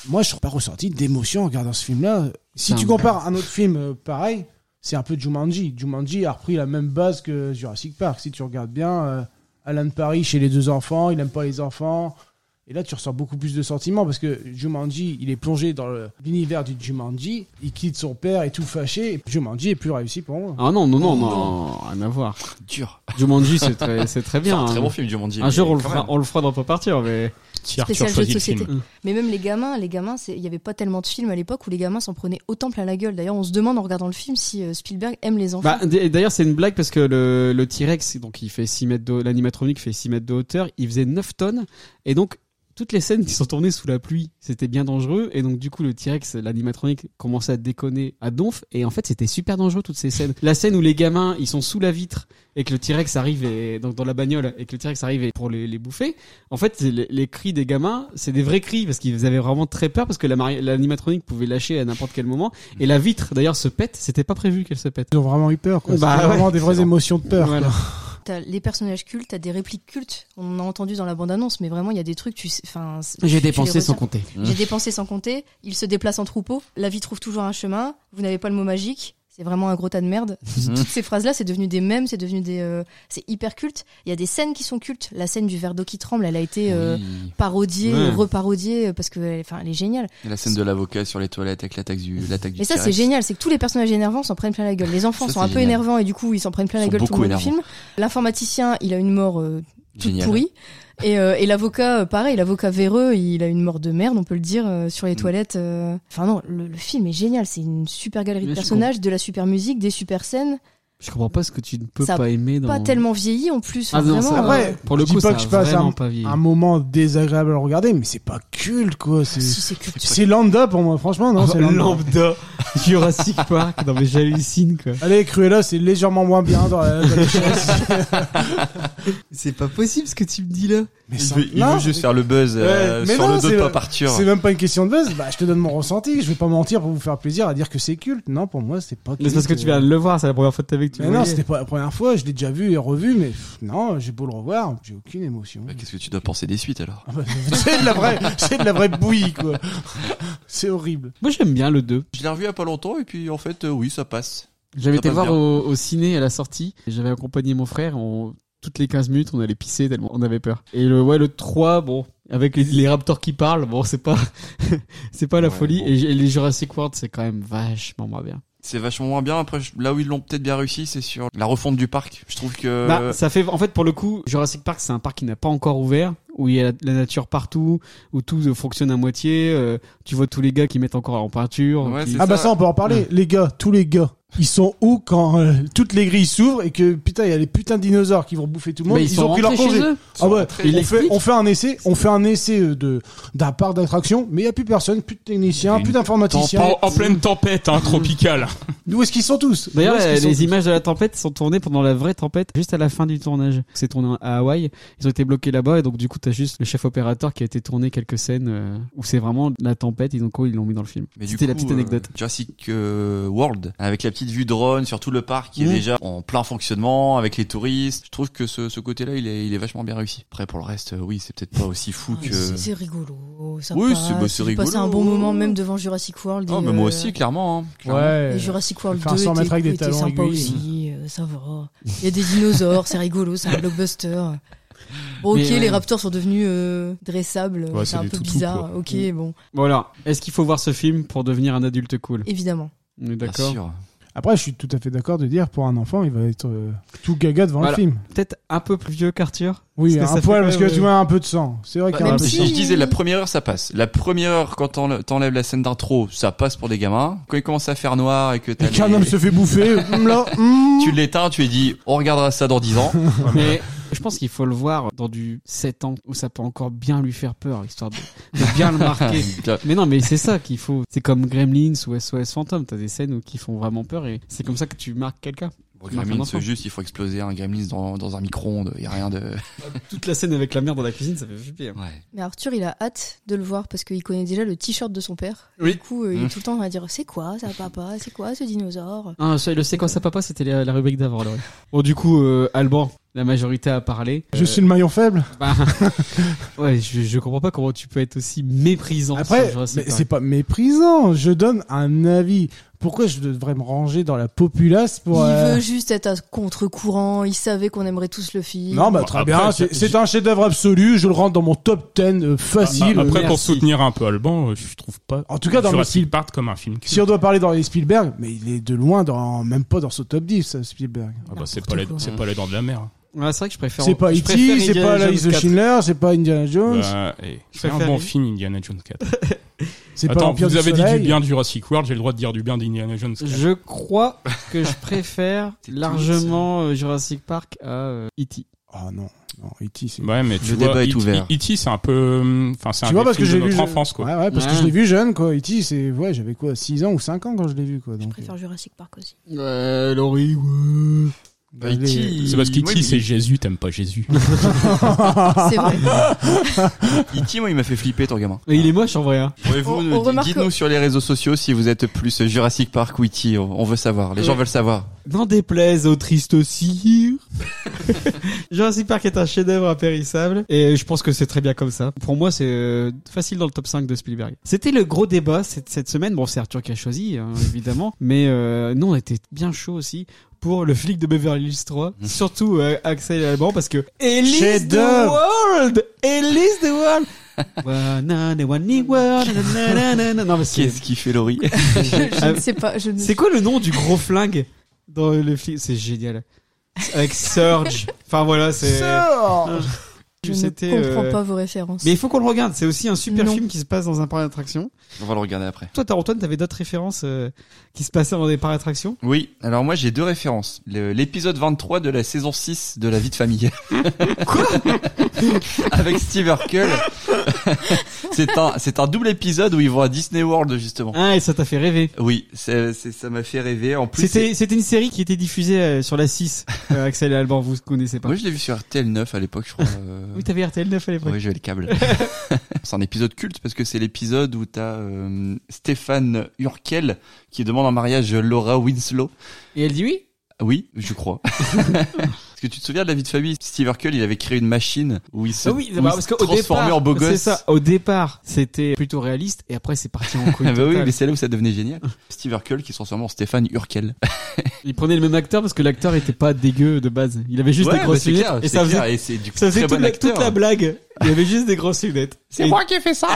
Moi, je suis pas ressorti d'émotion en regardant ce film-là. Si
C'est
tu
un-
compares un autre film euh, pareil, c'est un peu Jumanji. Jumanji a repris la même base que Jurassic Park. Si tu regardes bien, euh, Alan Paris chez les deux enfants, il aime pas les enfants. Et là, tu ressens beaucoup plus de sentiments parce que Jumanji, il est plongé dans le- l'univers du Jumanji. Il quitte son père et tout fâché. Et Jumanji est plus réussi pour moi.
Ah non, non, non, non, rien à voir.
Dur.
Jumanji, c'est très, c'est très bien.
C'est un très
hein.
bon film, Jumanji.
Un jour, on le
quand
fera,
même.
on le fera dans pas partir, mais.
Tiens, Arthur
Spécial jeu de
choisit le
société.
film.
Mais même les gamins, les gamins, c'est- il y avait pas tellement de films à l'époque où les gamins s'en prenaient autant plein la gueule. D'ailleurs, on se demande en regardant le film si euh, Spielberg aime les enfants.
Bah, d- d'ailleurs, c'est une blague parce que le, le T-Rex, donc il fait 6 mètres de, l'animatronique fait 6 mètres de hauteur, il faisait 9 tonnes, et donc toutes les scènes qui sont tournées sous la pluie, c'était bien dangereux, et donc du coup le T-Rex, l'animatronique commençait à déconner à donf, et en fait c'était super dangereux toutes ces scènes. La scène où les gamins ils sont sous la vitre et que le T-Rex arrive et donc dans la bagnole et que le T-Rex arrive et pour les, les bouffer, en fait c'est les, les cris des gamins, c'est des vrais cris parce qu'ils avaient vraiment très peur parce que la mari- l'animatronique pouvait lâcher à n'importe quel moment, et la vitre d'ailleurs se pète, c'était pas prévu qu'elle se pète.
Ils ont vraiment eu peur. Quoi.
Bah
C'était
ouais.
vraiment des vraies émotions de peur.
Voilà.
quoi.
T'as les personnages cultes, t'as des répliques cultes. On en a entendu dans la bande-annonce, mais vraiment, il y a des trucs. Tu, sais- enfin, c'est- tu-
J'ai
tu les
dépensé sans
retiens.
compter.
J'ai dépensé sans compter. Il se déplace en troupeau. La vie trouve toujours un chemin. Vous n'avez pas le mot magique. C'est vraiment un gros tas de merde. Toutes ces phrases-là, c'est devenu des mèmes, c'est devenu des, euh, c'est hyper culte. Il y a des scènes qui sont cultes. La scène du verre d'eau qui tremble, elle a été euh,
Oui.
parodiée,
Ouais.
reparodiée euh, parce que, elle- enfin, elle est géniale.
Et la scène de l'avocat sur les toilettes avec l'attaque du l'attaque du
Et ça,
T-Rex.
c'est génial, c'est que tous les personnages énervants s'en prennent plein la gueule. Les enfants
Ça,
sont
c'est
un peu
génial.
énervants et du coup, ils s'en prennent plein la
Ils
gueule
sont
tout le long
beaucoup
du film. L'informaticien, il a une mort euh, toute
Génial.
pourrie. Et, euh, et l'avocat, euh, pareil, l'avocat véreux, il a une mort de merde, on peut le dire, euh, sur les
Mm.
toilettes. euh. Enfin non, le, le film est génial, c'est une super galerie
Mais
de
je
personnages, de la super musique, des super scènes,
Je comprends pas ce que tu ne peux
Ça a
pas aimer dans.
pas tellement vieilli en plus.
Ah non,
vraiment,
ça-
euh,
Après,
Pour le
je dis
coup,
pas
ça
que
a
je passe
vraiment
un-
pas vieilli.
un moment désagréable à regarder, mais c'est pas culte, quoi. C'est
si, Ah, c'est culte.
C'est lambda pour moi, franchement,
Oh,
non, c'est
Ah,
lambda.
Lambda, Jurassic Park, non mais j'hallucine quoi.
Allez, Cruella, c'est légèrement moins bien dans la. dans les choses.
C'est pas possible ce que tu me dis là.
mais
Il
ça-
veut, il
non,
veut juste faire le buzz euh,
Ouais, mais
sur
non,
le dos
c'est-
de pas partir.
C'est même pas une question de buzz. Bah, je te donne mon ressenti. Je vais pas mentir pour vous faire plaisir à dire que c'est culte. Non, pour moi, c'est pas culte.
Mais c'est parce que tu viens de le voir, c'est la première fois de ta vie que tu
Mais
le
non,
voyais.
c'était pas la première fois. Je l'ai déjà vu et revu, mais pff, non, j'ai beau le revoir, j'ai aucune émotion.
Bah, Qu'est-ce que tu dois penser des suites alors
c'est de la vraie, c'est de la vraie bouillie, quoi. C'est horrible.
Moi j'aime bien le 2.
Je l'ai revu il y a pas longtemps et puis en fait euh, oui ça passe.
J'avais
Ça
été
passe
voir
bien.
au, au ciné à la sortie, et j'avais accompagné mon frère, on- toutes les 15 minutes on allait pisser tellement on avait peur. Et le, ouais, le 3, bon, avec les, les raptors qui parlent, bon c'est pas, c'est pas la
Ouais,
folie.
bon.
Et, j- et les Jurassic World c'est quand même vachement moins bien.
C'est vachement moins bien. Après je- là où ils l'ont peut-être bien réussi c'est sur la refonte du parc. Je trouve que
Bah, ça fait en fait pour le coup Jurassic Park c'est un parc qui n'a pas encore ouvert où il y a la, la nature partout où tout euh, fonctionne à moitié euh, tu vois tous les gars qui mettent encore en peinture
Ouais,
qui-
c'est
Ah bah
ça-
ça on peut en parler, les gars, tous les gars. Ils sont où quand euh, toutes les grilles s'ouvrent et que putain il y a les putains de dinosaures qui vont bouffer tout le monde.
Mais ils, sont
ont pris leur
rentrés
congé.
chez eux.
Ah ouais,
Il
on fait,
explique.
on fait un essai, on fait un essai euh, de d'un parc d'attraction, mais il y a plus personne, plus de
Il y a
techniciens,
une
plus d'informaticiens.
En, en pleine tempête hein, tropicale.
Où est-ce qu'ils sont tous
D'ailleurs,
Où est-ce
la-
qu'ils sont
les
tous
images de la tempête sont tournées pendant la vraie tempête, juste à la fin du tournage. C'est tourné à Hawaï. Ils ont été bloqués là-bas et donc du coup, t'as juste le chef opérateur qui a été tourné quelques scènes euh, où c'est vraiment la tempête. Ils ont quoi Ils l'ont mis dans le film.
Mais du
C'était la
coup,
petite
euh,
anecdote.
Jurassic euh, World, avec la petite vue drone sur tout le parc qui
Mm.
est déjà en plein fonctionnement, avec les touristes. Je trouve que ce, ce côté-là, il est, il est vachement bien réussi. Après, pour le reste, euh, oui, c'est peut-être pas aussi fou que...
Ah, C'est c'est rigolo, ça
Oui,
passe.
c'est- bah, c'est
J'ai passé
rigolo.
un bon moment même devant Jurassic World.
Non,
et,
mais moi
euh,
aussi, clairement. hein, clairement.
Ouais.
et Jurassic World
Faire un
2
cent
était,
mètres avec des
était
talons
sympa
aiguilles.
aussi, euh, ça va. Il y a des dinosaures, c'est rigolo, c'est un blockbuster. Bon, ok,
Mais,
les
euh,
raptors sont devenus euh, dressables.
Ouais,
c'est
c'est
un
des
peu
toutous,
bizarre.
quoi.
Ok,
Mm.
bon,
Bon alors, est-ce qu'il faut voir ce film pour devenir un adulte cool
évidemment.
On est d'accord
Après, je suis tout à fait d'accord de dire pour un enfant, il va être euh, tout gaga devant
Voilà.
le film.
Peut-être un peu plus vieux qu'Arthur
Oui,
Parce que
un
ça
poil,
fait Bah,
parce
quand
que
même,
tu vois un peu de sang. C'est
Bah,
vrai qu'il y a un peu de sang.
Je disais, la première heure, ça passe. La première heure, quand t'en- t'enlèves la scène d'intro, ça passe pour des gamins. Quand il commence à faire noir et que
Ah,
t'as
Et qu'un
les-
homme se fait bouffer, hum, là, hum.
tu l'éteins, tu es dit, on regardera ça dans 10 ans.
Mais je pense qu'il faut le voir dans du 7 ans où ça peut encore bien lui faire peur, histoire de, de bien le marquer. mais non, mais c'est ça qu'il faut. C'est comme Gremlins ou SOS Phantom. T'as des scènes où qui font vraiment peur et c'est comme ça que tu marques quelqu'un.
Bon,
Tu marques un
Gremlins,
enfant.
juste, il faut exploser un Gremlins dans, dans un micro-ondes. Il y a rien de.
Toute la scène avec la merde dans la cuisine, ça fait flipper.
Ouais.
Mais Arthur, il a hâte de le voir parce qu'il connaît déjà le t-shirt de son père.
Oui.
Du coup, euh, il
Mm.
est tout le temps à dire C'est quoi ça, papa C'est quoi ce dinosaure
Ah, ça, le séquence à papa, c'était la, la rubrique d'avant. alors. Bon, du coup, euh, Alban, la majorité a parlé.
Je
Euh,
suis le maillon faible.
bah, ouais, je, je comprends pas comment tu peux être aussi méprisant.
Après,
sur hein. Jurassic
mais
Park.
c'est pas méprisant. Je donne un avis. Pourquoi je devrais me ranger dans la populace pour
Il
euh,
veut juste être à contre-courant. Il savait qu'on aimerait tous le film.
Non, bah
Bon,
très
après,
bien.
j'ai-
C'est c'est un chef-d'œuvre absolu. Je le rentre dans mon top 10 euh, facile.
Ah, Après,
Euh,
pour soutenir un peu Alban, euh, je trouve pas.
En tout cas, dans
Jurassic
le style-
Park comme un film. culte.
Si on doit parler dans les Spielberg, mais il est de loin dans même pas dans son top 10 ça, Spielberg.
Ah bah, c'est pas, les- c'est pas les dents de la mer. hein.
Ouais, c'est vrai que je préfère.
C'est pas
je préfère
E.T., c'est
Indiana
pas la
Jones
liste de
4.
Schindler, c'est pas Indiana Jones.
Bah, eh,
Je
c'est un
préfère
bon
lui.
film, Indiana Jones 4.
C'est pas
Attends,
l'Empire
vous
du
avez dit
Soleil.
du bien de Jurassic World, j'ai le droit de dire du bien d'Indiana Jones 4.
Je crois que je préfère
T'es
largement euh, Jurassic Park à euh, E.T.
Oh non, non, E.T. c'est-
Ouais, mais tu
Le
vois, E
débat est
E.T.
ouvert.
E.T., c'est un peu. hum, Enfin, c'est un
Tu vois
des
parce que
films
j'ai
de
vu
notre
je-
enfance, quoi.
Ouais, ouais, parce que je
Ouais.
l'ai vu jeune quoi. E.T. c'est ouais, j'avais quoi 6 ans ou 5 ans quand je l'ai vu quoi.
Je
Donc,
préfère Jurassic Park aussi.
Ouais, Laurie, ouais.
euh, les-
C'est parce qu'E.T.,
moi, il-
c'est Jésus, t'aimes pas Jésus.
bah.
C'est vrai.
E.T., moi, il m'a fait flipper, ton gamin.
Mais il est moche en vrai. Hein.
Ouais, vous,
On-
nous-
on remarque-
dites-nous sur les réseaux sociaux si vous êtes plus Jurassic Park ou E.T. On on veut savoir. Les gens
Ouais.
veulent savoir.
N'en déplaise au triste sire. Jurassic Park est un chef-d'œuvre impérissable et je pense que c'est très bien comme ça. Pour moi, c'est euh, facile dans le top 5 de Spielberg. C'était le gros débat cette, cette semaine. Bon, c'est Arthur qui a choisi, hein, évidemment, mais euh, nous on était bien chaud aussi pour le flic de Beverly Hills 3, surtout euh, Axel et Alban parce que Elise the
Chef-d'œuvre.
World, Elise the World. One and only world, na, na, na, na. Non, mais c'est
Qu'est-ce qui fait Laurie
je, je ne
Euh,
sais pas. Je ne...
c'est quoi le nom du gros flingue dans le film C'est génial. Avec Surge. Enfin voilà, c'est.
Je ne
C'était, euh,
comprends pas vos références.
Mais il faut qu'on le regarde. C'est aussi un super
Non.
film qui se passe dans un parc d'attractions.
On va le regarder après.
Toi, t'as- Antoine, t'avais d'autres références euh, qui se passaient dans des parcs d'attractions
Oui, alors moi j'ai deux références. Le- L'épisode 23 de la saison 6 de La vie de famille. Quoi Avec Steve Urkel. c'est un, c'est un double épisode où ils vont à Disney World justement.
Ah, et ça t'a fait rêver.
Oui, c'est, c'est- ça m'a fait rêver. En plus,
C'était c'était une série qui était diffusée euh, sur la 6. euh, Axel et Alban, vous connaissez
c'est-
pas.
moi je l'ai vu sur RTL 9 à l'époque, je crois. euh,
Oui, t'avais RTL 9 à l'époque.
Oui, j'avais le câble. c'est un épisode culte parce que c'est l'épisode où t'as euh, Stéphane Urkel qui demande en mariage Laura Winslow.
Et elle dit oui
Oui, je crois. Parce que tu te souviens de la vie de famille Steve Urkel, il avait créé une machine où il se,
Ah oui,
où
bah,
il
parce
se
qu'au
transformait
départ,
en beau gosse.
c'est ça. Au départ, c'était plutôt réaliste et après, c'est parti en couille.
Ah bah oui,
totale.
mais c'est là où ça devenait génial. Steve Urkel qui se transformait en Stéphane Urkel.
Il prenait le même acteur parce que l'acteur était pas dégueu de base. Il avait juste
Ouais,
des
bah,
grosses
c'est
lunettes
clair,
et
c'est
ça faisait,
clair, et c'est du coup
ça faisait
très
toute,
bon
la, toute
acteur. hein.
la blague. Il y avait juste des grosses lunettes. Et-
qui ai fait ça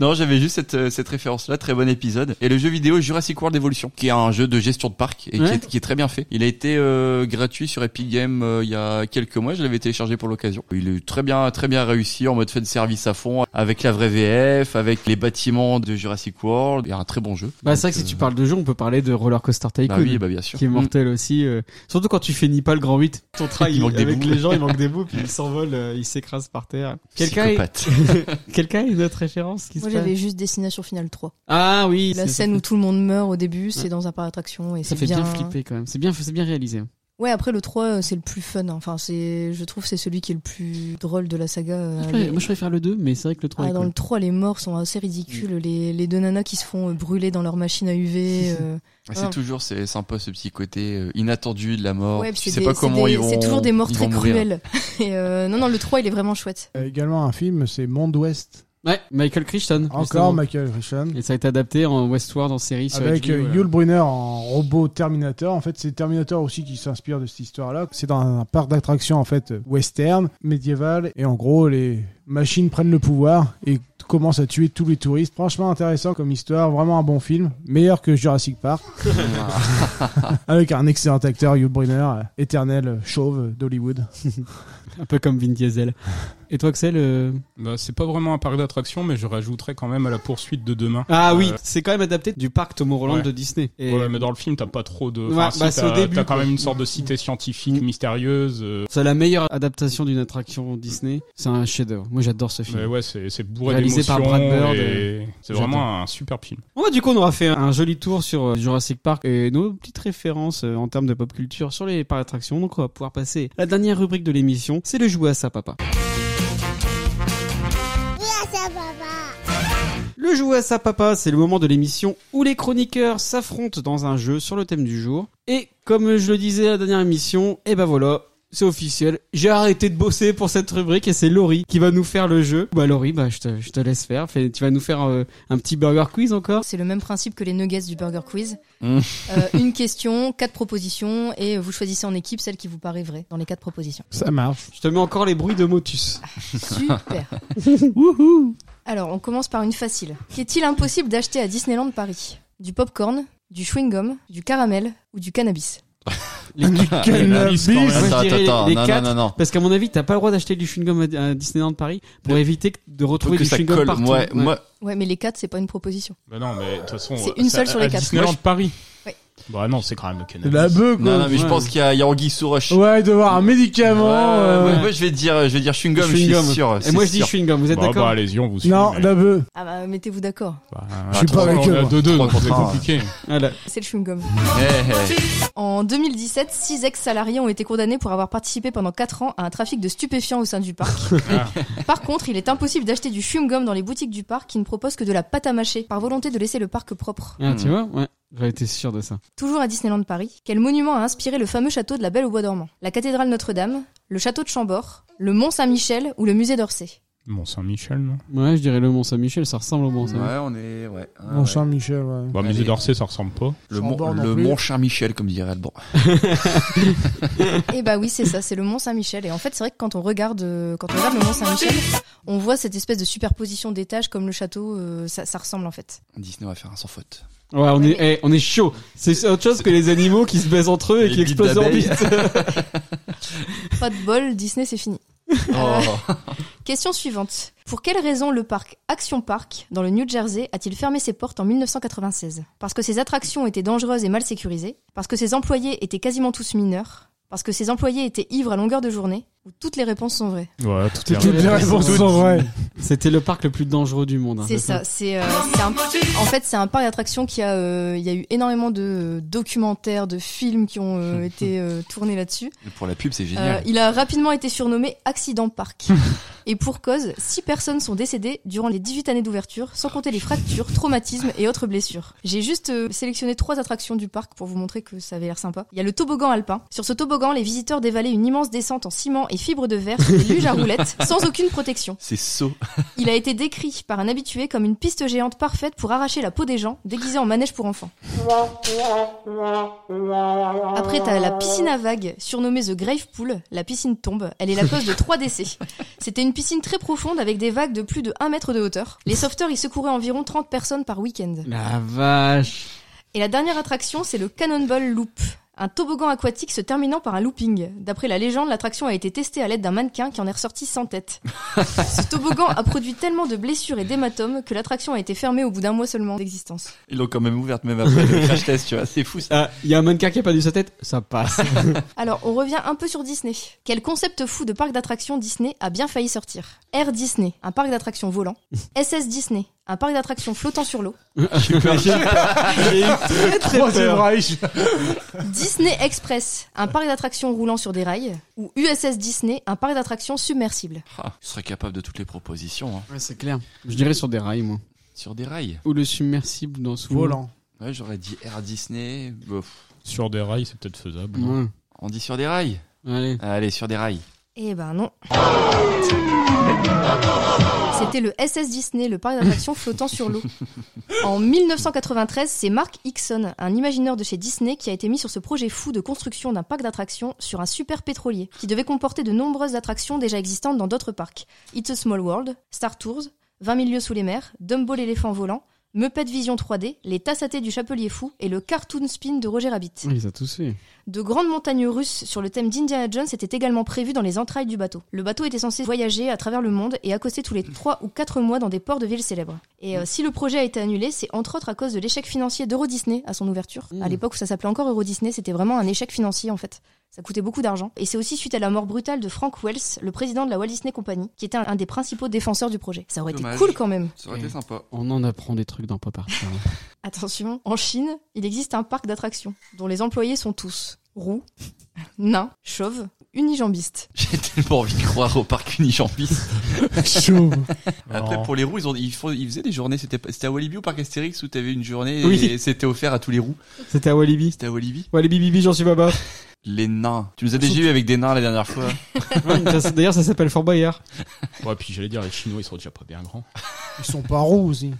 Non, j'avais juste cette, euh, cette référence-là, très bon épisode. Et le jeu vidéo Jurassic World Evolution, qui est un jeu de gestion de parc et
Ouais.
qui, est, qui est très bien fait. Il a été euh, gratuit sur Epic Games euh, il y a quelques mois, je l'avais téléchargé pour l'occasion. Il est très bien, très bien réussi en mode fan service à fond, avec la vraie VF, avec les bâtiments de Jurassic World. Il y a un très bon jeu.
Bah c'est vrai que si tu parles de jeu, on peut parler de Roller Coaster Tycoon.
Bah oui, bah bien sûr.
Qui est mortel aussi. euh, Surtout quand tu finis pas le grand 8. Ton trail
Il manque des
avec
bouts.
les gens, il manque des bouts, puis il s'envole, euh, il s'écrase par terre. Quelqu'un a...
Psychopathe.
Quelqu'un a une autre référence qui se
Moi,
passe
j'avais juste Destination Finale 3.
Ah oui,
La
c'est-
scène où tout le monde meurt au début, c'est dans un parc d'attractions et
ça
c'est Ah,
fait bien flipper quand même. C'est bien, c'est bien réalisé.
Ouais, après le 3, euh, c'est le plus fun. hein. Enfin, c'est, je trouve, que c'est celui qui est le plus drôle de la saga. euh,
Moi, je
les-
préfère- moi je préfère le 2, mais c'est vrai que le 3
Ah,
est
dans
cool.
le 3, les morts sont assez ridicules.
Mm.
Les, les deux nanas qui se font euh, brûler dans leur machine à UV. euh.
C'est
Ah.
toujours c'est sympa ce petit côté euh, inattendu de la mort.
Ouais, puis
tu
c'est
sais
des-
pas
c'est
comment
des-
ils vont.
C'est toujours des morts
ils
très
vont mourir.
cruels. Et, euh, non, non, le 3, il est vraiment chouette.
Euh, Également un film, c'est Monde Ouest.
Ouais, Michael Crichton.
Encore
justement.
Michael Crichton.
Et ça a été adapté en Westworld en série sur
Avec
HBO,
euh,
voilà.
Yul Brynner en robot Terminator. En fait, c'est Terminator aussi qui s'inspire de cette histoire-là. C'est dans un parc d'attractions, en fait, euh, western, médiéval. Et en gros, les machines prennent le pouvoir et commencent à tuer tous les touristes. Franchement intéressant comme histoire. Vraiment un bon film. Meilleur que Jurassic Park.
Ah,
Avec un excellent acteur, Yul Brynner, euh, éternel euh, chauve euh, d'Hollywood.
un peu comme Vin Diesel. Et toi, Axel euh,
Bah, c'est pas vraiment un parc d'attractions, mais je rajouterais quand même à la poursuite de demain.
Ah oui,
Euh,
c'est quand même adapté du parc Tomorrowland
Ouais.
de Disney. Et
Ouais, mais dans le film, t'as pas trop de.
Ouais,
Enfin, si,
bah, c'est au
t'as-
début,
T'as quand
quoi.
même une sorte de cité scientifique mystérieuse. euh,
c'est la meilleure adaptation d'une attraction Disney. C'est un chef-d'œuvre. Moi, j'adore ce film.
mais ouais, c'est c'est bourré
Mm. Réalisé
d'émotions.
par Brad Bird.
et C'est
J'adore.
vraiment un super film.
Bon, bah, du coup, on aura fait un, un joli tour sur euh, Jurassic Park et nos petites références euh, en termes de pop culture sur les parcs d'attractions. Donc, on va pouvoir passer à la dernière rubrique de l'émission. C'est le jouet à sa papa. Le jouet à sa papa, c'est le moment de l'émission où les chroniqueurs s'affrontent dans un jeu sur le thème du jour. Et comme je le disais à la dernière émission, et ben voilà, c'est officiel. J'ai arrêté de bosser pour cette rubrique et c'est Laurie qui va nous faire le jeu. Bah Laurie, bah je te, je te laisse faire. Fais- tu vas nous faire euh, un petit burger quiz encore.
C'est le même principe que les nuggets du Burger Quiz.
Mm.
Mmh.
Euh, une question, quatre propositions, et vous choisissez en équipe celle qui vous paraît vraie dans les quatre propositions.
Ça marche.
Je te mets encore les bruits de Motus.
Super. Alors, on commence par une facile. Qu'est-il impossible d'acheter à Disneyland Paris Du popcorn, du chewing-gum, du caramel ou du cannabis
du
cannabis, quand même. Attends, attends,
les
non, non,
quatre,
non, non.
Parce qu'à mon avis, t'as pas le droit d'acheter du chewing-gum à à Disneyland Paris pour éviter que- de retrouver
que
du
ça
chewing-gum
colle,
partout.
ouais, moi-
Ouais, mais les quatre, c'est pas une proposition.
Bah non, mais de toute façon.
C'est
euh,
une
ça-
seule sur les
à
quatre.
Disneyland
Moi, je-
Paris.
Ouais.
Bah non, c'est quand même le cannabis.
La beuh, quoi.
Non, non, mais je
Ouais.
pense qu'il y a, il y a Anguille sous roche.
Ouais, de voir un médicament. euh,
Ouais, ouais, ouais, je vais dire, je vais dire chewing gum, je suis sûr. c'est sûr.
Bah, Bah, allez-y, on vous suit.
Non,
mais-
la beuh.
Ah bah, mettez-vous d'accord.
Bah,
Je suis pas
attends,
avec
on est
eux,
à
moi.
2-2, donc
Trois,
c'est
trois,
compliqué.
C'est le chewing-gum.
Eh, eh.
En 2017, six ex-salariés ont été condamnés pour avoir participé pendant 4 ans à un trafic de stupéfiants au sein du parc. Par contre, il est impossible d'acheter du chewing-gum dans les boutiques du parc qui ne proposent que de la pâte à mâcher, par volonté de laisser le parc propre.
Ah,
Hmm.
tu vois, ouais. J'aurais été sûr de ça.
Toujours à Disneyland Paris, quel monument a inspiré le fameux château de la Belle au Bois dormant La cathédrale Notre-Dame, le château de Chambord, le Mont Saint-Michel ou le musée d'Orsay
Mont Saint-Michel, non
Ouais, je dirais le Mont Saint-Michel, ça ressemble au Mont
Ouais,
Saint-Michel.
on est, ouais. Ah,
Mon
ouais.
cher Michel, ouais.
Bah, musée d'Orsay, ça ressemble pas.
Le,
Chambord
mont,
non
le
plus.
mont Saint-Michel, comme dirait Alban.
Eh bah oui, c'est ça, c'est le Mont Saint-Michel. Et en fait, c'est vrai que quand on regarde, euh, quand on regarde le Mont Saint-Michel, on voit cette espèce de superposition d'étages comme le château, euh, ça- ça ressemble en fait.
Disney va faire un sans faute.
Ouais, on, est, eh, on est chaud. C'est autre chose que les animaux qui se baisent entre eux et
Les
qui
bites
explosent en
d'abeilles.
bite.
Pas de bol, Disney c'est fini. Euh,
Oh.
question suivante. Pour quelle raison le parc Action Park, dans le New Jersey, a-t-il fermé ses portes en 1996 Parce que ses attractions étaient dangereuses et mal sécurisées Parce que ses employés étaient quasiment tous mineurs Parce que ses employés étaient ivres à longueur de journée Ou toutes les réponses sont vraies
Ouais, tout est
Toutes les réponses sont vraies.
C'était le parc le plus dangereux du monde. hein,
C'est ça, c'est euh, c'est un- en fait c'est un parc d'attractions qui a euh, il y a eu énormément de euh, documentaires, de films qui ont euh, été euh, tournés là-dessus.
Pour la pub, c'est
Euh,
génial.
il a rapidement été surnommé Accident Park. et pour cause, 6 personnes sont décédées durant les 18 années d'ouverture, sans compter les fractures, traumatismes et autres blessures. J'ai juste euh, sélectionné trois attractions du parc pour vous montrer que ça avait l'air sympa. Il y a le toboggan alpin. Sur ce toboggan, les visiteurs dévalaient une immense descente en ciment et fibre de verre sur des luges à roulettes, sans aucune protection.
C'est saut.
Il a été décrit par un habitué comme une piste géante parfaite pour arracher la peau des gens, déguisée en manège pour enfants. Après, t'as la piscine à vagues, surnommée The Grave Pool. La piscine tombe. Elle est la cause de trois décès. C'était une piscine très profonde avec des vagues de plus de 1 mètre de hauteur. Les sauveteurs y secouraient environ 30 personnes par week-end.
La vache.
Et la dernière attraction, c'est le Cannonball Loop. Un toboggan aquatique se terminant par un looping. D'après la légende, l'attraction a été testée à l'aide d'un mannequin qui en est ressorti sans tête. Ce toboggan a produit tellement de blessures et d'hématomes que l'attraction a été fermée au bout d'un mois seulement d'existence.
Ils l'ont quand même ouverte, même après le crash test, tu vois. C'est fou, ça.
Ah, Il y a un mannequin qui a pas perdu sa tête, ça passe.
Alors, on revient un peu sur Disney. Quel concept fou de parc d'attractions Disney a bien failli sortir Air Disney, un parc d'attractions volant. SS Disney, un parc d'attractions flottant sur l'eau.
J'ai eu très très
Troisième
peur.
Reich.
Disney Express, un parc d'attractions roulant sur des rails. Ou USS Disney, un parc d'attractions submersible.
Ah, je serais capable de toutes les propositions, hein.
Ouais, c'est clair. Je dirais sur des rails, moi.
Sur des rails.
Ou le submersible dans ce
Volant.
Ouais, j'aurais dit Air Disney. Bof.
Sur des rails, c'est peut-être faisable.
Ouais.
On dit sur des rails
Allez.
Allez, sur des rails.
Eh ben non. C'était le SS Disney, le parc d'attractions flottant sur l'eau. En 1993, c'est Mark Hickson, un imagineur de chez Disney, qui a été mis sur ce projet fou de construction d'un parc d'attractions sur un super pétrolier, qui devait comporter de nombreuses attractions déjà existantes dans d'autres parcs. It's a Small World, Star Tours, 20 000 lieues sous les mers, Dumbo l'éléphant volant, Muppet Vision 3D, les Tassatés du Chapelier Fou et le Cartoon Spin de Roger Rabbit.
Ils ont tous fait.
De grandes montagnes russes sur le thème d'Indiana Jones étaient également prévues dans les entrailles du bateau. Le bateau était censé voyager à travers le monde et accoster tous les 3 ou 4 mois dans des ports de villes célèbres. Et euh, si le projet a été annulé, c'est entre autres à cause de l'échec financier d'Euro Disney à son ouverture. À l'époque où ça s'appelait encore Euro Disney, c'était vraiment un échec financier en fait. Ça coûtait beaucoup d'argent. Et c'est aussi suite à la mort brutale de Frank Wells, le président de la Walt Disney Company, qui était un, un des principaux défenseurs du projet. Ça aurait
Dommage.
été cool quand même.
Ça aurait été sympa.
On en apprend des trucs dans Pop hein. Arthur.
Attention, en Chine, il existe un parc d'attractions dont les employés sont tous roux, nains, chauves, unijambistes.
J'ai tellement envie de croire au parc unijambiste.
Chaud.
Après, pour les roues, ils, ont, ils, font- ils faisaient des journées. C'était pas- c'était à Walibi ou Parc Astérix où t'avais une journée
Oui.
et c'était offert à tous les roues.
C'était à Walibi.
C'était à Walibi.
Walibi Bibi, j'en suis pas bas.
Les nains. Tu nous as déjà eu avec des nains la dernière fois.
D'ailleurs, ça s'appelle Fort Boyard.
Ouais, puis j'allais dire, les Chinois, ils sont déjà pas bien grands.
Ils sont pas roux aussi.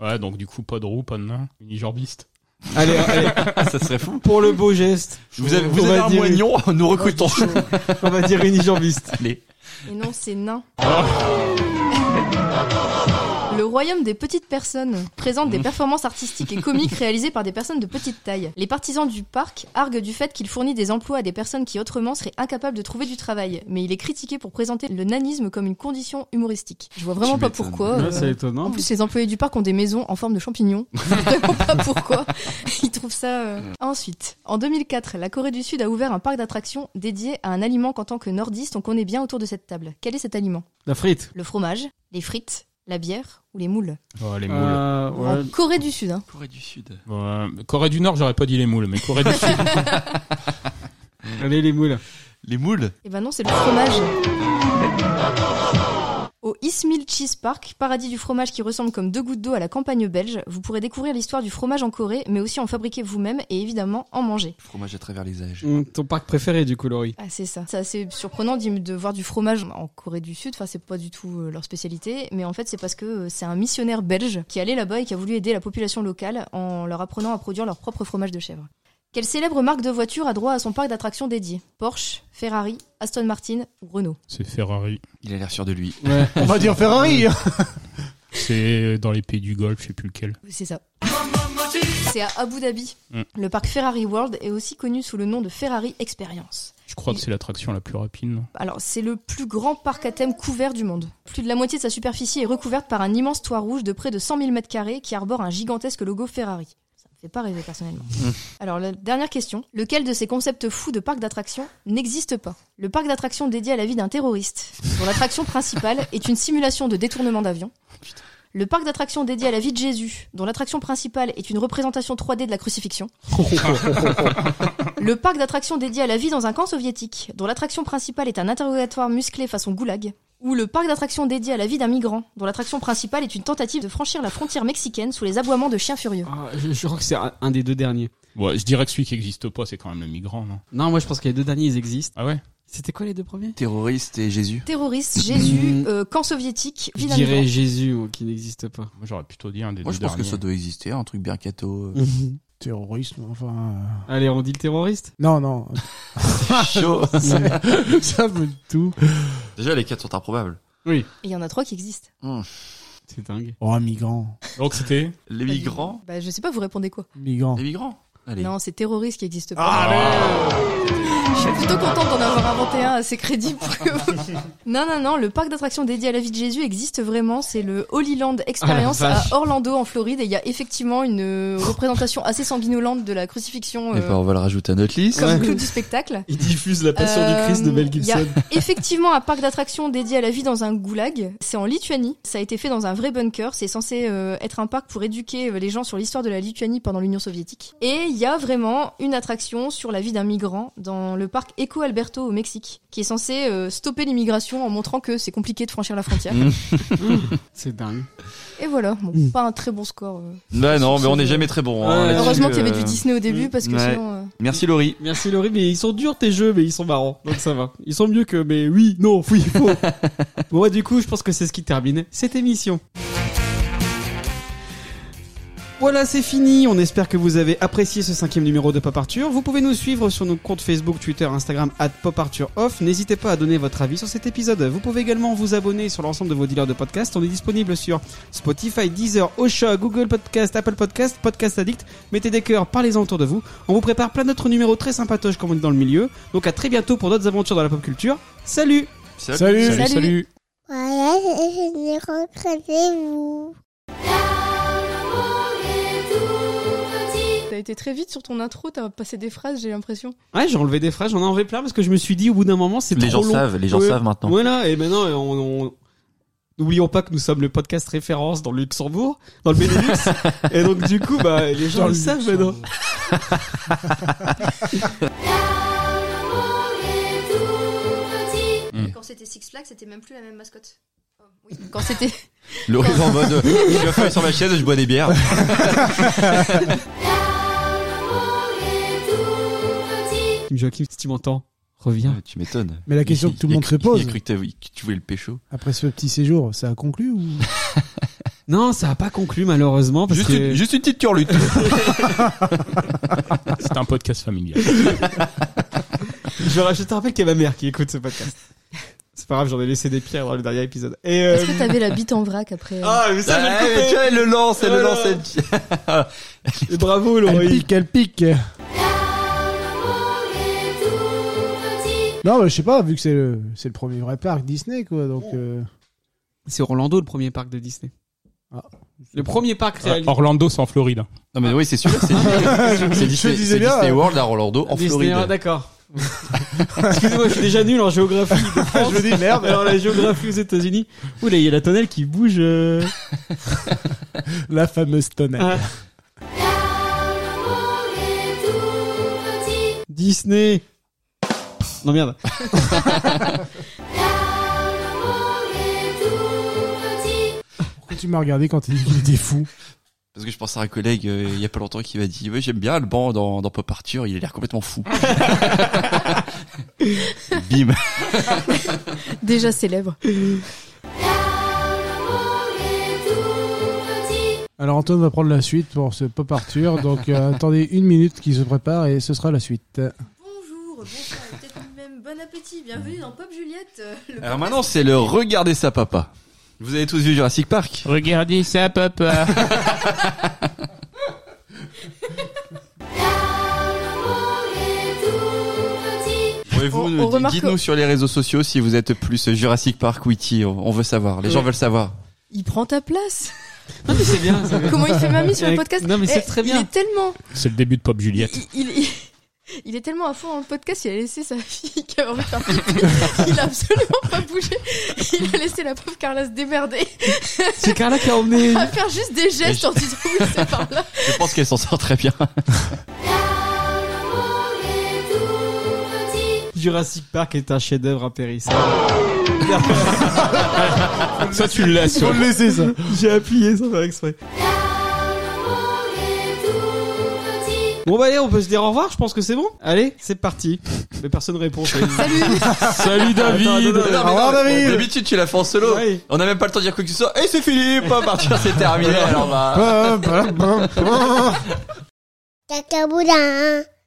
Ouais, donc du coup, pas de roue, pas de nain, unijambiste.
Allez, allez,
Ah, ça serait fou.
pour le beau geste,
Vous avez, vous
On
avez
va
un
dire-
moignon, nous recrutons.
on va dire unijambiste.
Allez.
Et non, c'est nain. Le royaume des petites personnes présente des performances artistiques et comiques réalisées par des personnes de petite taille. Les partisans du parc arguent du fait qu'il fournit des emplois à des personnes qui autrement seraient incapables de trouver du travail, mais il est critiqué pour présenter le nanisme comme une condition humoristique. Je vois vraiment
Tu
pas
m'étonnes.
pourquoi. euh,
C'est étonnant.
En plus, les employés du parc ont des maisons en forme de champignons. Je sais vraiment pas pourquoi. Ils trouvent ça. euh. Ensuite, en 2004, la Corée du Sud a ouvert un parc d'attractions dédié à un aliment qu'en tant que nordiste, on connaît bien autour de cette table. Quel est cet aliment
La frite.
Le fromage, les frites, la bière ou les moules
Oh, les moules.
Euh, ouais.
En Corée du Sud, hein.
Corée du Sud.
Ouais, Corée du Nord, j'aurais pas dit les moules, mais Corée du Sud.
Allez, les moules.
Les moules.
Eh ben non, c'est le fromage. Au Ismil Cheese Park, paradis du fromage qui ressemble comme deux gouttes d'eau à la campagne belge, vous pourrez découvrir l'histoire du fromage en Corée, mais aussi en fabriquer vous-même et évidemment en manger.
Fromage à travers les âges.
Hum, Ton parc préféré, du coup, Laurie.
Ah, c'est ça. C'est assez surprenant d'y- de voir du fromage en Corée du Sud. Enfin, c'est pas du tout euh, leur spécialité. Mais en fait, c'est parce que euh, c'est un missionnaire belge qui allait là-bas et qui a voulu aider la population locale en leur apprenant à produire leur propre fromage de chèvre. Quelle célèbre marque de voiture a droit à son parc d'attractions dédié Porsche, Ferrari, Aston Martin ou Renault
C'est Ferrari.
Il a l'air sûr de lui.
On va dire Ferrari. hein.
C'est dans les pays du Golfe, je sais plus lequel.
C'est ça. C'est à Abu Dhabi.
Mm.
Le parc Ferrari World est aussi connu sous le nom de Ferrari Experience.
Je crois que c'est l'attraction la plus rapide. non
Alors, c'est le plus grand parc à thème couvert du monde. Plus de la moitié de sa superficie est recouverte par un immense toit rouge de près de 100 000 mètres carrés qui arbore un gigantesque logo Ferrari. Ça me fait pas rêver personnellement. Alors, la dernière question. Lequel de ces concepts fous de parc d'attractions n'existe pas Le parc d'attractions dédié à la vie d'un terroriste, dont l'attraction principale est une simulation de détournement d'avion. Le parc d'attractions dédié à la vie de Jésus, dont l'attraction principale est une représentation 3D de la crucifixion. Le parc d'attractions dédié à la vie dans un camp soviétique, dont l'attraction principale est un interrogatoire musclé façon goulag. Ou le parc d'attractions dédié à la vie d'un migrant, dont l'attraction principale est une tentative de franchir la frontière mexicaine sous les aboiements de chiens furieux.
Ah, je, je crois que c'est un, un des deux derniers.
Ouais, je dirais que celui qui existe pas, c'est quand même le migrant, non
Non, moi, je pense que les deux derniers, ils existent.
Ah ouais
C'était quoi les deux premiers
Terroriste et Jésus.
Terroriste, Jésus,
Mmh.
euh, camp soviétique,
Je
vie d'un
dirais
migrant.
Jésus, ou qui n'existe pas.
Moi, j'aurais plutôt dit un des
Moi,
deux
je pense que
derniers.
ça doit exister, un truc bien catho. euh,
Terrorisme, enfin. euh,
Allez, on dit le terroriste
Non, non.
Ah,
Chaud.
Ça veut tout.
Déjà, les quatre sont improbables.
Et il y en a trois qui existent.
C'est dingue.
Oh, migrant.
Donc c'était
Les
Vas-y.
migrants.
Bah, je sais pas, vous répondez quoi
Migrant.
Les migrants. Allez.
Non, c'est terroriste qui existe pas. Je suis plutôt contente d'en avoir inventé un assez crédible. pour que- non, non, non, le parc d'attractions dédié à la vie de Jésus existe vraiment. C'est le Holy Land Experience
Ah, la
à
vache.
Orlando, en Floride. Et il y a effectivement une euh, représentation assez sanguinolente de la crucifixion
Eh
euh,
ben, on va le rajouter à notre liste.
comme
Ouais.
clou du spectacle.
Il diffuse la
Euh, Il y a effectivement un parc d'attractions dédié à la vie dans un goulag. C'est en Lituanie. Ça a été fait dans un vrai bunker. C'est censé euh, être un parc pour éduquer euh, les gens sur l'histoire de la Lituanie pendant l'Union soviétique. Et il y a vraiment une attraction sur la vie d'un migrant dans le parc Eco Alberto au Mexique, qui est censé euh, stopper l'immigration en montrant que c'est compliqué de franchir la frontière.
C'est dingue.
Et voilà, bon,
Mm.
pas un très bon score. euh.
Bah non, mais on n'est jamais très bon. hein,
Ouais.
là-dessus,
Heureusement qu'il y avait
euh,
du Disney au début parce que
Ouais.
sinon. euh,
Merci Laurie.
Merci Laurie, mais ils sont durs tes jeux, mais ils sont marrants, donc ça va. Ils sont mieux que mais oui, non, oui, faux. bon, ouais, du coup, je pense que c'est ce qui termine cette émission. Voilà, c'est fini. On espère que vous avez apprécié ce cinquième numéro de Pop Arthur. Vous pouvez nous suivre sur nos comptes Facebook, Twitter, Instagram, at Pop Arthur Off. N'hésitez pas à donner votre avis sur cet épisode. Vous pouvez également vous abonner sur l'ensemble de vos dealers de podcasts. On est disponible sur Spotify, Deezer, Osha, Google Podcast, Apple Podcast, Podcast Addict. Mettez des cœurs, parlez-en autour de vous. On vous prépare plein d'autres numéros très sympatoches comme on dit dans le milieu. Donc à très bientôt pour d'autres aventures dans la pop culture. Salut!
Salut. Salut, Salut. salut.
Voilà, je l'ai recréé, vous.
T'as été très vite sur ton intro, t'as passé des phrases, j'ai l'impression.
Ouais, j'ai enlevé des phrases, j'en ai enlevé plein parce que je me suis dit au bout d'un moment c'est trop
Les gens
long.
savent, les gens
Ouais.
savent maintenant.
Voilà, et maintenant on, on- n'oublions pas que nous sommes le podcast référence dans le Luxembourg, dans le Benelux, et donc du coup bah les gens
Dans
le
le
savent maintenant.
Mm.
Quand c'était Six Flags, c'était même plus la même mascotte. Oh, oui. Quand c'était.
Laurie en mode, je me fais sur ma chaise, je bois des bières.
Tim Joachim, si tu m'entends, reviens.
tu m'étonnes.
Mais la question
Il-
que tout
il
le
a
monde
cru-
se pose.
Il a cru que, t'avais- que tu voulais le pécho.
Après ce petit séjour, ça a conclu ou
Non, ça a pas conclu malheureusement parce
Juste,
que
une, juste une petite turlute.
C'est un podcast familial.
je, je te rappelle qu'il y a ma mère qui écoute ce podcast. C'est pas grave, j'en ai laissé des pierres dans le dernier épisode. Et euh,
Est-ce que t'avais la bite en vrac après euh,
ah mais ça
Ah,
je vais le
mais tu
couper.
vois, elle le lance, elle le lance.
Voilà.
elle-
Et bravo
Elle
Laurie.
pique, elle pique. Non, mais je sais pas, vu que c'est le, c'est le premier vrai parc Disney, quoi. Donc, euh,
C'est Orlando le premier parc de Disney.
Ah.
Le premier parc réalisé.
Euh, Orlando sans Floride. hein.
Non mais oui, c'est sûr, c'est c'est Disney,
disais
c'est
bien,
Disney
hein.
World à Orlando en
Disney, ah,
Floride.
D'accord. Excusez-moi, je suis déjà nul en géographie. de France.
Je me dis, merde.
Alors la géographie aux États-Unis. Oula, il y a la tonnelle qui bouge. euh.
la fameuse tonnelle.
Ah. Disney. Non merde.
Pourquoi tu m'as regardé quand t'as dit qu'il était fou
Parce que je pense à un collègue euh, il y a pas longtemps qui m'a dit ouais j'aime bien Alban dans, dans Pop Arthur, il a l'air complètement fou. Bim.
Déjà célèbre.
Alors, Antoine va prendre la suite pour ce Pop Arthur. Donc, euh, attendez une minute qu'il se prépare et ce sera la suite.
Bonjour, bonsoir, et peut-être même bon appétit. Bienvenue dans Pop Juliette. euh, le
Alors
podcast-
maintenant c'est le regarder ça papa. Vous avez tous vu Jurassic Park
Regardez ça, papa.
Ouais, vous,
On-
nous-
on remarque-
dites-nous sur les réseaux sociaux si vous êtes plus Jurassic Park ou E.T. On, on veut savoir. Les gens
Ouais.
veulent savoir.
Il prend ta place.
Non mais c'est bien. c'est bien.
Comment il fait mamie sur le
Eh,
podcast
non, mais c'est
Eh,
très
Il
bien.
est tellement.
C'est le début de Pop Juliette.
Il, il- il- il est tellement à fond dans le podcast, il a laissé sa fille qui avait envie de faire pipi. Il a absolument pas bougé. Il a laissé la pauvre Carla se démerder
C'est Carla qui a emmené.
à faire juste des gestes
je-
en disant oui, c'est par là.
Je pense qu'elle s'en sort très bien.
Jurassic Park est un chef-d'œuvre impérissable.
Ça, tu le laisses. ouais.
laisser ça. J'ai appuyé sans faire exprès. Bon bah allez, on peut se dire au revoir. Je pense que c'est bon. Allez, c'est parti. Mais personne répond. c'est-
Salut, David.
Attends, attends, attends.
Au revoir, David.
D'habitude, tu la fais en solo.
Ouais.
On n'a même pas le temps de dire quoi que ce soit. Et c'est fini, pas partir, c'est terminé. Alors bah.
Pop, pop, pop, pop.
Caca boudin. hein.